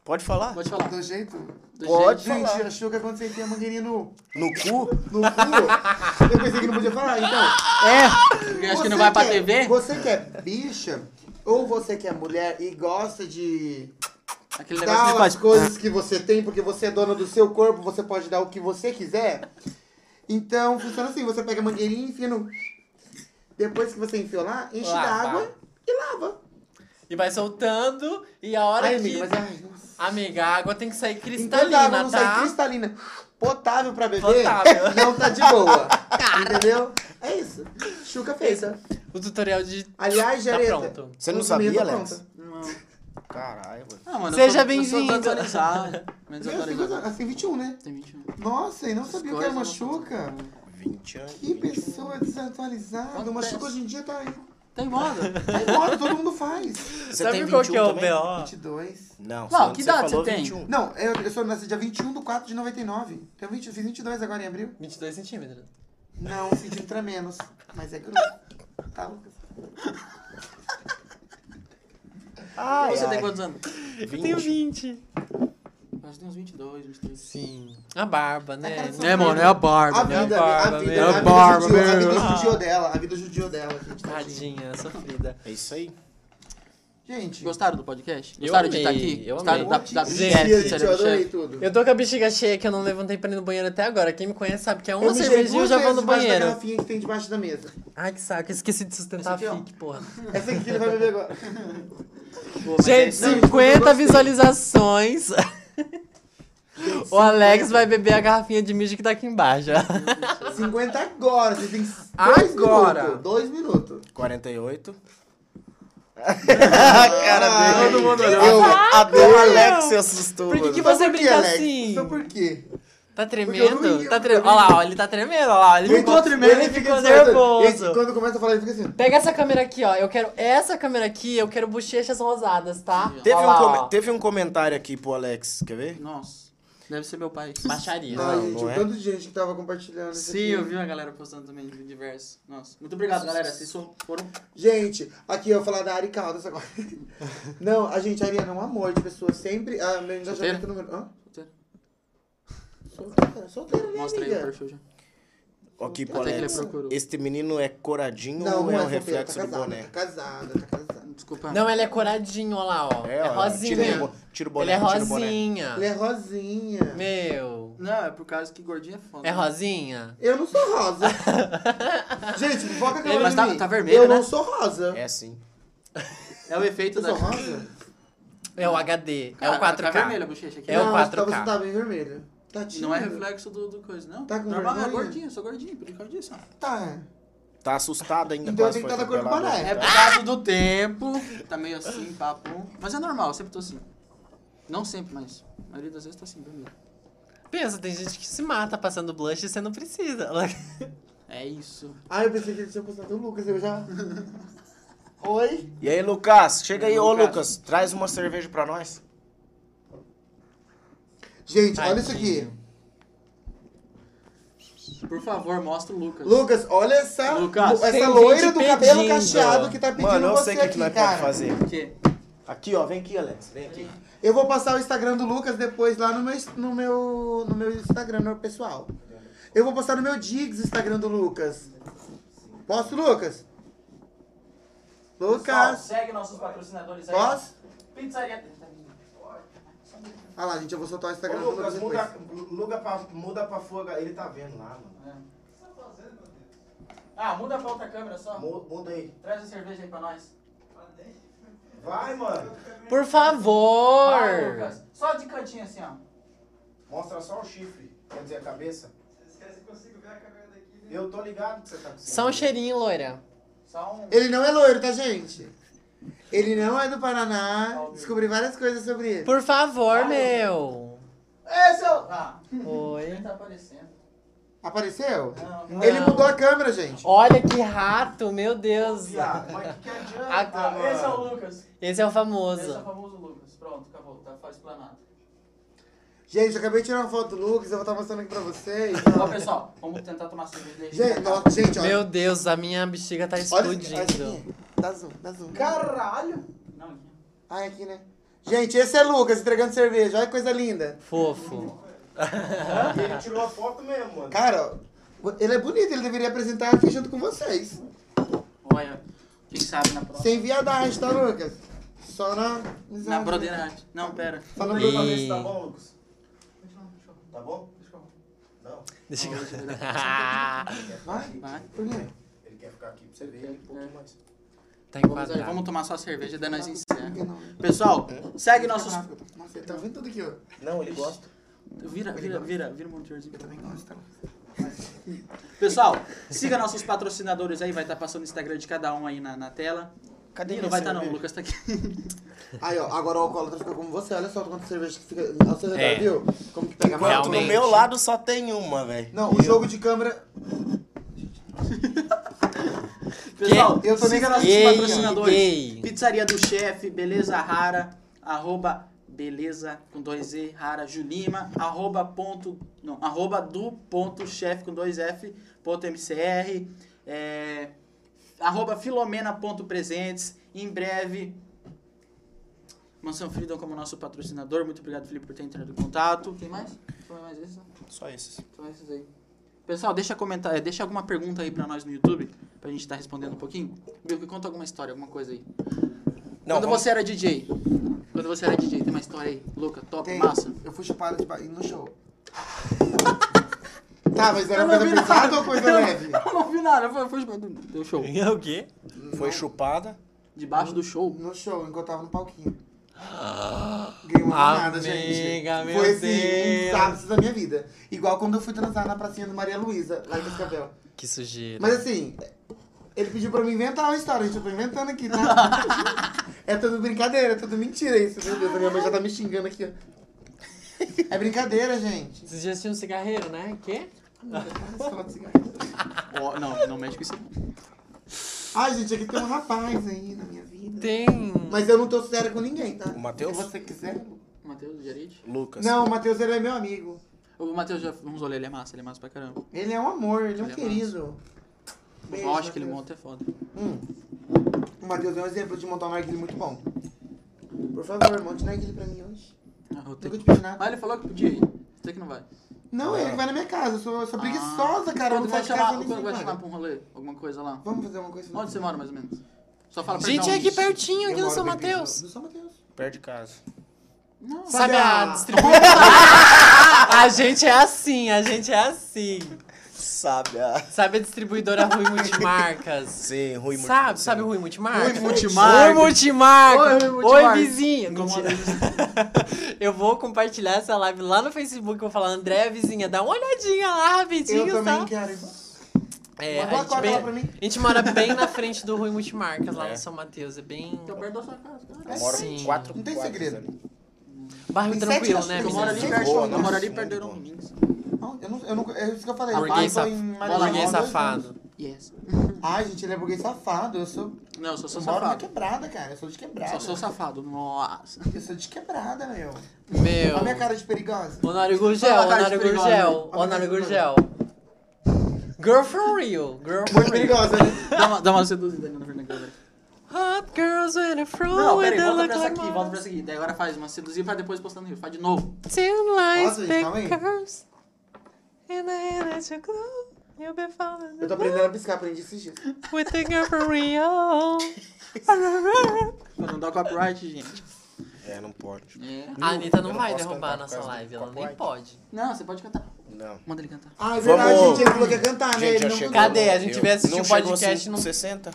Speaker 4: Pode falar.
Speaker 1: Pode falar.
Speaker 2: Do jeito.
Speaker 1: Do
Speaker 4: Pode.
Speaker 1: jeito-
Speaker 2: Gente,
Speaker 4: falar.
Speaker 2: a Xuca quando você enfia a mangueirinha no,
Speaker 4: No cu?
Speaker 2: no cu, eu pensei que não podia falar, então.
Speaker 1: Eu Acho que
Speaker 2: você é
Speaker 1: não vai pra
Speaker 2: quer-
Speaker 1: TV?
Speaker 2: Você que é bicha, ou você que é mulher e gosta de
Speaker 1: Aquele negócio
Speaker 2: dar
Speaker 1: que faz
Speaker 2: as coisas que você tem, porque você é dona do seu corpo, você pode dar o que você quiser. Então, funciona assim, você pega a mangueirinha e enfia no... Depois que você enfiou lá, enche
Speaker 3: Lava.
Speaker 2: d'água e lava.
Speaker 3: E vai soltando, e a hora
Speaker 2: Ai,
Speaker 3: que...
Speaker 2: amiga, mas... é- Ai, nossa.
Speaker 3: Amiga, a água tem que sair
Speaker 2: Enquanto a água
Speaker 3: cristalina,
Speaker 2: não sai
Speaker 3: tá?
Speaker 2: cristalina, potável pra beber,
Speaker 3: Potável.
Speaker 2: não tá de boa. Entendeu? É isso. Chuca feita.
Speaker 3: O tutorial de...
Speaker 2: Aliás,
Speaker 3: Tá
Speaker 2: Jareta.
Speaker 3: pronto.
Speaker 4: Você não
Speaker 2: eu
Speaker 4: sabia,
Speaker 2: tô
Speaker 4: Alex?
Speaker 2: pronta.
Speaker 4: Caralho, mano.
Speaker 1: Ah, mano,
Speaker 3: Seja
Speaker 1: eu sou- eu sou
Speaker 3: bem-vindo.
Speaker 1: desatualizado. Menos
Speaker 2: Meu, você
Speaker 1: atualizado.
Speaker 2: tem- você tem 21, né?
Speaker 1: Tem 21.
Speaker 2: Nossa, e não
Speaker 1: Essas
Speaker 2: sabia o que era uma
Speaker 1: coisas não-
Speaker 2: chuca?
Speaker 4: 20 anos.
Speaker 2: Que pessoa desatualizada. Uma chuca hoje em dia tá aí.
Speaker 1: Tá em moda.
Speaker 2: Tá embora, todo mundo faz.
Speaker 4: Você
Speaker 3: Sabe
Speaker 4: tem
Speaker 3: qual que é
Speaker 4: 21
Speaker 3: o
Speaker 4: também?
Speaker 3: B.O.?
Speaker 2: 22.
Speaker 4: Não,
Speaker 1: Não,
Speaker 4: não
Speaker 1: que
Speaker 4: que
Speaker 1: idade
Speaker 4: você falou
Speaker 1: você tem?
Speaker 4: 21.
Speaker 2: Não, é, eu, eu sou nasci dia 21 de 4 de 99. Então 20, eu fiz 22 agora em abril.
Speaker 3: 22 centímetros.
Speaker 2: Não, um centímetro a menos. Mas é grosso. Tá, Lucas?
Speaker 4: Ai,
Speaker 1: Você
Speaker 4: ai.
Speaker 1: tem quantos anos?
Speaker 3: Eu tenho 20.
Speaker 1: Eu Acho que tem uns 22, 23.
Speaker 3: Sim. A barba, né?
Speaker 2: cara só-
Speaker 1: É, mano, é a
Speaker 2: A
Speaker 1: barba.
Speaker 3: minha
Speaker 2: vida,
Speaker 3: barba,
Speaker 2: a vida,
Speaker 3: minha
Speaker 2: a vida,
Speaker 1: barba,
Speaker 2: judiou, a
Speaker 1: meu.
Speaker 2: vida judiou dela, a vida judiou dela, gente. tá tadinha.
Speaker 3: Tadinha, né? sofrida.
Speaker 4: É isso aí.
Speaker 2: Gente,
Speaker 1: Ah, Gostaram do podcast?
Speaker 3: Eu
Speaker 1: Gostaram de
Speaker 3: amei,
Speaker 1: estar aqui?
Speaker 3: eu
Speaker 1: Gostaram
Speaker 3: amei.
Speaker 1: da, da
Speaker 3: Gente,
Speaker 1: chefe,
Speaker 2: gente,
Speaker 1: sério,
Speaker 2: eu
Speaker 1: do
Speaker 2: adorei
Speaker 1: chefe?
Speaker 2: tudo.
Speaker 3: Eu tô com a bexiga cheia que eu não levantei pra ir no banheiro até agora. Quem me conhece sabe que é uma
Speaker 2: mijei
Speaker 3: cervejinha
Speaker 2: duas
Speaker 3: eu já vou
Speaker 2: vezes
Speaker 3: no
Speaker 2: debaixo da
Speaker 3: banheiro.
Speaker 2: garrafinha que tem debaixo da mesa.
Speaker 3: Ai, que saco. Esqueci de sustentar
Speaker 1: Esse aqui,
Speaker 3: a
Speaker 1: ó.
Speaker 3: FIC, porra.
Speaker 2: Essa aqui que ele vai beber agora.
Speaker 1: Pô, mas é
Speaker 3: Gente,
Speaker 1: isso aí.
Speaker 2: Não, eu
Speaker 3: 50
Speaker 2: né? gostei.
Speaker 3: visualizações. O Alex vai beber a garrafinha de mídia que tá aqui embaixo.
Speaker 2: 50 agora, você tem dois
Speaker 3: Agora.
Speaker 2: minutos. Dois minutos.
Speaker 4: 48. A cara dele. Eu, a do Alex se assustou.
Speaker 3: Por que
Speaker 4: mano.
Speaker 3: que você
Speaker 2: Só por quê,
Speaker 3: brinca
Speaker 2: Alex?
Speaker 3: assim?
Speaker 2: Só por quê?
Speaker 3: Tá
Speaker 2: Porque eu não
Speaker 3: tremendo?
Speaker 2: ia, porque
Speaker 3: Tá
Speaker 2: eu
Speaker 3: tremendo.
Speaker 2: não
Speaker 3: Olha
Speaker 2: ia.
Speaker 3: lá, ó, ele tá tremendo. Olha lá, ele
Speaker 2: Eu
Speaker 3: ficou,
Speaker 2: tô tremendo,
Speaker 3: ele
Speaker 2: ele fica
Speaker 3: ficou
Speaker 2: assim,
Speaker 3: nervoso.
Speaker 2: ele- Quando começa a falar, ele fica assim.
Speaker 3: Pega essa câmera aqui, ó. Eu quero essa câmera aqui, eu quero bochechas rosadas, tá?
Speaker 4: Teve,
Speaker 3: Olha
Speaker 4: um
Speaker 3: lá,
Speaker 4: come-
Speaker 3: ó.
Speaker 4: teve um comentário aqui pro Alex, quer ver?
Speaker 1: Nossa, deve ser meu pai.
Speaker 3: Baixaria.
Speaker 2: Ai,
Speaker 4: um não
Speaker 2: gente, o
Speaker 4: é.
Speaker 2: tanto de gente que tava compartilhando isso
Speaker 1: Sim,
Speaker 2: aqui.
Speaker 1: eu vi a galera postando também de diversos. Nossa, muito obrigado, galera. Vocês são- foram...
Speaker 2: Gente, aqui eu vou falar da Ari Caldas agora. não, a gente, a Ariana é um amor de pessoa. Sempre. A tá meu engajamento
Speaker 1: Solteira?
Speaker 2: número. um Hã?
Speaker 1: Solteira.
Speaker 2: Solteira, solteira, né,
Speaker 1: Mostra aí o
Speaker 2: amiga?
Speaker 1: perfil já.
Speaker 4: Aqui pro
Speaker 1: Até que ele
Speaker 4: Alex.
Speaker 1: procurou.
Speaker 4: Este menino é coradinho
Speaker 2: Não,
Speaker 4: ou
Speaker 2: não
Speaker 4: é
Speaker 2: é
Speaker 4: um
Speaker 2: solteira,
Speaker 4: reflexo
Speaker 2: tá
Speaker 4: do
Speaker 2: casada,
Speaker 4: boné?
Speaker 2: Tá casada, tá casada.
Speaker 1: Desculpa.
Speaker 3: Não, ele é coradinho, olha lá, ó. É,
Speaker 4: ó, Tira o,
Speaker 3: rosinha.
Speaker 4: bo- tira
Speaker 3: Ele
Speaker 4: o boné,
Speaker 3: é
Speaker 4: tira o boné.
Speaker 3: rosinha.
Speaker 2: Ela é rosinha.
Speaker 3: Meu.
Speaker 1: Não, é por causa que gordinho é foda.
Speaker 3: É rosinha?
Speaker 2: Eu não sou rosa. gente, foca a câmera
Speaker 1: Mas
Speaker 2: em
Speaker 1: tá-
Speaker 2: mim.
Speaker 1: tá vermelho,
Speaker 2: Eu
Speaker 1: né?
Speaker 2: não sou rosa.
Speaker 4: É sim.
Speaker 1: É o efeito
Speaker 2: Eu
Speaker 1: da...
Speaker 2: sou rosa?
Speaker 3: É o HD.
Speaker 1: Cara,
Speaker 3: é o 4K.
Speaker 1: Tá vermelha a bochecha aqui.
Speaker 3: É o
Speaker 2: não, acho que
Speaker 3: 4K.
Speaker 2: Você tá bem vermelho. Tá tímido.
Speaker 1: Não é reflexo do, do coisa, não?
Speaker 2: Tá com
Speaker 1: Normal, eu
Speaker 2: vergonha?
Speaker 1: gordinho, eu sou gordinho, por causa disso. ó.
Speaker 2: Tá.
Speaker 4: Tá assustado ainda.
Speaker 2: Então eu
Speaker 4: quase
Speaker 2: tenho que estar
Speaker 4: foi
Speaker 2: da cor do
Speaker 4: atropelado.
Speaker 2: boné.
Speaker 1: É por causa do tempo, tá meio assim, papo. Mas é normal, eu sempre tô assim. Não sempre, mas a maioria das vezes tá assim, vermelho.
Speaker 3: Pensa, tem gente que se mata passando blush e você não precisa.
Speaker 1: É isso.
Speaker 2: Ah, eu pensei que ele tinha postado o Lucas, eu já. Oi?
Speaker 4: E aí, Lucas? Chega aí, ô
Speaker 1: Lucas.
Speaker 4: Lucas, traz uma cerveja pra nós.
Speaker 2: Gente, olha isso aqui.
Speaker 1: Por favor, mostra o Lucas.
Speaker 2: Lucas, olha essa,
Speaker 1: Lucas,
Speaker 2: essa
Speaker 3: tem
Speaker 2: loira
Speaker 3: gente
Speaker 2: do cabelo
Speaker 3: pedindo.
Speaker 2: cacheado que tá pedindo
Speaker 4: Mano, eu
Speaker 2: você
Speaker 4: sei o que,
Speaker 2: aqui,
Speaker 4: que nós
Speaker 2: cara.
Speaker 4: podemos fazer.
Speaker 1: O quê?
Speaker 4: Aqui, ó, vem aqui, Alex. Vem aqui.
Speaker 2: Eu vou passar o Instagram do Lucas depois lá no meu, no meu, no meu Instagram, meu pessoal. Eu vou postar no meu Diggs Instagram do Lucas. Posso, Lucas? Lucas,
Speaker 1: segue nossos patrocinadores
Speaker 2: posso?
Speaker 1: Pizzaria.
Speaker 2: Ah lá, gente, eu vou soltar o
Speaker 4: Ô,
Speaker 2: Instagram do Lucas
Speaker 4: Lucas,
Speaker 2: depois.
Speaker 4: muda, muda, pra, muda pra fuga. Ele tá vendo lá, mano.
Speaker 1: Ah, muda pra outra câmera só.
Speaker 4: Mu- Muda aí.
Speaker 1: Traz a cerveja aí pra nós.
Speaker 4: Vai, mano.
Speaker 3: Por favor!
Speaker 1: Só de cantinho assim, ó.
Speaker 4: Mostra só o chifre. Quer dizer, a cabeça. Eu tô ligado que você tá com
Speaker 3: Só um cheirinho, loira.
Speaker 1: Só um.
Speaker 2: Ele não é loiro, tá, gente? Ele não é do Paraná. Descobri várias coisas sobre ele.
Speaker 3: Por favor, meu!
Speaker 1: Ê, seu. Ah,
Speaker 3: Oi.
Speaker 1: tá aparecendo. Tá,
Speaker 2: Apareceu?
Speaker 4: Ah.
Speaker 1: Não,
Speaker 2: Ele
Speaker 3: Não.
Speaker 2: mudou a câmera, gente.
Speaker 3: Olha que rato, meu Deus!
Speaker 4: Viado, mas que adianta,
Speaker 3: Ah, tá,
Speaker 4: mano?
Speaker 1: Esse é o Lucas.
Speaker 3: Esse é o
Speaker 1: Esse é o
Speaker 3: famoso.
Speaker 1: famoso Lucas. Pronto, acabou. Tá faz planado.
Speaker 2: Gente, eu acabei de tirar uma foto do Lucas, eu vou estar mostrando aqui pra vocês.
Speaker 1: Ó, pessoal, vamos tentar tomar cerveja aí.
Speaker 2: Gente, ó, gente, ó. assim,
Speaker 3: Meu Deus, a minha bexiga tá
Speaker 2: Olha isso aqui, olha isso
Speaker 3: explodindo.
Speaker 2: aqui. Dá zoom, dá zoom.
Speaker 4: Caralho.
Speaker 1: Não, aqui.
Speaker 2: Ai, aqui, né? Gente, esse é Lucas entregando cerveja. Olha que coisa linda.
Speaker 3: Fofo.
Speaker 4: Ele tirou a foto mesmo, mano.
Speaker 2: Cara, ó, ele é bonito, ele deveria apresentar aqui junto com vocês.
Speaker 1: Olha, quem sabe na próxima.
Speaker 2: Sem viadagem, tá, Lucas? Só na.
Speaker 1: Na broderagem. Não, pera.
Speaker 2: Só na
Speaker 4: Pra ver
Speaker 2: broderagem.
Speaker 4: se tá bom, Lucas. Tá bom? Não,
Speaker 3: Deixa eu...
Speaker 2: Vai,
Speaker 1: Vai.
Speaker 2: por quê?
Speaker 4: ele quer ficar aqui pra você ver ele um pouquinho mais.
Speaker 3: tá
Speaker 1: Vamos, vamos
Speaker 3: enquadrado.
Speaker 1: tomar só a cerveja, daí nós
Speaker 2: Porque
Speaker 1: encerra.
Speaker 2: não.
Speaker 1: Pessoal, segue nossos.
Speaker 2: Nossa, ele tá vendo tudo aqui, ó.
Speaker 4: Não, ele gosta.
Speaker 1: Vira, vira, vira, vira um monitorzinho.
Speaker 2: Também gosta.
Speaker 1: Pessoal, siga nossos patrocinadores aí, vai estar passando o Instagram de cada um aí na, na tela.
Speaker 4: Cadê
Speaker 1: Ih,
Speaker 4: ele?
Speaker 1: não vai estar não, o Lucas tá aqui.
Speaker 2: Aí, ó, agora o alcoólatra fica como você. Olha só quanta cerveja que fica ao seu redor,
Speaker 3: É.
Speaker 2: viu? Como que pega mais.
Speaker 4: Enquanto
Speaker 3: Realmente.
Speaker 4: no meu lado só tem uma, velho.
Speaker 2: Não, o jogo de câmera.
Speaker 1: Pessoal,
Speaker 2: Eu tô
Speaker 1: siga
Speaker 2: nesse-
Speaker 1: nossos
Speaker 3: Ei,
Speaker 1: patrocinadores.
Speaker 3: ei.
Speaker 1: Pizzaria do Chefe, Beleza Rara, arroba Beleza com dois E, Rara Julima, arroba ponto, não, arroba do ponto chefe com dois F, ponto MCR, é, arroba Filomena ponto presentes, em breve... Mansão Freedom como nosso patrocinador. Muito obrigado, Felipe, por ter entrado em contato. Tem mais? Foi mais isso?
Speaker 4: Só esses.
Speaker 1: Então é esses aí. Pessoal, deixa comentar, eh, deixa alguma pergunta aí pra nós no YouTube, pra gente estar respondendo um pouquinho. Bilk, conta alguma história, alguma coisa aí.
Speaker 4: Não,
Speaker 1: Quando
Speaker 4: vamos-
Speaker 1: você era DJ. Quando você era DJ, tem uma história aí, louca, top,
Speaker 2: Tem.
Speaker 1: massa.
Speaker 2: Eu fui chupada de ba... no show. tá, mas era
Speaker 1: Eu não vi
Speaker 2: coisa
Speaker 1: nada.
Speaker 2: pesada ou coisa leve?
Speaker 1: Eu não vi nada, foi, foi deu show.
Speaker 3: É o quê?
Speaker 4: foi chupada.
Speaker 1: Debaixo do show.
Speaker 2: No show, enquanto eu tava no palquinho. Ganhei uma danada, gente.
Speaker 3: Amiga, meu
Speaker 2: Foi assim, um
Speaker 3: Deus.
Speaker 2: sábado da minha vida. Igual quando eu fui transar na pracinha do Maria Luísa, lá em Cascavel.
Speaker 3: Que sujeira.
Speaker 2: Mas assim, ele pediu pra eu inventar uma história, gente. Eu tô inventando aqui, tá? é tudo brincadeira, é tudo mentira isso, meu Deus. A minha mãe já tá me xingando aqui, ó. É brincadeira, gente. assim,
Speaker 3: Vocês já tinham cigarreiro, né? Quê?
Speaker 1: um Ó, não, não mexe com isso.
Speaker 2: Ai, gente, aqui tem um rapaz aí na minha vida.
Speaker 3: Tem.
Speaker 1: um-
Speaker 2: Mas eu não tô séria com ninguém, tá?
Speaker 4: O Matheus?
Speaker 2: Se você quiser.
Speaker 1: Matheus, Jarit.
Speaker 4: Lucas.
Speaker 2: Não, o Matheus ele é meu amigo.
Speaker 1: O Matheus já uns olhos, ele é massa, ele é massa pra caramba.
Speaker 2: Ele é um amor, ele é um
Speaker 1: Ele é
Speaker 2: querido.
Speaker 1: O
Speaker 2: Beijo,
Speaker 1: rocha que ele
Speaker 2: Matheus.
Speaker 1: monta é foda.
Speaker 2: Hum. O Matheus é um exemplo de montar um narguilé muito bom. Por favor, monte narguilé pra mim hoje.
Speaker 1: Ah, eu
Speaker 2: Nunca
Speaker 1: tenho-
Speaker 2: te pedi nada.
Speaker 1: Ah, ele falou que podia ir. Você que não vai.
Speaker 2: Não, ele vai na minha casa. Eu sou, eu sou preguiçosa, cara.
Speaker 1: Ah. Quando
Speaker 2: Eu
Speaker 1: vai
Speaker 2: não saio de casa,
Speaker 1: chamar,
Speaker 2: eu nem
Speaker 1: quando vai
Speaker 2: sei, é.
Speaker 1: chamar
Speaker 2: cara.
Speaker 1: pra um rolê? Alguma coisa lá?
Speaker 2: Vamos fazer uma coisa. assim.
Speaker 1: Onde você mora, mais ou menos? Só fala pra
Speaker 3: Gente,
Speaker 1: ele dar
Speaker 3: é
Speaker 1: um-
Speaker 3: aqui pertinho, aqui no
Speaker 2: moro
Speaker 3: São
Speaker 2: bem perto
Speaker 3: Mateus.
Speaker 2: Do São Mateus.
Speaker 4: Perto de casa.
Speaker 1: Não.
Speaker 3: Sabe
Speaker 2: Sabe
Speaker 3: a
Speaker 2: a-
Speaker 3: distribuidora? a gente é assim, a gente é assim.
Speaker 4: Sabe ah. é a...
Speaker 3: Sabe a distribuidora Rui Multimarcas?
Speaker 4: Sim, Rui Mur-
Speaker 3: Sabe, sabe o Rui Multimarcas?
Speaker 1: Rui Multimarcas.
Speaker 3: Oi, Multimarcas.
Speaker 1: Oi,
Speaker 3: Oi,
Speaker 1: Rui Multimarcas.
Speaker 3: vizinho.
Speaker 1: Incomoda
Speaker 3: Eu vou compartilhar essa live lá no Facebook. Eu vou falar, André, vizinha, dá uma olhadinha lá
Speaker 2: Eu
Speaker 3: rapidinho,
Speaker 2: também
Speaker 3: tá?
Speaker 2: quero.
Speaker 3: É, a,
Speaker 2: Manda uma
Speaker 3: gente
Speaker 2: cópia
Speaker 3: bem-
Speaker 2: lá pra mim.
Speaker 3: a gente mora bem na frente do Rui Multimarcas, lá
Speaker 4: É.
Speaker 3: no São Mateus. É bem.
Speaker 2: Então,
Speaker 1: Eu perto da sua casa, cara.
Speaker 4: Eu moro
Speaker 3: Sim.
Speaker 4: quatro
Speaker 2: Não tem
Speaker 4: quadras
Speaker 2: segredo.
Speaker 4: ali.
Speaker 3: Bairro
Speaker 2: Tem sete
Speaker 3: tranquilo,
Speaker 2: pessoas
Speaker 3: né,
Speaker 2: que
Speaker 1: Eu moro ali
Speaker 3: menino?
Speaker 4: Gente
Speaker 1: perto,
Speaker 4: boa,
Speaker 1: eu moro ali
Speaker 4: nossa,
Speaker 1: perto do
Speaker 4: muito
Speaker 1: Romins.
Speaker 2: Não, eu não, eu eu não, é isso que eu falei.
Speaker 3: Burguês,
Speaker 2: eu
Speaker 3: saf...
Speaker 2: moro em Maringá,
Speaker 3: burguês
Speaker 2: moro dois
Speaker 3: safado.
Speaker 1: Yes.
Speaker 2: anos. Ai, gente, ele é burguês safado. Eu sou.
Speaker 1: Não, eu só sou
Speaker 2: eu moro na
Speaker 1: safado.
Speaker 2: quebrada, cara. Eu sou de quebrada.
Speaker 1: Só sou safado. Nossa.
Speaker 2: Eu sou de quebrada, meu.
Speaker 3: Meu.
Speaker 2: Olha a minha cara de perigosa.
Speaker 3: Honório
Speaker 1: Fala,
Speaker 3: Gurgel,
Speaker 1: cara de
Speaker 3: Honório
Speaker 1: perigosa.
Speaker 3: Gurgel,
Speaker 2: Olha a cara de
Speaker 3: Honório Gurgel. Girl from Rio, girl from
Speaker 2: Muito
Speaker 3: Rio.
Speaker 2: perigosa, né?
Speaker 1: Dá uma, dá uma seduzida na Fernanda.
Speaker 3: Hot girls with a fro
Speaker 1: Não,
Speaker 3: and
Speaker 1: peraí,
Speaker 3: they
Speaker 1: volta
Speaker 3: look
Speaker 1: pra essa
Speaker 3: like
Speaker 1: aqui, volta pra
Speaker 3: models.
Speaker 1: essa aqui. Daí agora faz uma seduzir pra depois postar no Rio. Faz de novo.
Speaker 3: Two lies,
Speaker 2: Nossa, gente, calma aí.
Speaker 3: big curves. In the hand that you glow, you'll be falling
Speaker 2: Eu tô aprendendo a piscar, aprendi esses dias.
Speaker 3: with the girl from Rio.
Speaker 1: Pra não dar copyright, gente.
Speaker 4: É, não pode.
Speaker 3: A Anitta não
Speaker 4: Eu não
Speaker 3: vai
Speaker 4: posso
Speaker 3: derrubar a
Speaker 4: cantar por
Speaker 3: nossa
Speaker 4: causa do
Speaker 3: live, ela nem
Speaker 4: copyright.
Speaker 3: pode.
Speaker 1: Não, você pode cantar.
Speaker 4: Não.
Speaker 1: Manda ele cantar.
Speaker 2: Ah, é verdade,
Speaker 4: Vamos.
Speaker 2: gente. Ele falou que ia cantar, né?
Speaker 4: Gente,
Speaker 2: Ele
Speaker 4: já
Speaker 2: não
Speaker 4: chegou.
Speaker 2: cantou.
Speaker 3: Cadê? A gente
Speaker 4: Eu-
Speaker 3: veio assistir
Speaker 4: não
Speaker 3: um
Speaker 4: chegou
Speaker 3: podcast
Speaker 4: assim,
Speaker 3: no- Ah.
Speaker 4: 60.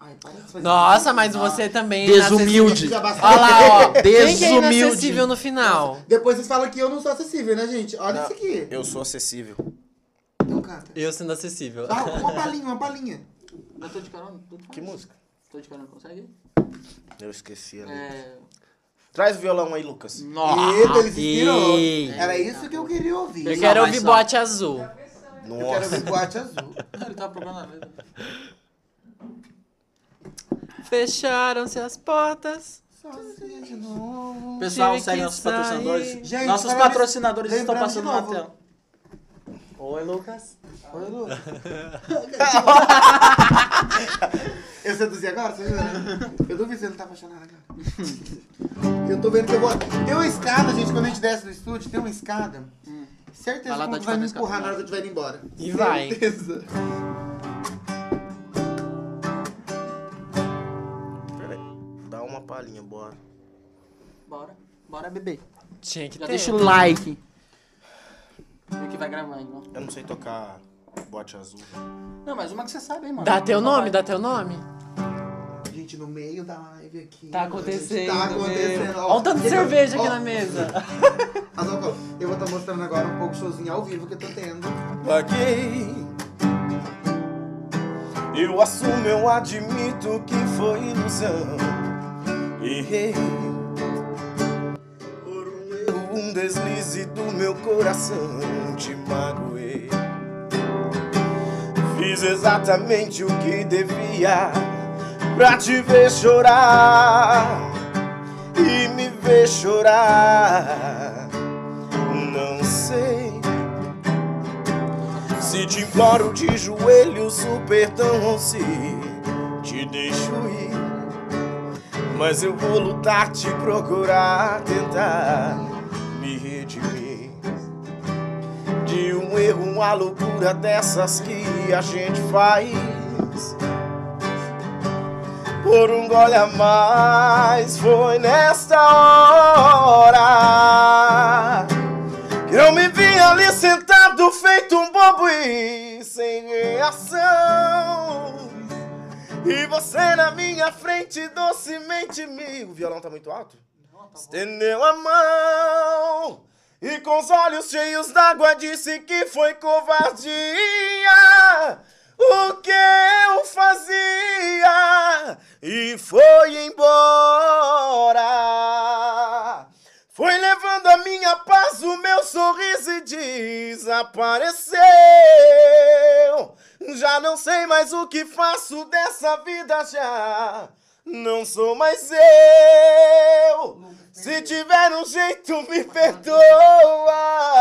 Speaker 2: Ai, para de fazer
Speaker 3: Nossa, mas você também... é
Speaker 1: tá Desumilde.
Speaker 2: isso. Desabafar.
Speaker 3: Olha lá, ó. Quem que é
Speaker 1: Desumilde.
Speaker 3: inacessível no final?
Speaker 2: Depois vocês falam que eu não sou acessível, né, gente? Olha isso aqui.
Speaker 4: Eu sou acessível.
Speaker 2: Não canta.
Speaker 3: Eu sendo acessível.
Speaker 2: Dá uma palhinha, uma palhinha.
Speaker 1: Eu tô de carona. Tô de carona.
Speaker 4: Que música?
Speaker 1: Tô de carona, consegue?
Speaker 4: Eu esqueci ali.
Speaker 1: É...
Speaker 4: Traz o violão aí, Lucas.
Speaker 3: Ah,
Speaker 2: Eita, ele se inspirou.
Speaker 3: Eita.
Speaker 2: Era isso que eu queria ouvir.
Speaker 3: Eu
Speaker 1: Não,
Speaker 3: quero
Speaker 1: mas
Speaker 3: ouvir
Speaker 1: só-
Speaker 3: bote azul.
Speaker 2: Eu quero
Speaker 4: Nossa.
Speaker 2: ouvir boate azul.
Speaker 1: Ele tava procurando a letra.
Speaker 3: Fecharam-se as portas.
Speaker 2: Sozinha de novo.
Speaker 1: Pessoal,
Speaker 3: Tive
Speaker 1: segue
Speaker 3: que
Speaker 1: nossos
Speaker 3: sair.
Speaker 1: patrocinadores.
Speaker 2: Gente,
Speaker 1: nossos
Speaker 2: lembrando-
Speaker 1: patrocinadores estão
Speaker 2: lembrando
Speaker 1: passando
Speaker 2: de
Speaker 1: na
Speaker 2: novo.
Speaker 1: tela. Oi, Lucas.
Speaker 2: Oi, Lu. eu seduzi agora? Você jura? Eu duvido que você não tá apaixonada agora. Eu tô vendo que eu vou. Tem uma escada, gente, quando a gente desce do estúdio, tem uma escada. Certeza
Speaker 1: Vai lá,
Speaker 2: que
Speaker 1: tá
Speaker 2: o mundo
Speaker 1: te
Speaker 2: vai me
Speaker 1: fazendo
Speaker 2: empurrar
Speaker 1: escada.
Speaker 2: na hora que eu estiver indo embora.
Speaker 3: E vai.
Speaker 2: Certeza.
Speaker 4: Pera aí. Dá uma palhinha, bora.
Speaker 1: Bora. Bora beber.
Speaker 3: Tinha que
Speaker 1: Já
Speaker 3: ter.
Speaker 1: deixa o like. E o que vai gravar, então.
Speaker 4: Eu não sei tocar bote azul.
Speaker 1: Não, mas uma que você sabe, hein, mano.
Speaker 3: Dá teu
Speaker 1: Uma
Speaker 3: nome,
Speaker 1: vibe.
Speaker 3: dá teu nome.
Speaker 2: Gente, no meio da live aqui.
Speaker 3: Tá acontecendo.
Speaker 2: Tá acontecendo.
Speaker 3: meu. Olha o tanto de cerveja aqui na
Speaker 2: mesa.
Speaker 3: mesa.
Speaker 2: Eu vou estar mostrando agora um pouco o showzinho ao vivo que eu tô tendo.
Speaker 4: Paguei. Eu assumo, eu admito que foi ilusão. Errei. Por um erro, um deslize do meu coração te magoei. Fiz exatamente o que devia pra te ver chorar e me ver chorar. Não sei. Se te imploro de joelhos o perdão ou se te deixo ir Mas eu vou lutar, te procurar, tentar me redimir De um erro, uma loucura dessas que a gente faz Por um gole a mais, foi nesta hora que Eu me vi ali sentado feito um bobo e sem reação E você na minha frente docemente me... O violão tá muito alto? Estendeu a mão e com os olhos cheios d'água disse que foi covardia o que eu fazia e foi embora. Foi levando a minha paz, o meu sorriso e desapareceu. Já não sei mais o que faço dessa vida já. Não sou mais eu. Se tiver um jeito, me perdoa.